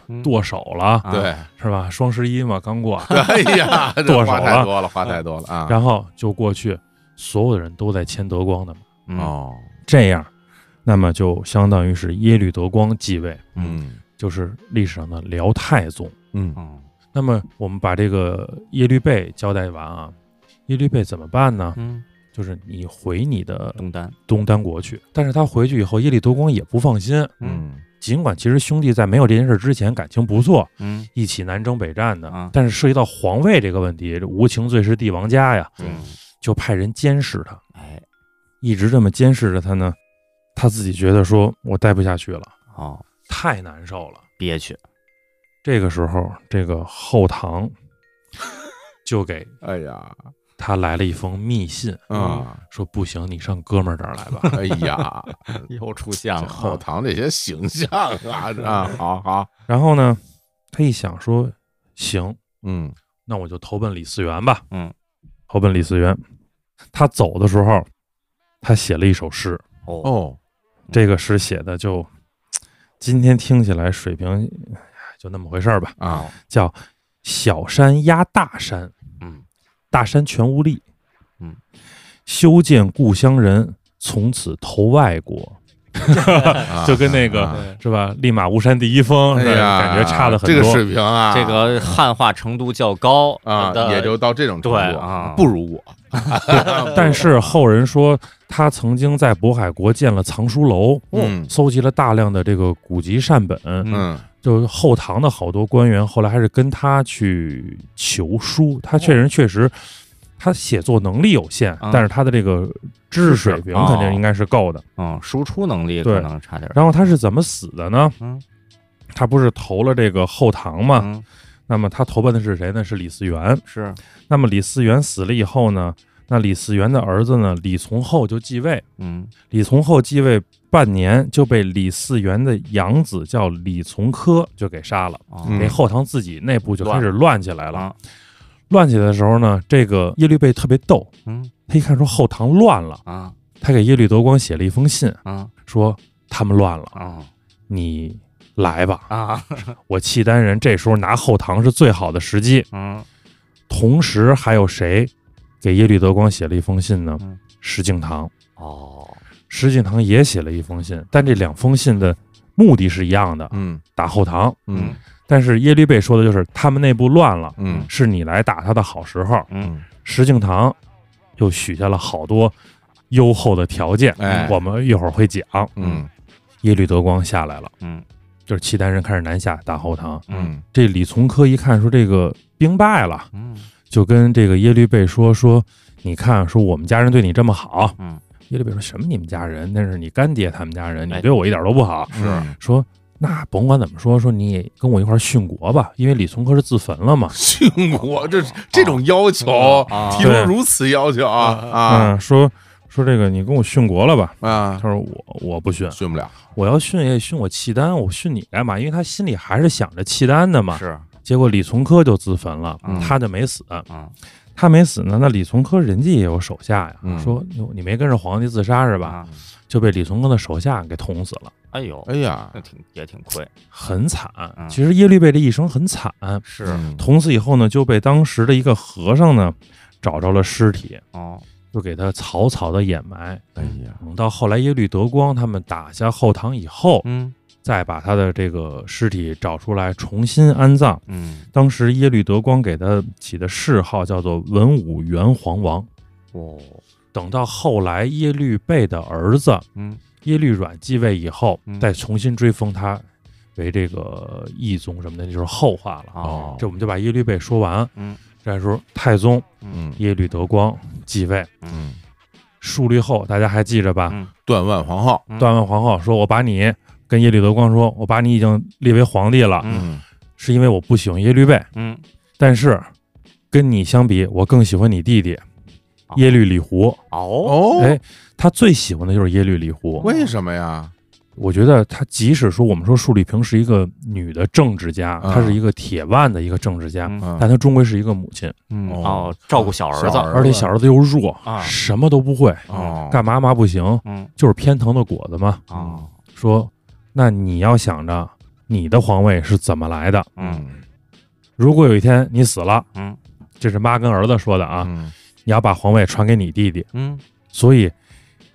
S2: 嗯
S3: 剁手了，
S2: 啊
S1: 对，
S3: 是吧？双十一嘛，刚 过，
S1: 哎呀，这
S3: 剁手
S1: 话太
S3: 了
S1: 多了，话太多了啊！
S3: 然后就过去，所有的人都在牵德光的马。
S2: 嗯，
S1: 哦，
S3: 这样，那么就相当于是耶律德光继位。
S1: 嗯
S3: 就是历史上的辽太宗。
S1: 嗯
S2: 嗯
S3: 那么我们把这个耶律倍交代完啊，耶律倍怎么办呢？
S2: 嗯，
S3: 就是你回你的
S2: 东单，
S3: 东丹国去。但是他回去以后，耶律德光也不放心，
S1: 嗯
S3: 尽管其实兄弟在没有这件事之前感情不错，
S2: 嗯
S3: 一起南征北战的，
S2: 啊
S3: 但是涉及到皇位这个问题，这无情最是帝王家呀，
S1: 对
S2: 嗯，
S3: 就派人监视他，
S2: 哎，
S3: 一直这么监视着他呢。他自己觉得说，我待不下去了，
S2: 哦，
S3: 太难受了。
S2: 憋屈，
S3: 这个时候，这个后唐就给
S1: 哎呀
S3: 他来了一封密信，
S2: 嗯
S1: 啊，。
S3: 说不行，你上哥们儿这儿来吧
S1: 哎呀，
S2: 又出现
S1: 这后堂这些形象 啊啊，好好，
S3: 然后呢，他一想说，行，
S1: 嗯
S3: 那我就投奔李嗣源吧。
S2: 嗯，
S3: 投奔李嗣源。他走的时候，他写了一首诗，
S2: 哦，
S1: 哦，
S3: 这个诗写的就今天听起来水平哎就那么回事儿吧，
S1: 啊，
S3: 叫“小山压大山”。
S2: 嗯
S3: 大山全无力。
S2: 嗯，
S3: 修建故乡人，从此投外国，
S1: 啊
S3: 就跟那个
S1: 啊
S3: 是吧？立马巫山第一峰，是吧
S1: 哎呀，
S3: 感觉差了很
S1: 这
S3: 多。
S1: 个水平啊，
S2: 这个汉化程度较高
S1: 啊，
S2: 的
S1: 也就到这种程度
S2: 对啊
S1: 不如我，
S3: 但是后人说，他曾经在渤海国建了藏书楼，
S1: 嗯
S3: 搜集了大量的这个古籍善本。
S1: 嗯
S3: 就后唐的好多官员后来还是跟他去求书，他确人确实。他写作能力有限，
S2: 啊
S3: 但是他的这个知识水平肯
S2: 哦
S3: 定应该是够的。
S2: 嗯，输出能力
S3: 对
S2: 可能差点儿，
S3: 然后他是怎么死的呢？
S2: 嗯
S3: 他不是投了这个后唐嘛？
S2: 嗯，
S3: 那么他投奔的是谁呢？是李嗣源。
S2: 是，
S3: 那么李嗣源死了以后呢？那李嗣源的儿子呢？李从厚就继位。
S2: 嗯
S3: 李从厚继位半年，就被李嗣源的养子叫李从珂就给杀了。
S2: 哦
S1: 嗯
S3: 这后唐自己内部就开始乱起来了。
S2: 啊
S3: 乱起来的时候呢，这个耶律倍特别逗，
S2: 嗯
S3: 他一看说后唐乱了，
S2: 啊
S3: 他给耶律德光写了一封信，
S2: 啊
S3: 说他们乱了，
S2: 啊
S3: 你来吧。
S2: 啊
S3: 我契丹人这时候拿后唐是最好的时机。
S2: 嗯
S3: 同时还有谁给耶律德光写了一封信呢
S2: 嗯？
S3: 石敬瑭，
S2: 哦
S3: 石敬瑭也写了一封信，但这两封信的目的是一样的，
S1: 嗯
S3: 打后唐。
S1: 嗯
S3: 但是耶律倍说的就是他们内部乱了，
S1: 嗯
S3: 是你来打他的好时候。
S2: 嗯
S3: 石敬瑭又许下了好多优厚的条件，
S1: 哎
S3: 我们一会儿会讲。
S1: 嗯
S3: 耶律德光下来了，
S2: 嗯
S3: 就是契丹人开始南下打后唐。
S1: 嗯
S3: 这李从珂一看说这个兵败了，
S2: 嗯
S3: 就跟这个耶律倍说说，你看，说我们家人对你这么好，
S2: 嗯
S3: 耶律倍说什么你们家人，那是你干爹他们家人，
S2: 哎
S3: 你对我一点都不好。
S1: 是
S3: 说那甭管怎么说，说你也跟我一块儿殉国吧，因为李从珂是自焚了嘛。
S1: 殉国 这这种要求
S2: 啊
S1: 提出如此要求啊啊
S3: 嗯，说说这个你跟我殉国了吧？
S1: 啊
S3: 他，说我我不殉，
S1: 殉不了，
S3: 我要殉也殉我契丹，我殉你干嘛？因为他心里还是想着契丹的嘛。
S2: 是
S3: 结果李从珂就自焚了，
S2: 嗯
S3: 他就没死。
S2: 嗯
S3: 他没死呢，那李从珂人家也有手下呀，
S1: 嗯
S3: 说哟你没跟着皇帝自杀是
S2: 是
S3: 吧？？就被李从珂的手下给捅死了，
S2: 哎呦，
S1: 哎呀
S2: 那，挺也挺亏，
S3: 很惨
S2: 嗯。
S3: 其实耶律倍这一生很惨，
S2: 是
S1: 嗯
S3: 捅死以后呢，就被当时的一个和尚呢找着了尸体，
S2: 哦
S3: 就给他草草的掩埋。
S1: 哎呀，
S3: 等到后来耶律德光他们打下后唐以后，
S2: 嗯
S3: 再把他的这个尸体找出来重新安葬。
S2: 嗯
S3: 当时耶律德光给他起的谥号叫做文武元皇王。
S2: 哦
S3: 等到后来耶律倍的儿子
S2: 嗯
S3: 耶律阮继位以后
S2: 嗯，
S3: 再重新追封他为这个义宗什么的，那就是后话了。
S2: 哦
S3: 这我们就把耶律倍说完。
S2: 嗯，
S3: 这时候太宗
S1: 嗯
S3: 耶律德光继位，
S1: 嗯，
S3: 树立后，大家还记着吧？
S2: 嗯
S1: 断腕皇后，
S2: 嗯
S3: 段问皇后说：“我把你跟耶律德光说，我把你已经立为皇帝了，
S2: 嗯
S1: 嗯
S3: 是因为我不喜欢耶律倍，
S2: 嗯
S3: 但是跟你相比，我更喜欢你弟弟
S2: 哦
S3: 耶律李胡。
S2: 哦
S1: 哦，
S3: 哎，他最喜欢的就是耶律李胡。
S1: 为什么呀？
S3: 我觉得他即使说我们说束丽萍是一个女的政治家，
S1: 嗯
S3: 她是一个铁腕的一个政治家，
S2: 啊嗯
S1: 嗯
S3: 但她终归是一个母亲，
S2: 嗯
S1: 哦
S2: 哦，照顾小儿
S1: 小
S2: 子
S1: 儿
S3: 而且小儿子又弱，
S2: 啊
S3: 什么都不会，
S1: 哦，
S3: 干嘛嘛不行，
S2: 嗯
S3: 就是偏疼的果子嘛。
S2: 哦
S3: 说，那你要想着你的皇位是怎么来的。
S2: 嗯
S3: 如果有一天你死了，
S2: 嗯
S3: 这是妈跟儿子说的啊，
S1: 嗯
S3: 你要把皇位传给你弟弟。
S2: 嗯
S3: 所以，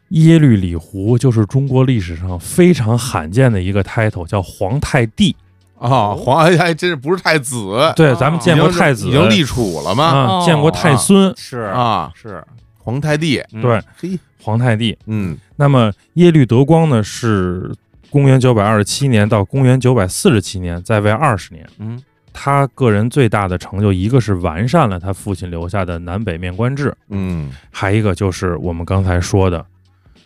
S3: 耶律李胡就是中国历史上非常罕见的一个 title，叫皇太帝。
S1: 啊，皇哎还真是不是太子，
S3: 对，
S2: 哦
S3: 咱们
S1: 已经
S3: 见过太子，
S1: 已经立储了吗？
S3: 啊
S2: 哦，
S3: 见过太孙，
S2: 是
S1: 啊，
S2: 是
S1: 皇太帝，
S2: 嗯
S3: 对，
S1: 嘿，
S3: 皇太帝。
S1: 嗯
S3: 那么耶律德光呢，是公元九百二十七年到公元九百四十七年，在位二十年。
S2: 嗯
S3: 他个人最大的成就，一个是完善了他父亲留下的南北面官制，
S1: 嗯
S3: 还一个就是我们刚才说的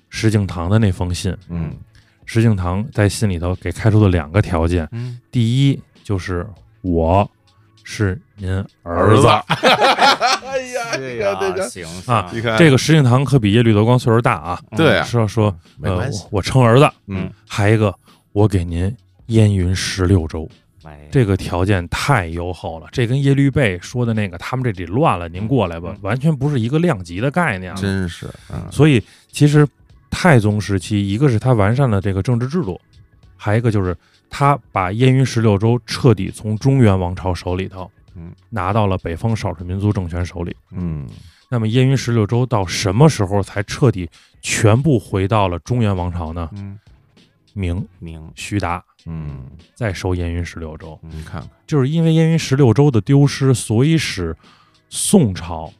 S3: 石敬瑭的那封信。
S1: 嗯
S3: 石敬瑭在信里头给开出的两个条件，
S2: 嗯
S3: 第一就是我是您
S1: 嗯儿
S3: 儿
S1: 子
S3: 子。
S1: 哎呀，这
S2: 呀
S1: 个这个，
S2: 行
S3: 啊
S1: 你看
S3: 这个石敬瑭可比耶律德光岁数大啊，
S1: 对啊，
S3: 说说
S1: 没
S3: 呃
S1: 关系
S3: 我，我称儿子，
S1: 嗯
S3: 还一个我给您燕云十六州，
S1: 嗯
S2: 哎
S3: 这个条件太优厚了，这跟耶律倍说的那个他们这里乱了，您过来吧
S2: 嗯，
S3: 完全不是一个量级的概念啊。
S1: 真是，嗯
S3: 所以其实太宗时期，一个是他完善了这个政治制度，还有一个就是他把燕云十六州彻底从中原王朝手里头，
S2: 嗯，
S3: 拿到了北方少数民族政权手里。
S1: 嗯
S3: 那么燕云十六州到什么时候才彻底全部回到了中原王朝呢？
S2: 嗯
S3: 明
S2: 明
S3: 徐达
S1: 嗯，
S3: 再收燕云十六州，
S1: 你看看，
S3: 就是因为燕云十六州的丢失，所以使宋朝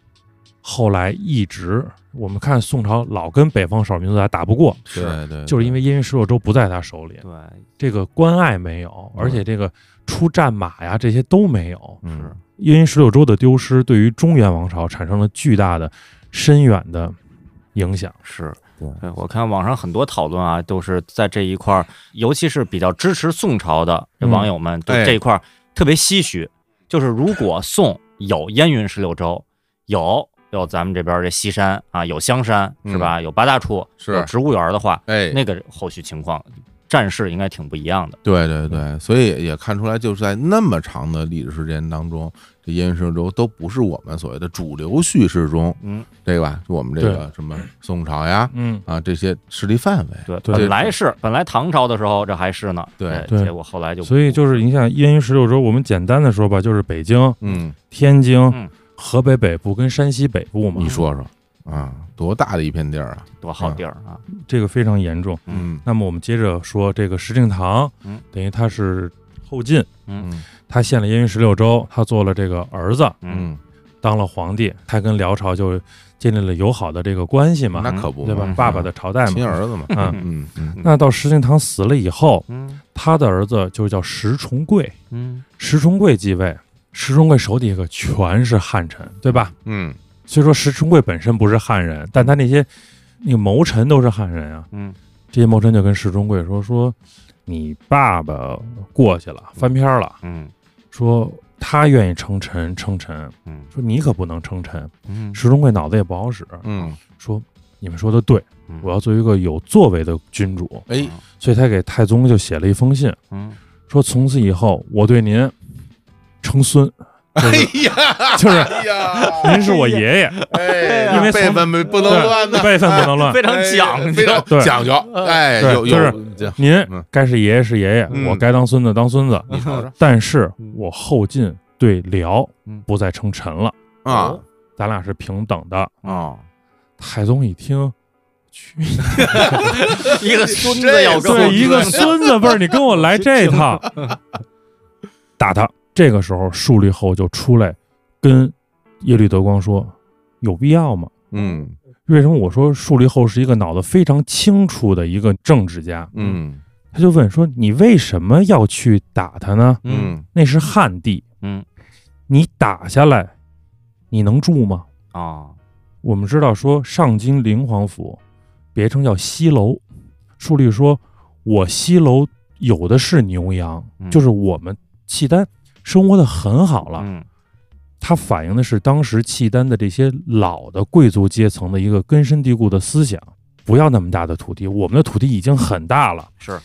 S3: 后来一直我们看宋朝老跟北方少数民族打打不过，
S1: 对对，
S3: 就是因
S1: 为
S3: 为燕云十六州不在他手里，
S2: 对
S3: 这个关爱没有，而且这个出战马呀这些都没有。
S1: 嗯
S3: 燕云十六州的丢失对于中原王朝产生了巨大的、深远的影响。
S2: 是
S1: 对
S2: 对，我看网上很多讨论啊，都是在这一块儿，尤其是比较支持宋朝的这
S3: 嗯
S2: 网友们，对
S1: 哎
S2: 这一块儿特别唏嘘。就是如果宋有燕云十六州，有有咱们这边儿这西山啊，有香山是吧？
S3: 嗯
S2: 有八大处，
S1: 是
S2: 有植物园儿的话，
S1: 哎，
S2: 那个后续情况战事应该挺不一样的。
S1: 对对对，所以也看出来，就是在那么长的历史时间当中，这燕云十六州都不是我们所谓的主流叙事中，
S2: 嗯，
S1: 对吧？就我们这个什么宋朝呀
S3: 嗯，
S1: 啊这些势力范围，
S2: 对，
S3: 对
S2: 本来是本来唐朝的时候这还是呢，
S1: 对
S2: 哎
S3: 对
S2: 结果后来就
S3: 所以就是你像燕云十六州，我们简单的说吧，就是北京、
S1: 嗯，嗯
S3: 天津、
S2: 嗯
S3: 河北北部跟山西北部嘛，
S1: 你说说啊，多大的一片地儿啊，
S2: 多好地儿啊，
S3: 这个非常严重。
S1: 嗯
S3: 那么我们接着说这个石敬瑭，
S2: 嗯
S3: 等于他是后晋，
S2: 嗯
S1: 嗯
S3: 他献了燕云十六州，他做了这个儿子，
S2: 嗯
S1: 嗯，
S3: 当了皇帝，他跟辽朝就建立了友好的这个关系嘛，
S1: 那可不嘛，
S3: 对吧
S2: 嗯？
S3: 爸爸的朝代
S1: 亲
S3: 嘛。
S1: 儿子嘛，
S3: 嗯
S1: 嗯嗯
S3: 那到石敬瑭死了以后，
S2: 嗯
S3: 他的儿子就叫石重贵，
S2: 嗯
S3: 石重贵继位，石重贵手底下可全是汉臣，对吧？
S1: 嗯
S3: 虽说石重贵本身不是汉人，但他那些那个谋臣都是汉人啊。
S2: 嗯
S3: 这些谋臣就跟石重贵说：“说你爸爸过去了，翻篇了，
S2: 嗯
S3: 说他愿意称臣称臣，
S2: 嗯
S3: 说你可不能称臣。”
S2: 嗯
S3: 石重贵脑子也不好使，
S1: 嗯，
S3: 说：“你们说的对，
S2: 嗯
S3: 我要做一个有作为的君主。
S1: 哎，”
S3: 所以他给太宗就写了一封信，
S2: 嗯
S3: 说：“从此以后，我对您称孙，
S1: 哎呀，
S3: 就是
S1: 哎呀，
S3: 您是我爷爷，
S1: 哎，
S3: 因为
S1: 辈
S3: 从
S1: 分 不不能乱
S3: 对，
S1: 的，
S3: 辈分不能乱。
S2: 非常
S1: 哎
S2: 讲
S1: 非
S2: 究，
S1: 常
S3: 对
S1: 讲究，哎，
S3: 对
S1: 有有
S3: 就是
S1: 这样，
S3: 您
S1: 嗯
S3: 该是爷爷是爷爷，
S1: 嗯
S3: 我该当孙子当孙子。
S1: 你瞅嗯瞅
S3: 但是我后晋对辽
S2: 嗯
S3: 不再称臣了，
S1: 啊
S3: 咱俩是平等的。
S1: 啊，
S3: 太宗一听，去，
S2: 一个孙子要跟我
S3: 对一个
S2: 争
S3: 孙子辈儿，你跟我来这 套，
S1: 嗯
S3: 打他。这个时候，树立后就出来跟耶律德光说：“有必要吗？
S1: 嗯
S3: 为什么我说树立后是一个脑子非常清楚的一个政治家？，
S1: 嗯
S3: 他就问说：你为什么要去打他呢？
S2: 嗯
S1: 嗯
S3: 那是汉帝，
S2: 嗯
S3: 你打下来你能住吗？
S2: 啊，
S3: 我们知道说上京灵皇府别称叫西楼，书里说我西楼有的是牛羊，
S2: 嗯
S3: 就是我们契丹生活的很好了。
S2: 嗯
S3: 它反映的是当时契丹的这些老的贵族阶层的一个根深蒂固的思想，不要那么大的土地，我们的土地已经很大了。
S2: 是，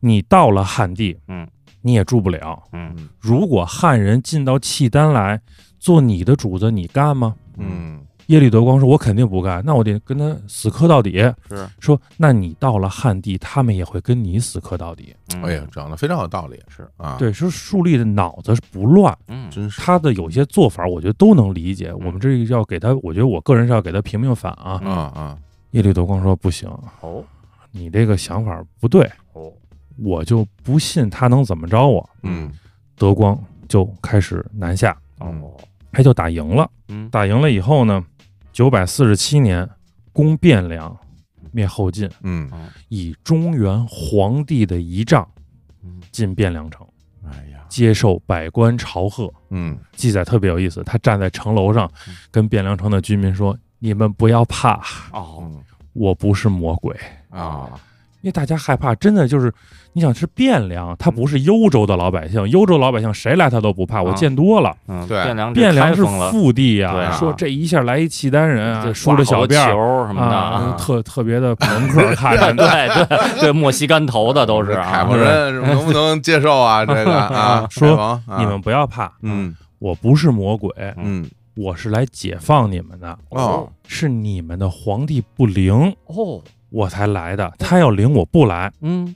S3: 你到了汉地，
S2: 嗯，
S3: 你也住不了。
S2: 嗯
S3: 如果汉人进到契丹来做你的主子，你干吗？
S1: 嗯，
S3: 耶律德光说：“我肯定不干，那我得跟他死磕到底。
S1: 是，”
S3: 说：“那你到了汉地，他们也会跟你死磕到底。
S2: 嗯
S1: 哎呀，，讲的非常有道理，
S2: 是
S1: 啊，，
S3: 对，说树立的脑子是不乱，
S2: 嗯
S1: 真是
S3: 他的有些做法，我觉得都能理解。我们这个要给他，我觉得我个人是要给他平平反啊。
S2: 嗯
S1: 啊啊，
S3: 耶律德光说：“不行，
S2: 哦
S3: 你这个想法不对，
S2: 哦，
S3: 我就不信他能怎么着我。
S1: 嗯，”
S3: 德光就开始南下，
S2: 哦，
S3: 他就打赢了。
S2: 嗯
S3: 打赢了以后呢，九百四十七年攻汴梁，灭后晋，
S1: 嗯，
S3: 以中原皇帝的仪仗
S2: 嗯
S3: 进汴梁城，
S1: 哎呀，
S3: 接受百官朝贺。
S1: 嗯
S3: 记载特别有意思，他站在城楼上
S2: 嗯，
S3: 跟汴梁城的居民说：“你们不要怕，
S2: 哦
S1: 嗯
S3: 我不是魔鬼。
S1: 啊，
S3: 因为大家害怕，真的就是，你想是汴梁，他不是幽州的老百姓，幽州老百姓谁来他都不怕，我
S2: 啊
S3: 见多了。
S2: 嗯，
S1: 对
S2: 汴梁
S3: 汴梁
S2: 开
S3: 是
S2: 封了，
S3: 腹地
S2: 对
S3: 呀，
S2: 啊
S3: 说这一下来一契丹人啊，
S2: 这
S3: 梳着
S2: 挂好
S3: 小
S2: 多
S3: 辫儿
S2: 球儿什么的
S3: 啊，
S2: 啊，嗯
S3: 特特别的朋 克看着呢
S2: 对对对，墨西干头的都是
S1: 凯
S2: 啊
S1: 夫人能不能接受 啊？这个啊，
S3: 说
S1: 凯王啊
S3: 你们不要怕，
S1: 嗯
S3: 我不是魔鬼，
S1: 嗯
S3: 我是来解放你们的，
S1: 哦
S3: 是你们的皇帝不灵，
S2: 哦，
S3: 我才来的。他要灵，我不来。
S2: 嗯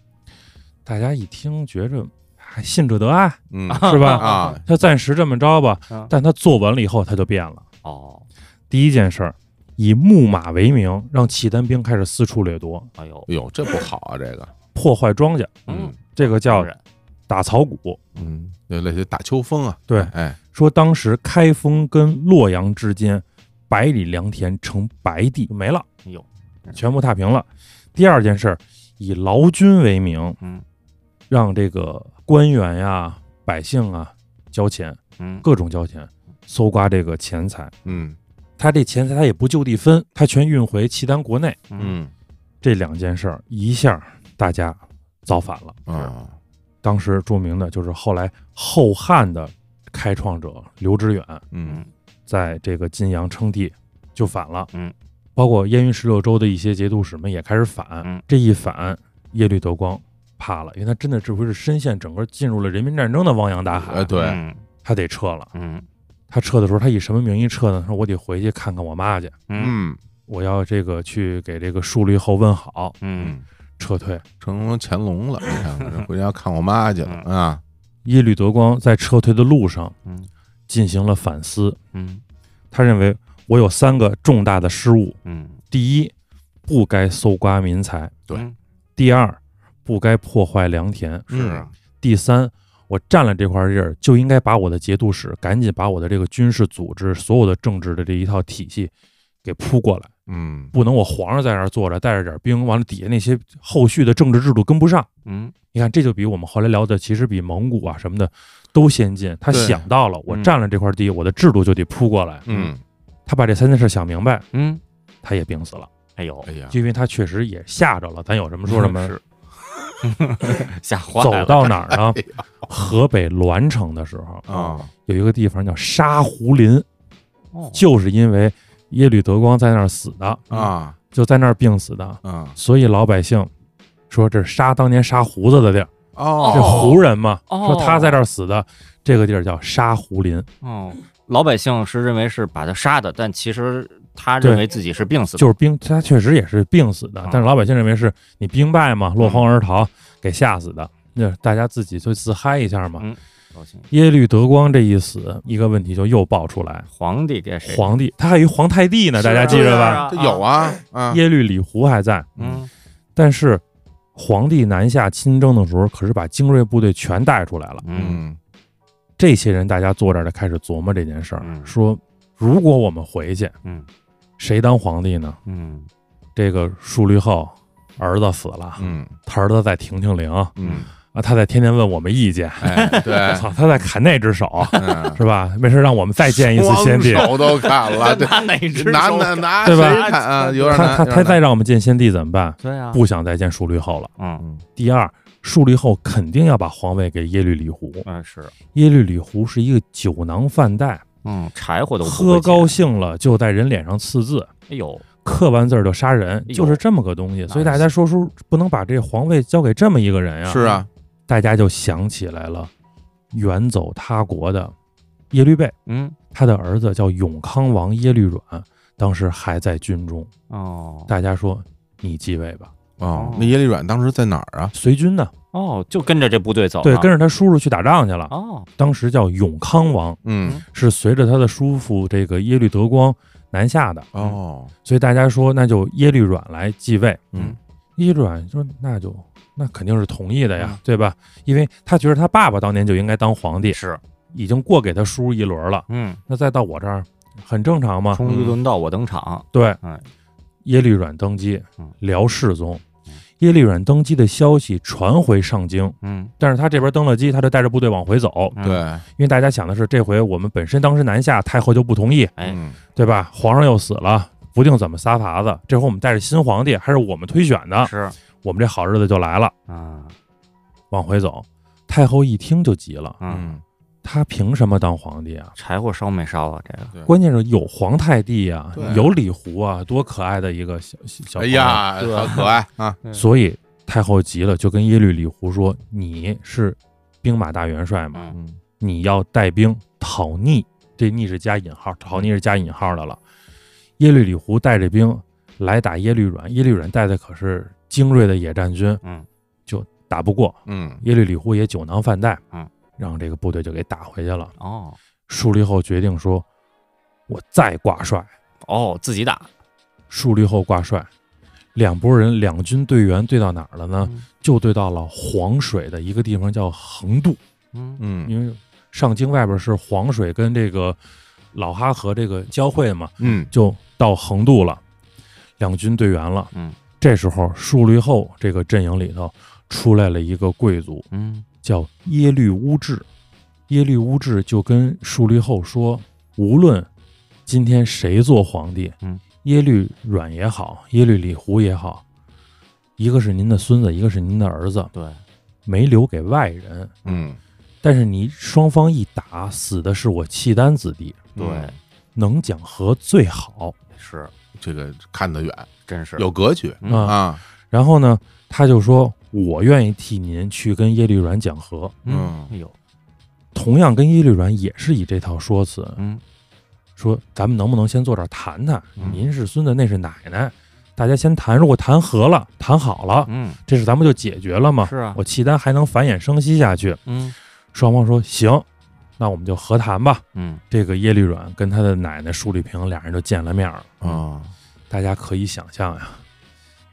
S3: 大家一听，觉着还信者得爱，
S1: 嗯
S3: 是吧？
S1: 啊，
S3: 他暂时这么着吧
S2: 嗯，
S3: 但他做完了以后，他就变了。
S2: 哦，
S3: 第一件事儿，以牧马为名，让契丹兵开始四处掠夺，
S2: 哎呦，
S1: 哟，这不好啊，这个，
S3: 破坏庄稼，
S2: 嗯，
S3: 这个
S2: 当
S3: 叫
S2: 然
S3: 打草谷。
S1: 嗯，就类似于打秋风啊，
S3: 对
S1: 哎，
S3: 说当时开封跟洛阳之间百里良田成白地没了，
S2: 哎呦，
S3: 全部踏平了。第二件事儿，以劳军为名，
S2: 嗯，
S3: 让这个官员呀、百姓啊交钱，
S2: 嗯，
S3: 各种交钱，搜刮这个钱财。
S1: 嗯
S3: 他这钱财他也不就地分，他全运回契丹国内。
S1: 嗯
S3: 这两件事儿一下大家造反了。
S1: 啊，
S3: 当时著名的就是后来后汉的开创者刘知远，
S1: 嗯
S3: 在这个晋阳称帝就反了，
S2: 嗯，
S3: 包括燕云十六州的一些节度使们也开始反，
S2: 嗯
S3: 这一反，耶律德光怕了，因为他真的这回是深陷整个进入了人民战争的汪洋大海，
S1: 哎，对，
S2: 嗯
S3: 他得撤了。
S2: 嗯
S3: 他撤的时候，他以什么名义撤呢？他说我得回去看看我妈去，
S2: 嗯
S1: 嗯
S3: 我要这个去给这个树立后问好，
S2: 嗯，
S1: 嗯，
S3: 撤退。
S1: 成龙乾隆了，你看看，回家看我妈去了啊，
S3: 耶律德光在撤退的路上
S2: 嗯
S3: 进行了反思，
S2: 嗯
S3: 他认为我有三个重大的失误：
S2: 嗯，
S3: 第一，不该搜刮民财。
S1: 对
S2: 嗯，
S3: 第二，不该破坏良田；
S2: 是啊，
S3: 第三，我占了这块地儿，就应该把我的节度使赶紧把我的这个军事组织、所有的政治的这一套体系给扑过来，
S1: 嗯
S3: 不能我皇上在那儿坐着，带着点兵，完了底下那些后续的政治制度跟不上。
S2: 嗯
S3: 你看，这就比我们后来聊的，其实比蒙古啊什么的都先进。他
S1: 对
S3: 想到了，我
S2: 嗯
S3: 占了这块地，我的制度就得扑过来。
S1: 嗯，
S3: 他把这三件事想明白，
S2: 嗯，
S3: 他也病死了，
S2: 哎呦
S1: 哎，呀，
S3: 因为他确实也吓着了。咱有什么说什么。
S1: 是
S2: 吓坏
S3: 走
S2: 了，哎
S3: 到哪儿呢？河北栾城的时候，
S1: 啊，
S3: 有一个地方叫沙湖林，
S2: 哦
S3: 就是因为耶律德光在那儿死的，
S1: 啊
S3: 就在那儿病死的，
S1: 啊
S3: 所以老百姓说这是杀当年杀胡子的地儿，这
S1: 哦，
S3: 胡人嘛，
S2: 哦
S3: 说他在这儿死的，这个地儿叫沙湖林，
S2: 哦，老百姓是认为是把他杀的，但其实他认
S3: 对
S2: 为自己是病死的。
S3: 就是兵，他确实也是病死的
S2: 啊，嗯
S3: 但是老百姓认为是你兵败嘛，落荒而逃给吓死的，那大家自己就自嗨一下嘛
S2: 嗯。高兴
S3: 耶律德光这一死，一个问题就又爆出来，
S2: 皇帝给谁？
S3: 皇帝，他还有一皇太帝呢，
S2: 是
S3: 大
S2: 啊
S3: 家记着
S2: 是
S3: 吧？
S2: 啊
S1: 这有啊啊，
S3: 耶律李胡还在，
S2: 嗯
S3: 但是皇帝南下亲征的时候，可是把精锐部队全带出来了。
S2: 嗯
S1: 嗯
S3: 这些人大家坐这儿就开始琢磨这件事儿，
S2: 嗯
S3: 说如果我们回去，
S2: 嗯
S3: 谁当皇帝呢？
S2: 嗯
S3: 这个树立后儿子死了，
S1: 嗯
S3: 他儿子在亭亭陵，
S1: 嗯
S3: 啊，他在天天问我们意见，
S1: 哎，
S3: 我
S1: 对，
S3: 操，他在砍那只 手
S1: 嗯，
S3: 是吧？没事，让我们再见一次先帝，
S1: 光手都砍 了，对，
S2: 拿哪只
S1: 拿
S2: 手
S1: 拿拿
S3: 对吧
S1: 谁砍啊？有点
S3: 他
S1: 难，
S3: 他
S1: 有
S3: 他
S1: 点
S3: 再
S1: 难。
S3: 让我们见先帝怎么办？
S2: 对啊，
S3: 不想再见淑律后了。
S2: 嗯
S3: 第二，树立后肯定要把皇位给耶律李胡。
S2: 嗯是，
S3: 耶律李胡是一个酒囊饭袋，
S2: 嗯柴火都不会
S3: 喝高
S2: 捡，
S3: 兴了就在人脸上刺字，
S2: 哎呦，
S3: 刻完字儿就杀人，
S2: 哎呦
S3: 就是这么个东西。
S2: 是
S3: 所以大家说书不能把这皇位交给这么一个人呀。
S1: 是，啊，
S3: 大家就想起来了，远走他国的耶律倍，
S2: 嗯
S3: 他的儿子叫永康王耶律阮，当时还在军中。
S2: 哦
S3: 大家说你继位吧，
S1: 哦，那耶利软当时在哪儿啊？
S3: 随军呢？
S2: 哦，就跟着这部队走了，
S3: 对，跟着他叔叔去打仗去了。
S2: 哦
S3: 当时叫永康王，
S1: 嗯，
S3: 是随着他的叔父这个耶律德光南下的，嗯
S1: 哦，
S3: 所以大家说那就耶律阮来继位。
S1: 嗯，
S3: 耶律阮说那就那肯定是同意的呀，
S2: 嗯
S3: 对吧？因为他觉得他爸爸当年就应该当皇帝，
S2: 是，
S3: 已经过给他叔一轮了，
S2: 嗯，
S3: 那再到我这儿很正常嘛。
S2: 终于
S1: 嗯
S2: 轮到我登场，
S3: 对
S2: 哎，
S3: 耶律阮登基
S2: 嗯，
S3: 辽世宗。耶律阮登基的消息传回上京，
S2: 嗯
S3: 但是他这边登了基，他就带着部队往回走，
S2: 嗯
S1: 对，
S3: 因为大家想的是这回我们本身当时南下，太后就不同意，
S2: 哎
S1: 嗯，
S3: 对吧？皇上又死了，不定怎么撒法子。这回我们带着新皇帝，还是我们推选的，
S2: 是
S3: 我们这好日子就来了。
S2: 啊
S3: 往回走，太后一听就急了，
S2: 嗯，
S1: 嗯，
S3: 他凭什么当皇帝啊？
S2: 柴火烧没烧啊？这个
S1: 对
S3: 关键是有皇太帝呀、
S1: 对
S3: 有李胡啊，多可爱的一个小小小
S1: 哎
S3: 皇帝！
S1: 呀，
S2: 对
S1: 好可爱啊！
S3: 所以太后急了，就跟耶律李胡说：“你是兵马大元帅嘛，
S2: 嗯
S1: 嗯
S3: 你要带兵讨逆，这逆是加引号，讨逆是加引号的了。耶律李胡带着兵来打耶律阮，耶律阮带的可是精锐的野战军，
S2: 嗯，
S3: 就打不过
S1: 嗯，
S3: 耶律李胡也酒囊饭袋，
S2: 嗯，
S3: 让这个部队就给打回去了。
S2: 哦
S3: 树立后决定说，我再挂帅。
S2: 哦自己打，
S3: 树立后挂帅，两拨人两军队员对到哪儿了呢？
S2: 嗯
S3: 就对到了黄水的一个地方叫横渡。
S2: 嗯
S1: 嗯
S3: 因为上京外边是黄水跟这个老哈河这个交汇嘛，
S1: 嗯，
S3: 就到横渡了，两军队员了。
S2: 嗯，
S3: 这时候树立后这个阵营里头出来了一个贵族，
S2: 嗯
S3: 叫耶律乌质。耶律乌质就跟树立后说，无论今天谁做皇帝，
S2: 嗯，
S3: 耶律阮也好，耶律李胡也好，一个是您的孙子，一个是您的儿子，
S2: 对，
S3: 没留给外人。
S1: 嗯，
S3: 但是你双方一打，死的是我契丹子弟，
S2: 对
S1: 嗯
S3: 能讲和最好。
S2: 是
S1: 这个看得远，
S2: 真是
S1: 有格局
S2: 嗯
S3: 啊
S1: 啊，
S3: 然后呢，他就说，我愿意替您去跟耶律阮讲和。
S1: 嗯
S2: 哎呦
S3: 同样跟耶律阮也是以这套说辞，
S2: 嗯
S3: 说咱们能不能先坐这儿谈谈？
S2: 嗯
S3: 您是孙子，那是奶奶，大家先谈。如果谈和了，谈好了，
S2: 嗯
S3: 这事咱们就解决了嘛。
S2: 是啊
S3: 我契丹还能繁衍生息下去。
S2: 嗯
S3: 双方说行，那我们就和谈吧。
S2: 嗯
S3: 这个耶律阮跟他的奶奶舒丽萍俩人就见了面了。
S1: 啊，
S3: 大家可以想象呀，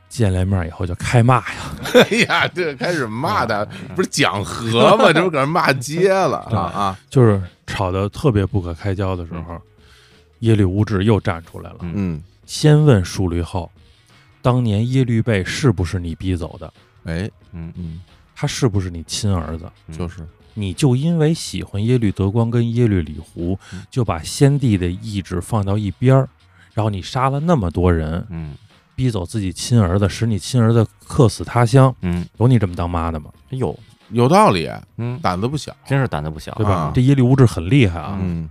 S3: 见了面以后就开骂呀，
S1: 哎呀，这开始骂他，不是讲和 吗？这不搁那骂街了啊啊，
S3: 就是吵得特别不可开交的时候，耶律乌质又站出来了，
S2: 嗯
S1: 嗯，
S3: 先问舒律后，当年耶律倍是不是你逼走的？
S1: 哎，
S2: 嗯
S1: 嗯，
S3: 他是不是你亲儿子？
S1: 就是，
S3: 你就因为喜欢耶律德光跟耶律李胡
S2: 嗯，
S3: 就把先帝的意志放到一边儿，然后你杀了那么多人，
S2: 嗯
S3: 逼走自己亲儿子，使你亲儿子客死他乡，
S2: 嗯
S3: 有你这么当妈的吗？
S2: 哎呦
S1: 有道理，
S2: 嗯
S1: 胆子不小，
S2: 真是胆子不小
S3: 对吧？
S1: 啊
S3: 这耶律乌质很厉害啊，
S1: 嗯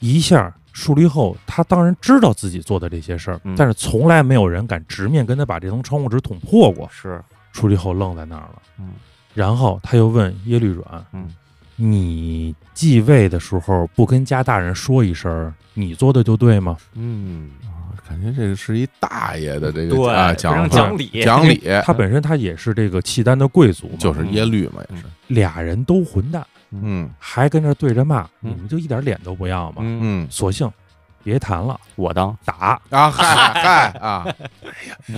S3: 一下树立后，他当然知道自己做的这些事儿，
S2: 嗯
S3: 但是从来没有人敢直面跟他把这层窗户纸捅破过。
S2: 是
S3: 树立后愣在那儿了，
S2: 嗯
S3: 然后他又问耶律阮，
S2: 嗯
S3: 你继位的时候不跟家大人说一声儿，你做的就对吗？
S2: 嗯
S1: 感觉这个是一大爷的这个
S2: 对
S1: 啊
S2: 非
S1: 讲
S2: 常讲
S1: 法
S2: 理
S1: 讲理，
S2: 哎
S3: 他本身他也是这个契丹的 贵族嘛，
S1: 就是耶律嘛，也是，
S3: 俩人都混蛋，
S1: 嗯
S3: 还跟这对着骂，
S2: 嗯
S3: 你们就一点脸都不要嘛。
S2: 嗯
S1: 嗯
S3: 索性别谈了，
S2: 我当
S3: 打。哎
S1: 啊，嗨嗨啊，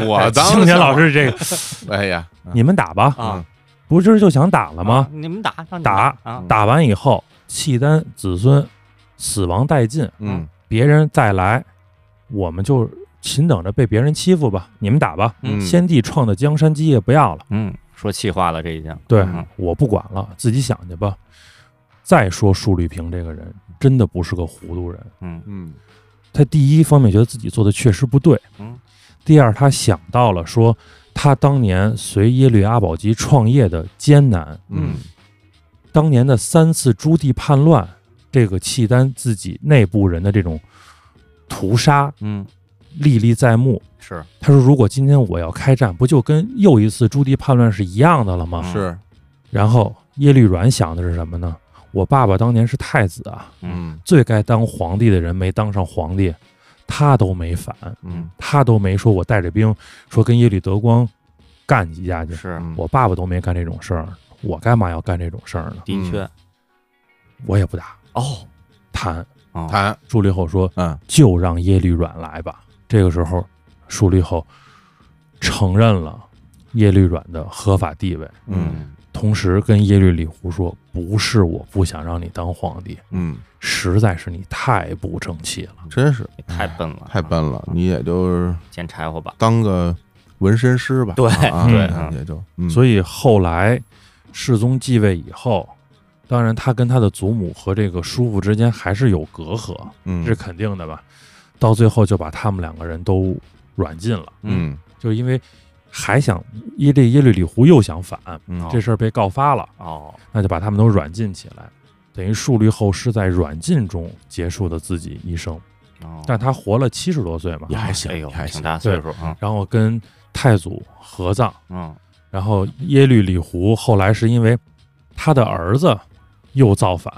S1: 我当
S3: 青年老，师这 个，
S1: 哎呀，
S3: 你们打吧，
S2: 啊
S3: 不是就想打了
S2: 啊
S3: 吗？
S2: 你们打让你们
S3: 打
S2: 啊
S3: 打完以后，契丹子孙死亡殆尽，
S1: 嗯
S3: 别人再来，我们就勤等着被别人欺负吧。你们打吧，
S1: 嗯
S3: 先帝创的江山基业不要了。
S2: 嗯说气话了，这已经。
S3: 对
S2: 嗯
S3: 我不管了，自己想去吧。再说舒律平这个人，真的不是个糊涂人。
S2: 嗯
S1: 嗯
S3: 他第一方面觉得自己做的确实不对，
S2: 嗯，
S3: 第二他想到了说他当年随耶律阿保机创业的艰难，
S1: 嗯
S3: 当年的三次朱棣叛乱，这个契丹自己内部人的这种屠杀
S2: 嗯，
S3: 历历在目。
S2: 是
S3: 他说：“如果今天我要开战，不就跟又一次朱棣叛乱是一样的了吗？”
S2: 嗯
S1: 是
S3: 然后耶律阮想的是什么呢？我爸爸当年是太子啊，
S1: 嗯
S3: 最该当皇帝的人没当上皇帝，他都没反，
S1: 嗯
S3: 他都没说我带着兵说跟耶律德光干几架去，
S2: 是，
S1: 嗯
S3: 我爸爸都没干这种事儿，我干嘛要干这种事儿呢？
S2: 的确。
S3: 我也不打。
S2: 哦，
S3: 谈
S2: 哦
S1: 谈
S3: 朱立后说
S1: 嗯
S3: 就让耶律阮来吧。这个时候，舒立后承认了耶律阮的合法地位，
S1: 嗯
S3: 同时跟耶律李胡说：“不是我不想让你当皇帝，
S1: 嗯，
S3: 实在是你太不争气了。
S1: 真是
S2: 你太笨了，
S1: 哎太笨了，你也就是
S2: 捡柴火吧。
S1: 当个纹身师吧，
S2: 对
S1: 啊
S3: 对
S1: 啊也就嗯
S3: 所以后来世宗继位以后，当然他跟他的祖母和这个叔父之间还是有隔阂，
S1: 嗯
S3: 这是肯定的吧？到最后就把他们两个人都软禁了，
S1: 嗯
S3: 就是因为还想耶律耶律李胡又想反，
S1: 嗯
S3: 这事儿被告发了，
S2: 哦，
S3: 那就把他们都软禁起来。等于树立后是在软禁中结束的自己一生，
S2: 哦
S3: 但他活了七十多岁嘛，
S1: 也还行
S2: 哎呦，
S1: 还行
S2: 挺大岁数啊。
S3: 然后跟太祖合葬，
S2: 嗯
S3: 然后耶律李胡后来是因为他的儿子又造反，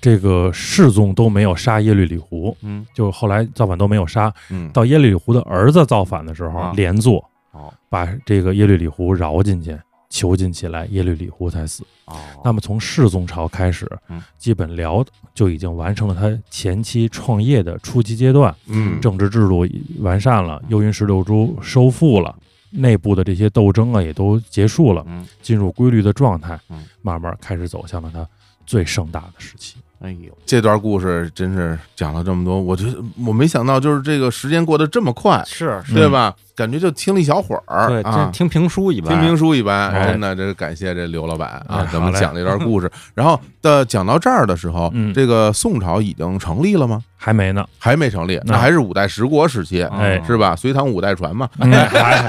S3: 这个世宗都没有杀耶律李胡，
S2: 嗯，
S3: 就后来造反都没有杀，
S1: 嗯
S3: 到耶律李胡的儿子造反的时候
S2: 啊
S3: 连坐，
S2: 哦
S3: 把这个耶律李胡饶进去，囚禁起来，耶律李胡才死。
S2: 哦，
S3: 那么从世宗朝开始
S2: 嗯，
S3: 基本辽就已经完成了他前期创业的初期阶段，
S1: 嗯
S3: 政治制度完善了，幽云十六州收复了，内部的这些斗争啊也都结束了，
S2: 嗯，
S3: 进入规律的状态
S2: 嗯，
S3: 慢慢开始走向了它最盛大的时期。
S2: 哎呦，
S1: 这段故事真是讲了这么多，我觉得我没想到，就是这个时间过得这么快，
S2: 是是，
S1: 对吧？感觉就听了一小会儿，
S2: 对，
S1: 啊
S2: 这，听评书一般，
S1: 听评书一般，
S3: 哎
S1: 真的，这是感谢这刘老板啊
S3: 哎，
S1: 咱们
S3: 好嘞
S1: 讲这段故事。然后的讲到这儿的时候，
S3: 嗯
S1: 这个宋朝已经成立了吗？
S3: 还没呢，
S1: 还没成立，那
S3: 啊
S1: 还是五代十国时
S2: 嗯
S1: 期，
S3: 哎
S1: 是吧？隋唐五代传嘛，
S3: 哎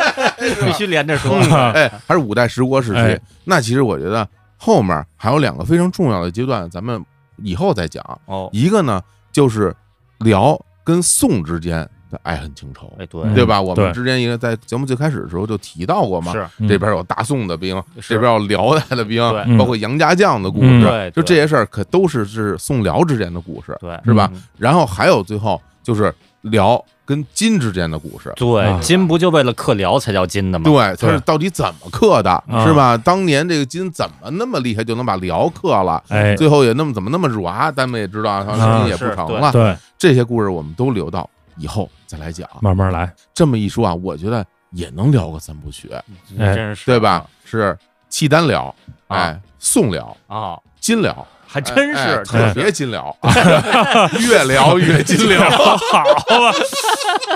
S2: 必须连着说。
S1: 哎，还是五代十国时期
S3: 哎。
S1: 那其实我觉得后面还有两个非常重要的阶段，咱们以后再讲。
S2: 哦，
S1: 一个呢，就是辽跟宋之间的爱恨情仇，
S2: 哎，对
S3: 嗯
S1: 对吧？我们
S3: 对
S1: 之间也在节目最开始的时候就提到过嘛，
S2: 是，
S1: 这边有大宋的兵，
S2: 是
S1: 这边有辽代的兵
S2: 对，
S3: 嗯
S1: 包括杨家将的故
S3: 嗯
S1: 事，
S2: 对，
S1: 就这
S2: 对
S1: 些事儿可都是是宋辽之间的故事。
S2: 对
S1: 是吧？
S2: 嗯
S1: 然后还有最后就是辽跟金之间的故事。
S3: 啊
S2: 对，金不就为了克辽才叫金的吗？
S1: 对，它是
S3: 对
S1: 到底怎么克的，
S3: 嗯
S1: 是吧？当年这个金怎么那么厉害，就能把辽克了？
S3: 哎，
S1: 最后也那么怎么那么软？咱们也知道，啊，
S3: 啊
S1: 金也不
S2: 嗯是
S1: 成
S2: 对
S1: 了。
S3: 对，
S1: 这些故事我们都留到以后再来讲。
S2: 嗯
S3: 慢慢来，
S1: 这么一说啊，我觉得也能聊个三部曲，
S2: 嗯
S3: 哎
S2: 真是
S1: 对吧？是契丹辽，
S2: 嗯啊
S1: 哎，宋辽，
S2: 啊，
S1: 金辽，
S2: 还真
S1: 哎哎
S2: 是，
S1: 特
S2: 真
S1: 别金辽， 越聊越金辽。
S3: 好吧，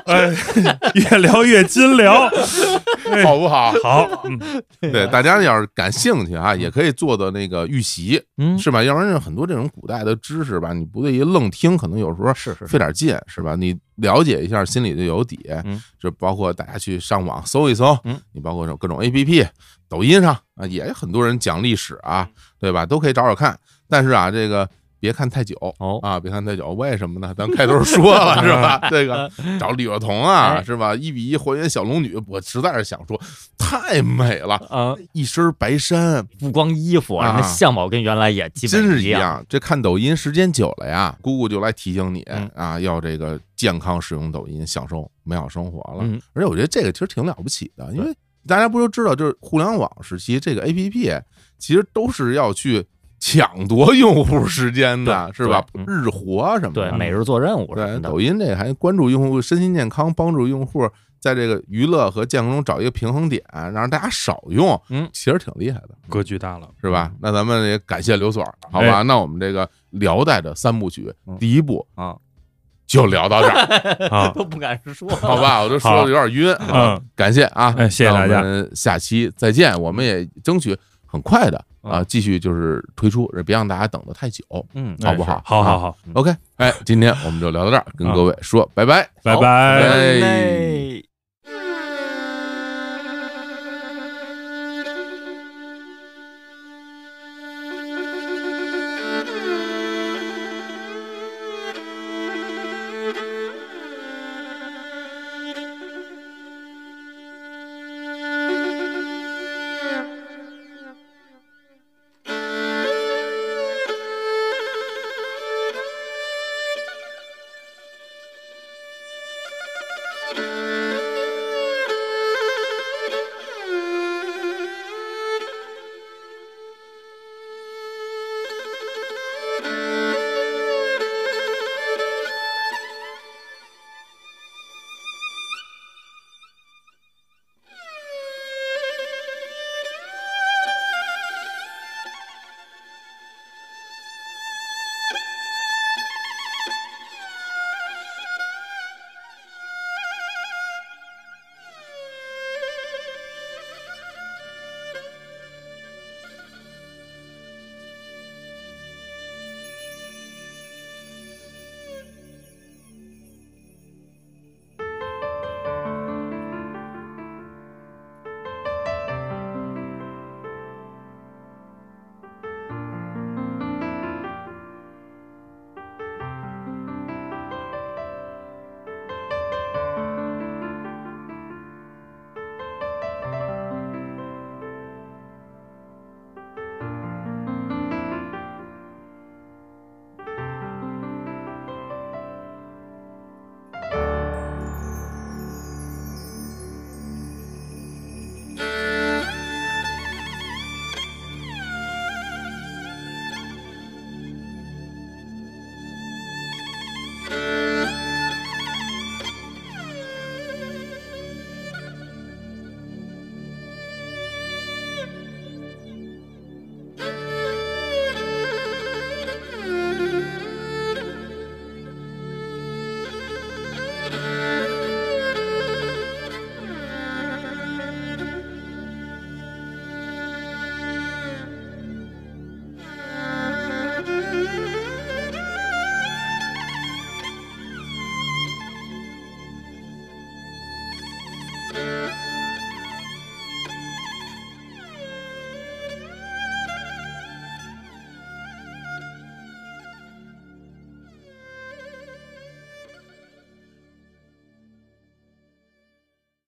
S3: 哎，越聊越金聊，
S1: 好不好？
S3: 好，嗯
S1: 对，大家要是感兴趣啊，也可以做的那个预习，
S2: 嗯
S1: 是吧？要不然很多这种古代的知识吧，你不对于愣听，可能有时候
S2: 是是是
S1: 费点劲，是吧？你了解一下，心里就有底
S2: 嗯。
S1: 就包括大家去上网搜一搜
S2: 嗯，
S1: 你包括各种 A P P、抖音上啊，也很多人讲历史
S2: 嗯
S1: 啊，对吧？都可以找找看。但是啊，这个别看太久。
S2: 哦，
S1: 啊，别看太久，为什么呢？咱开头说了是吧？这个找李若彤啊，
S2: 哎
S1: 是吧？一比一还原小龙女，我实在是想说，太美了，
S2: 呃，
S1: 一身白衫，
S2: 不光衣服，
S1: 啊
S2: 人家相貌跟原来也基
S1: 真
S2: 本
S1: 是
S2: 一
S1: 一。样。这看抖音时间久了呀，姑姑就来提醒你
S2: 嗯
S1: 啊，要这个健康使用抖音，享受美好生活了
S2: 嗯。
S1: 而且我觉得这个其实挺了不起的，因为大家不都知道，就是互联网时期这个 A P P 其实都是要去抢夺用户时间的，
S2: 对
S1: 是吧
S2: 对？嗯
S1: 日活啊什么
S2: 对
S1: 的，，
S2: 每日做任务什
S1: 对，
S2: 么的
S1: 抖，音这个还关注用户身心健康，帮助用户在这个娱乐和健康中找一个平衡点，让大家少用，
S2: 嗯
S1: 其实挺厉害的，
S3: 格局大了，
S1: 是吧？那咱们
S3: 哎
S1: 也感谢刘所儿，好吧？那我们这个辽代的三部曲，
S2: 嗯
S1: 第一部
S2: 啊，
S1: 就聊到这 儿，
S3: 啊，
S2: 都不敢 说。
S1: 好吧？我都说的有点晕啊
S3: 嗯，
S1: 感谢啊，
S3: 哎谢谢大
S1: 那
S3: 家
S1: 我们下期再见。我们也争取很快的啊，
S2: 嗯
S1: 继续就是推出，别让大家等得太久，
S2: 嗯，
S1: 好不 好？
S3: 好好嗯
S1: 啊
S3: 好，
S1: ，OK，哎，今天我们就聊到这儿，跟各位说拜拜，
S3: 拜
S2: 好
S3: 拜。
S1: 拜
S2: 拜拜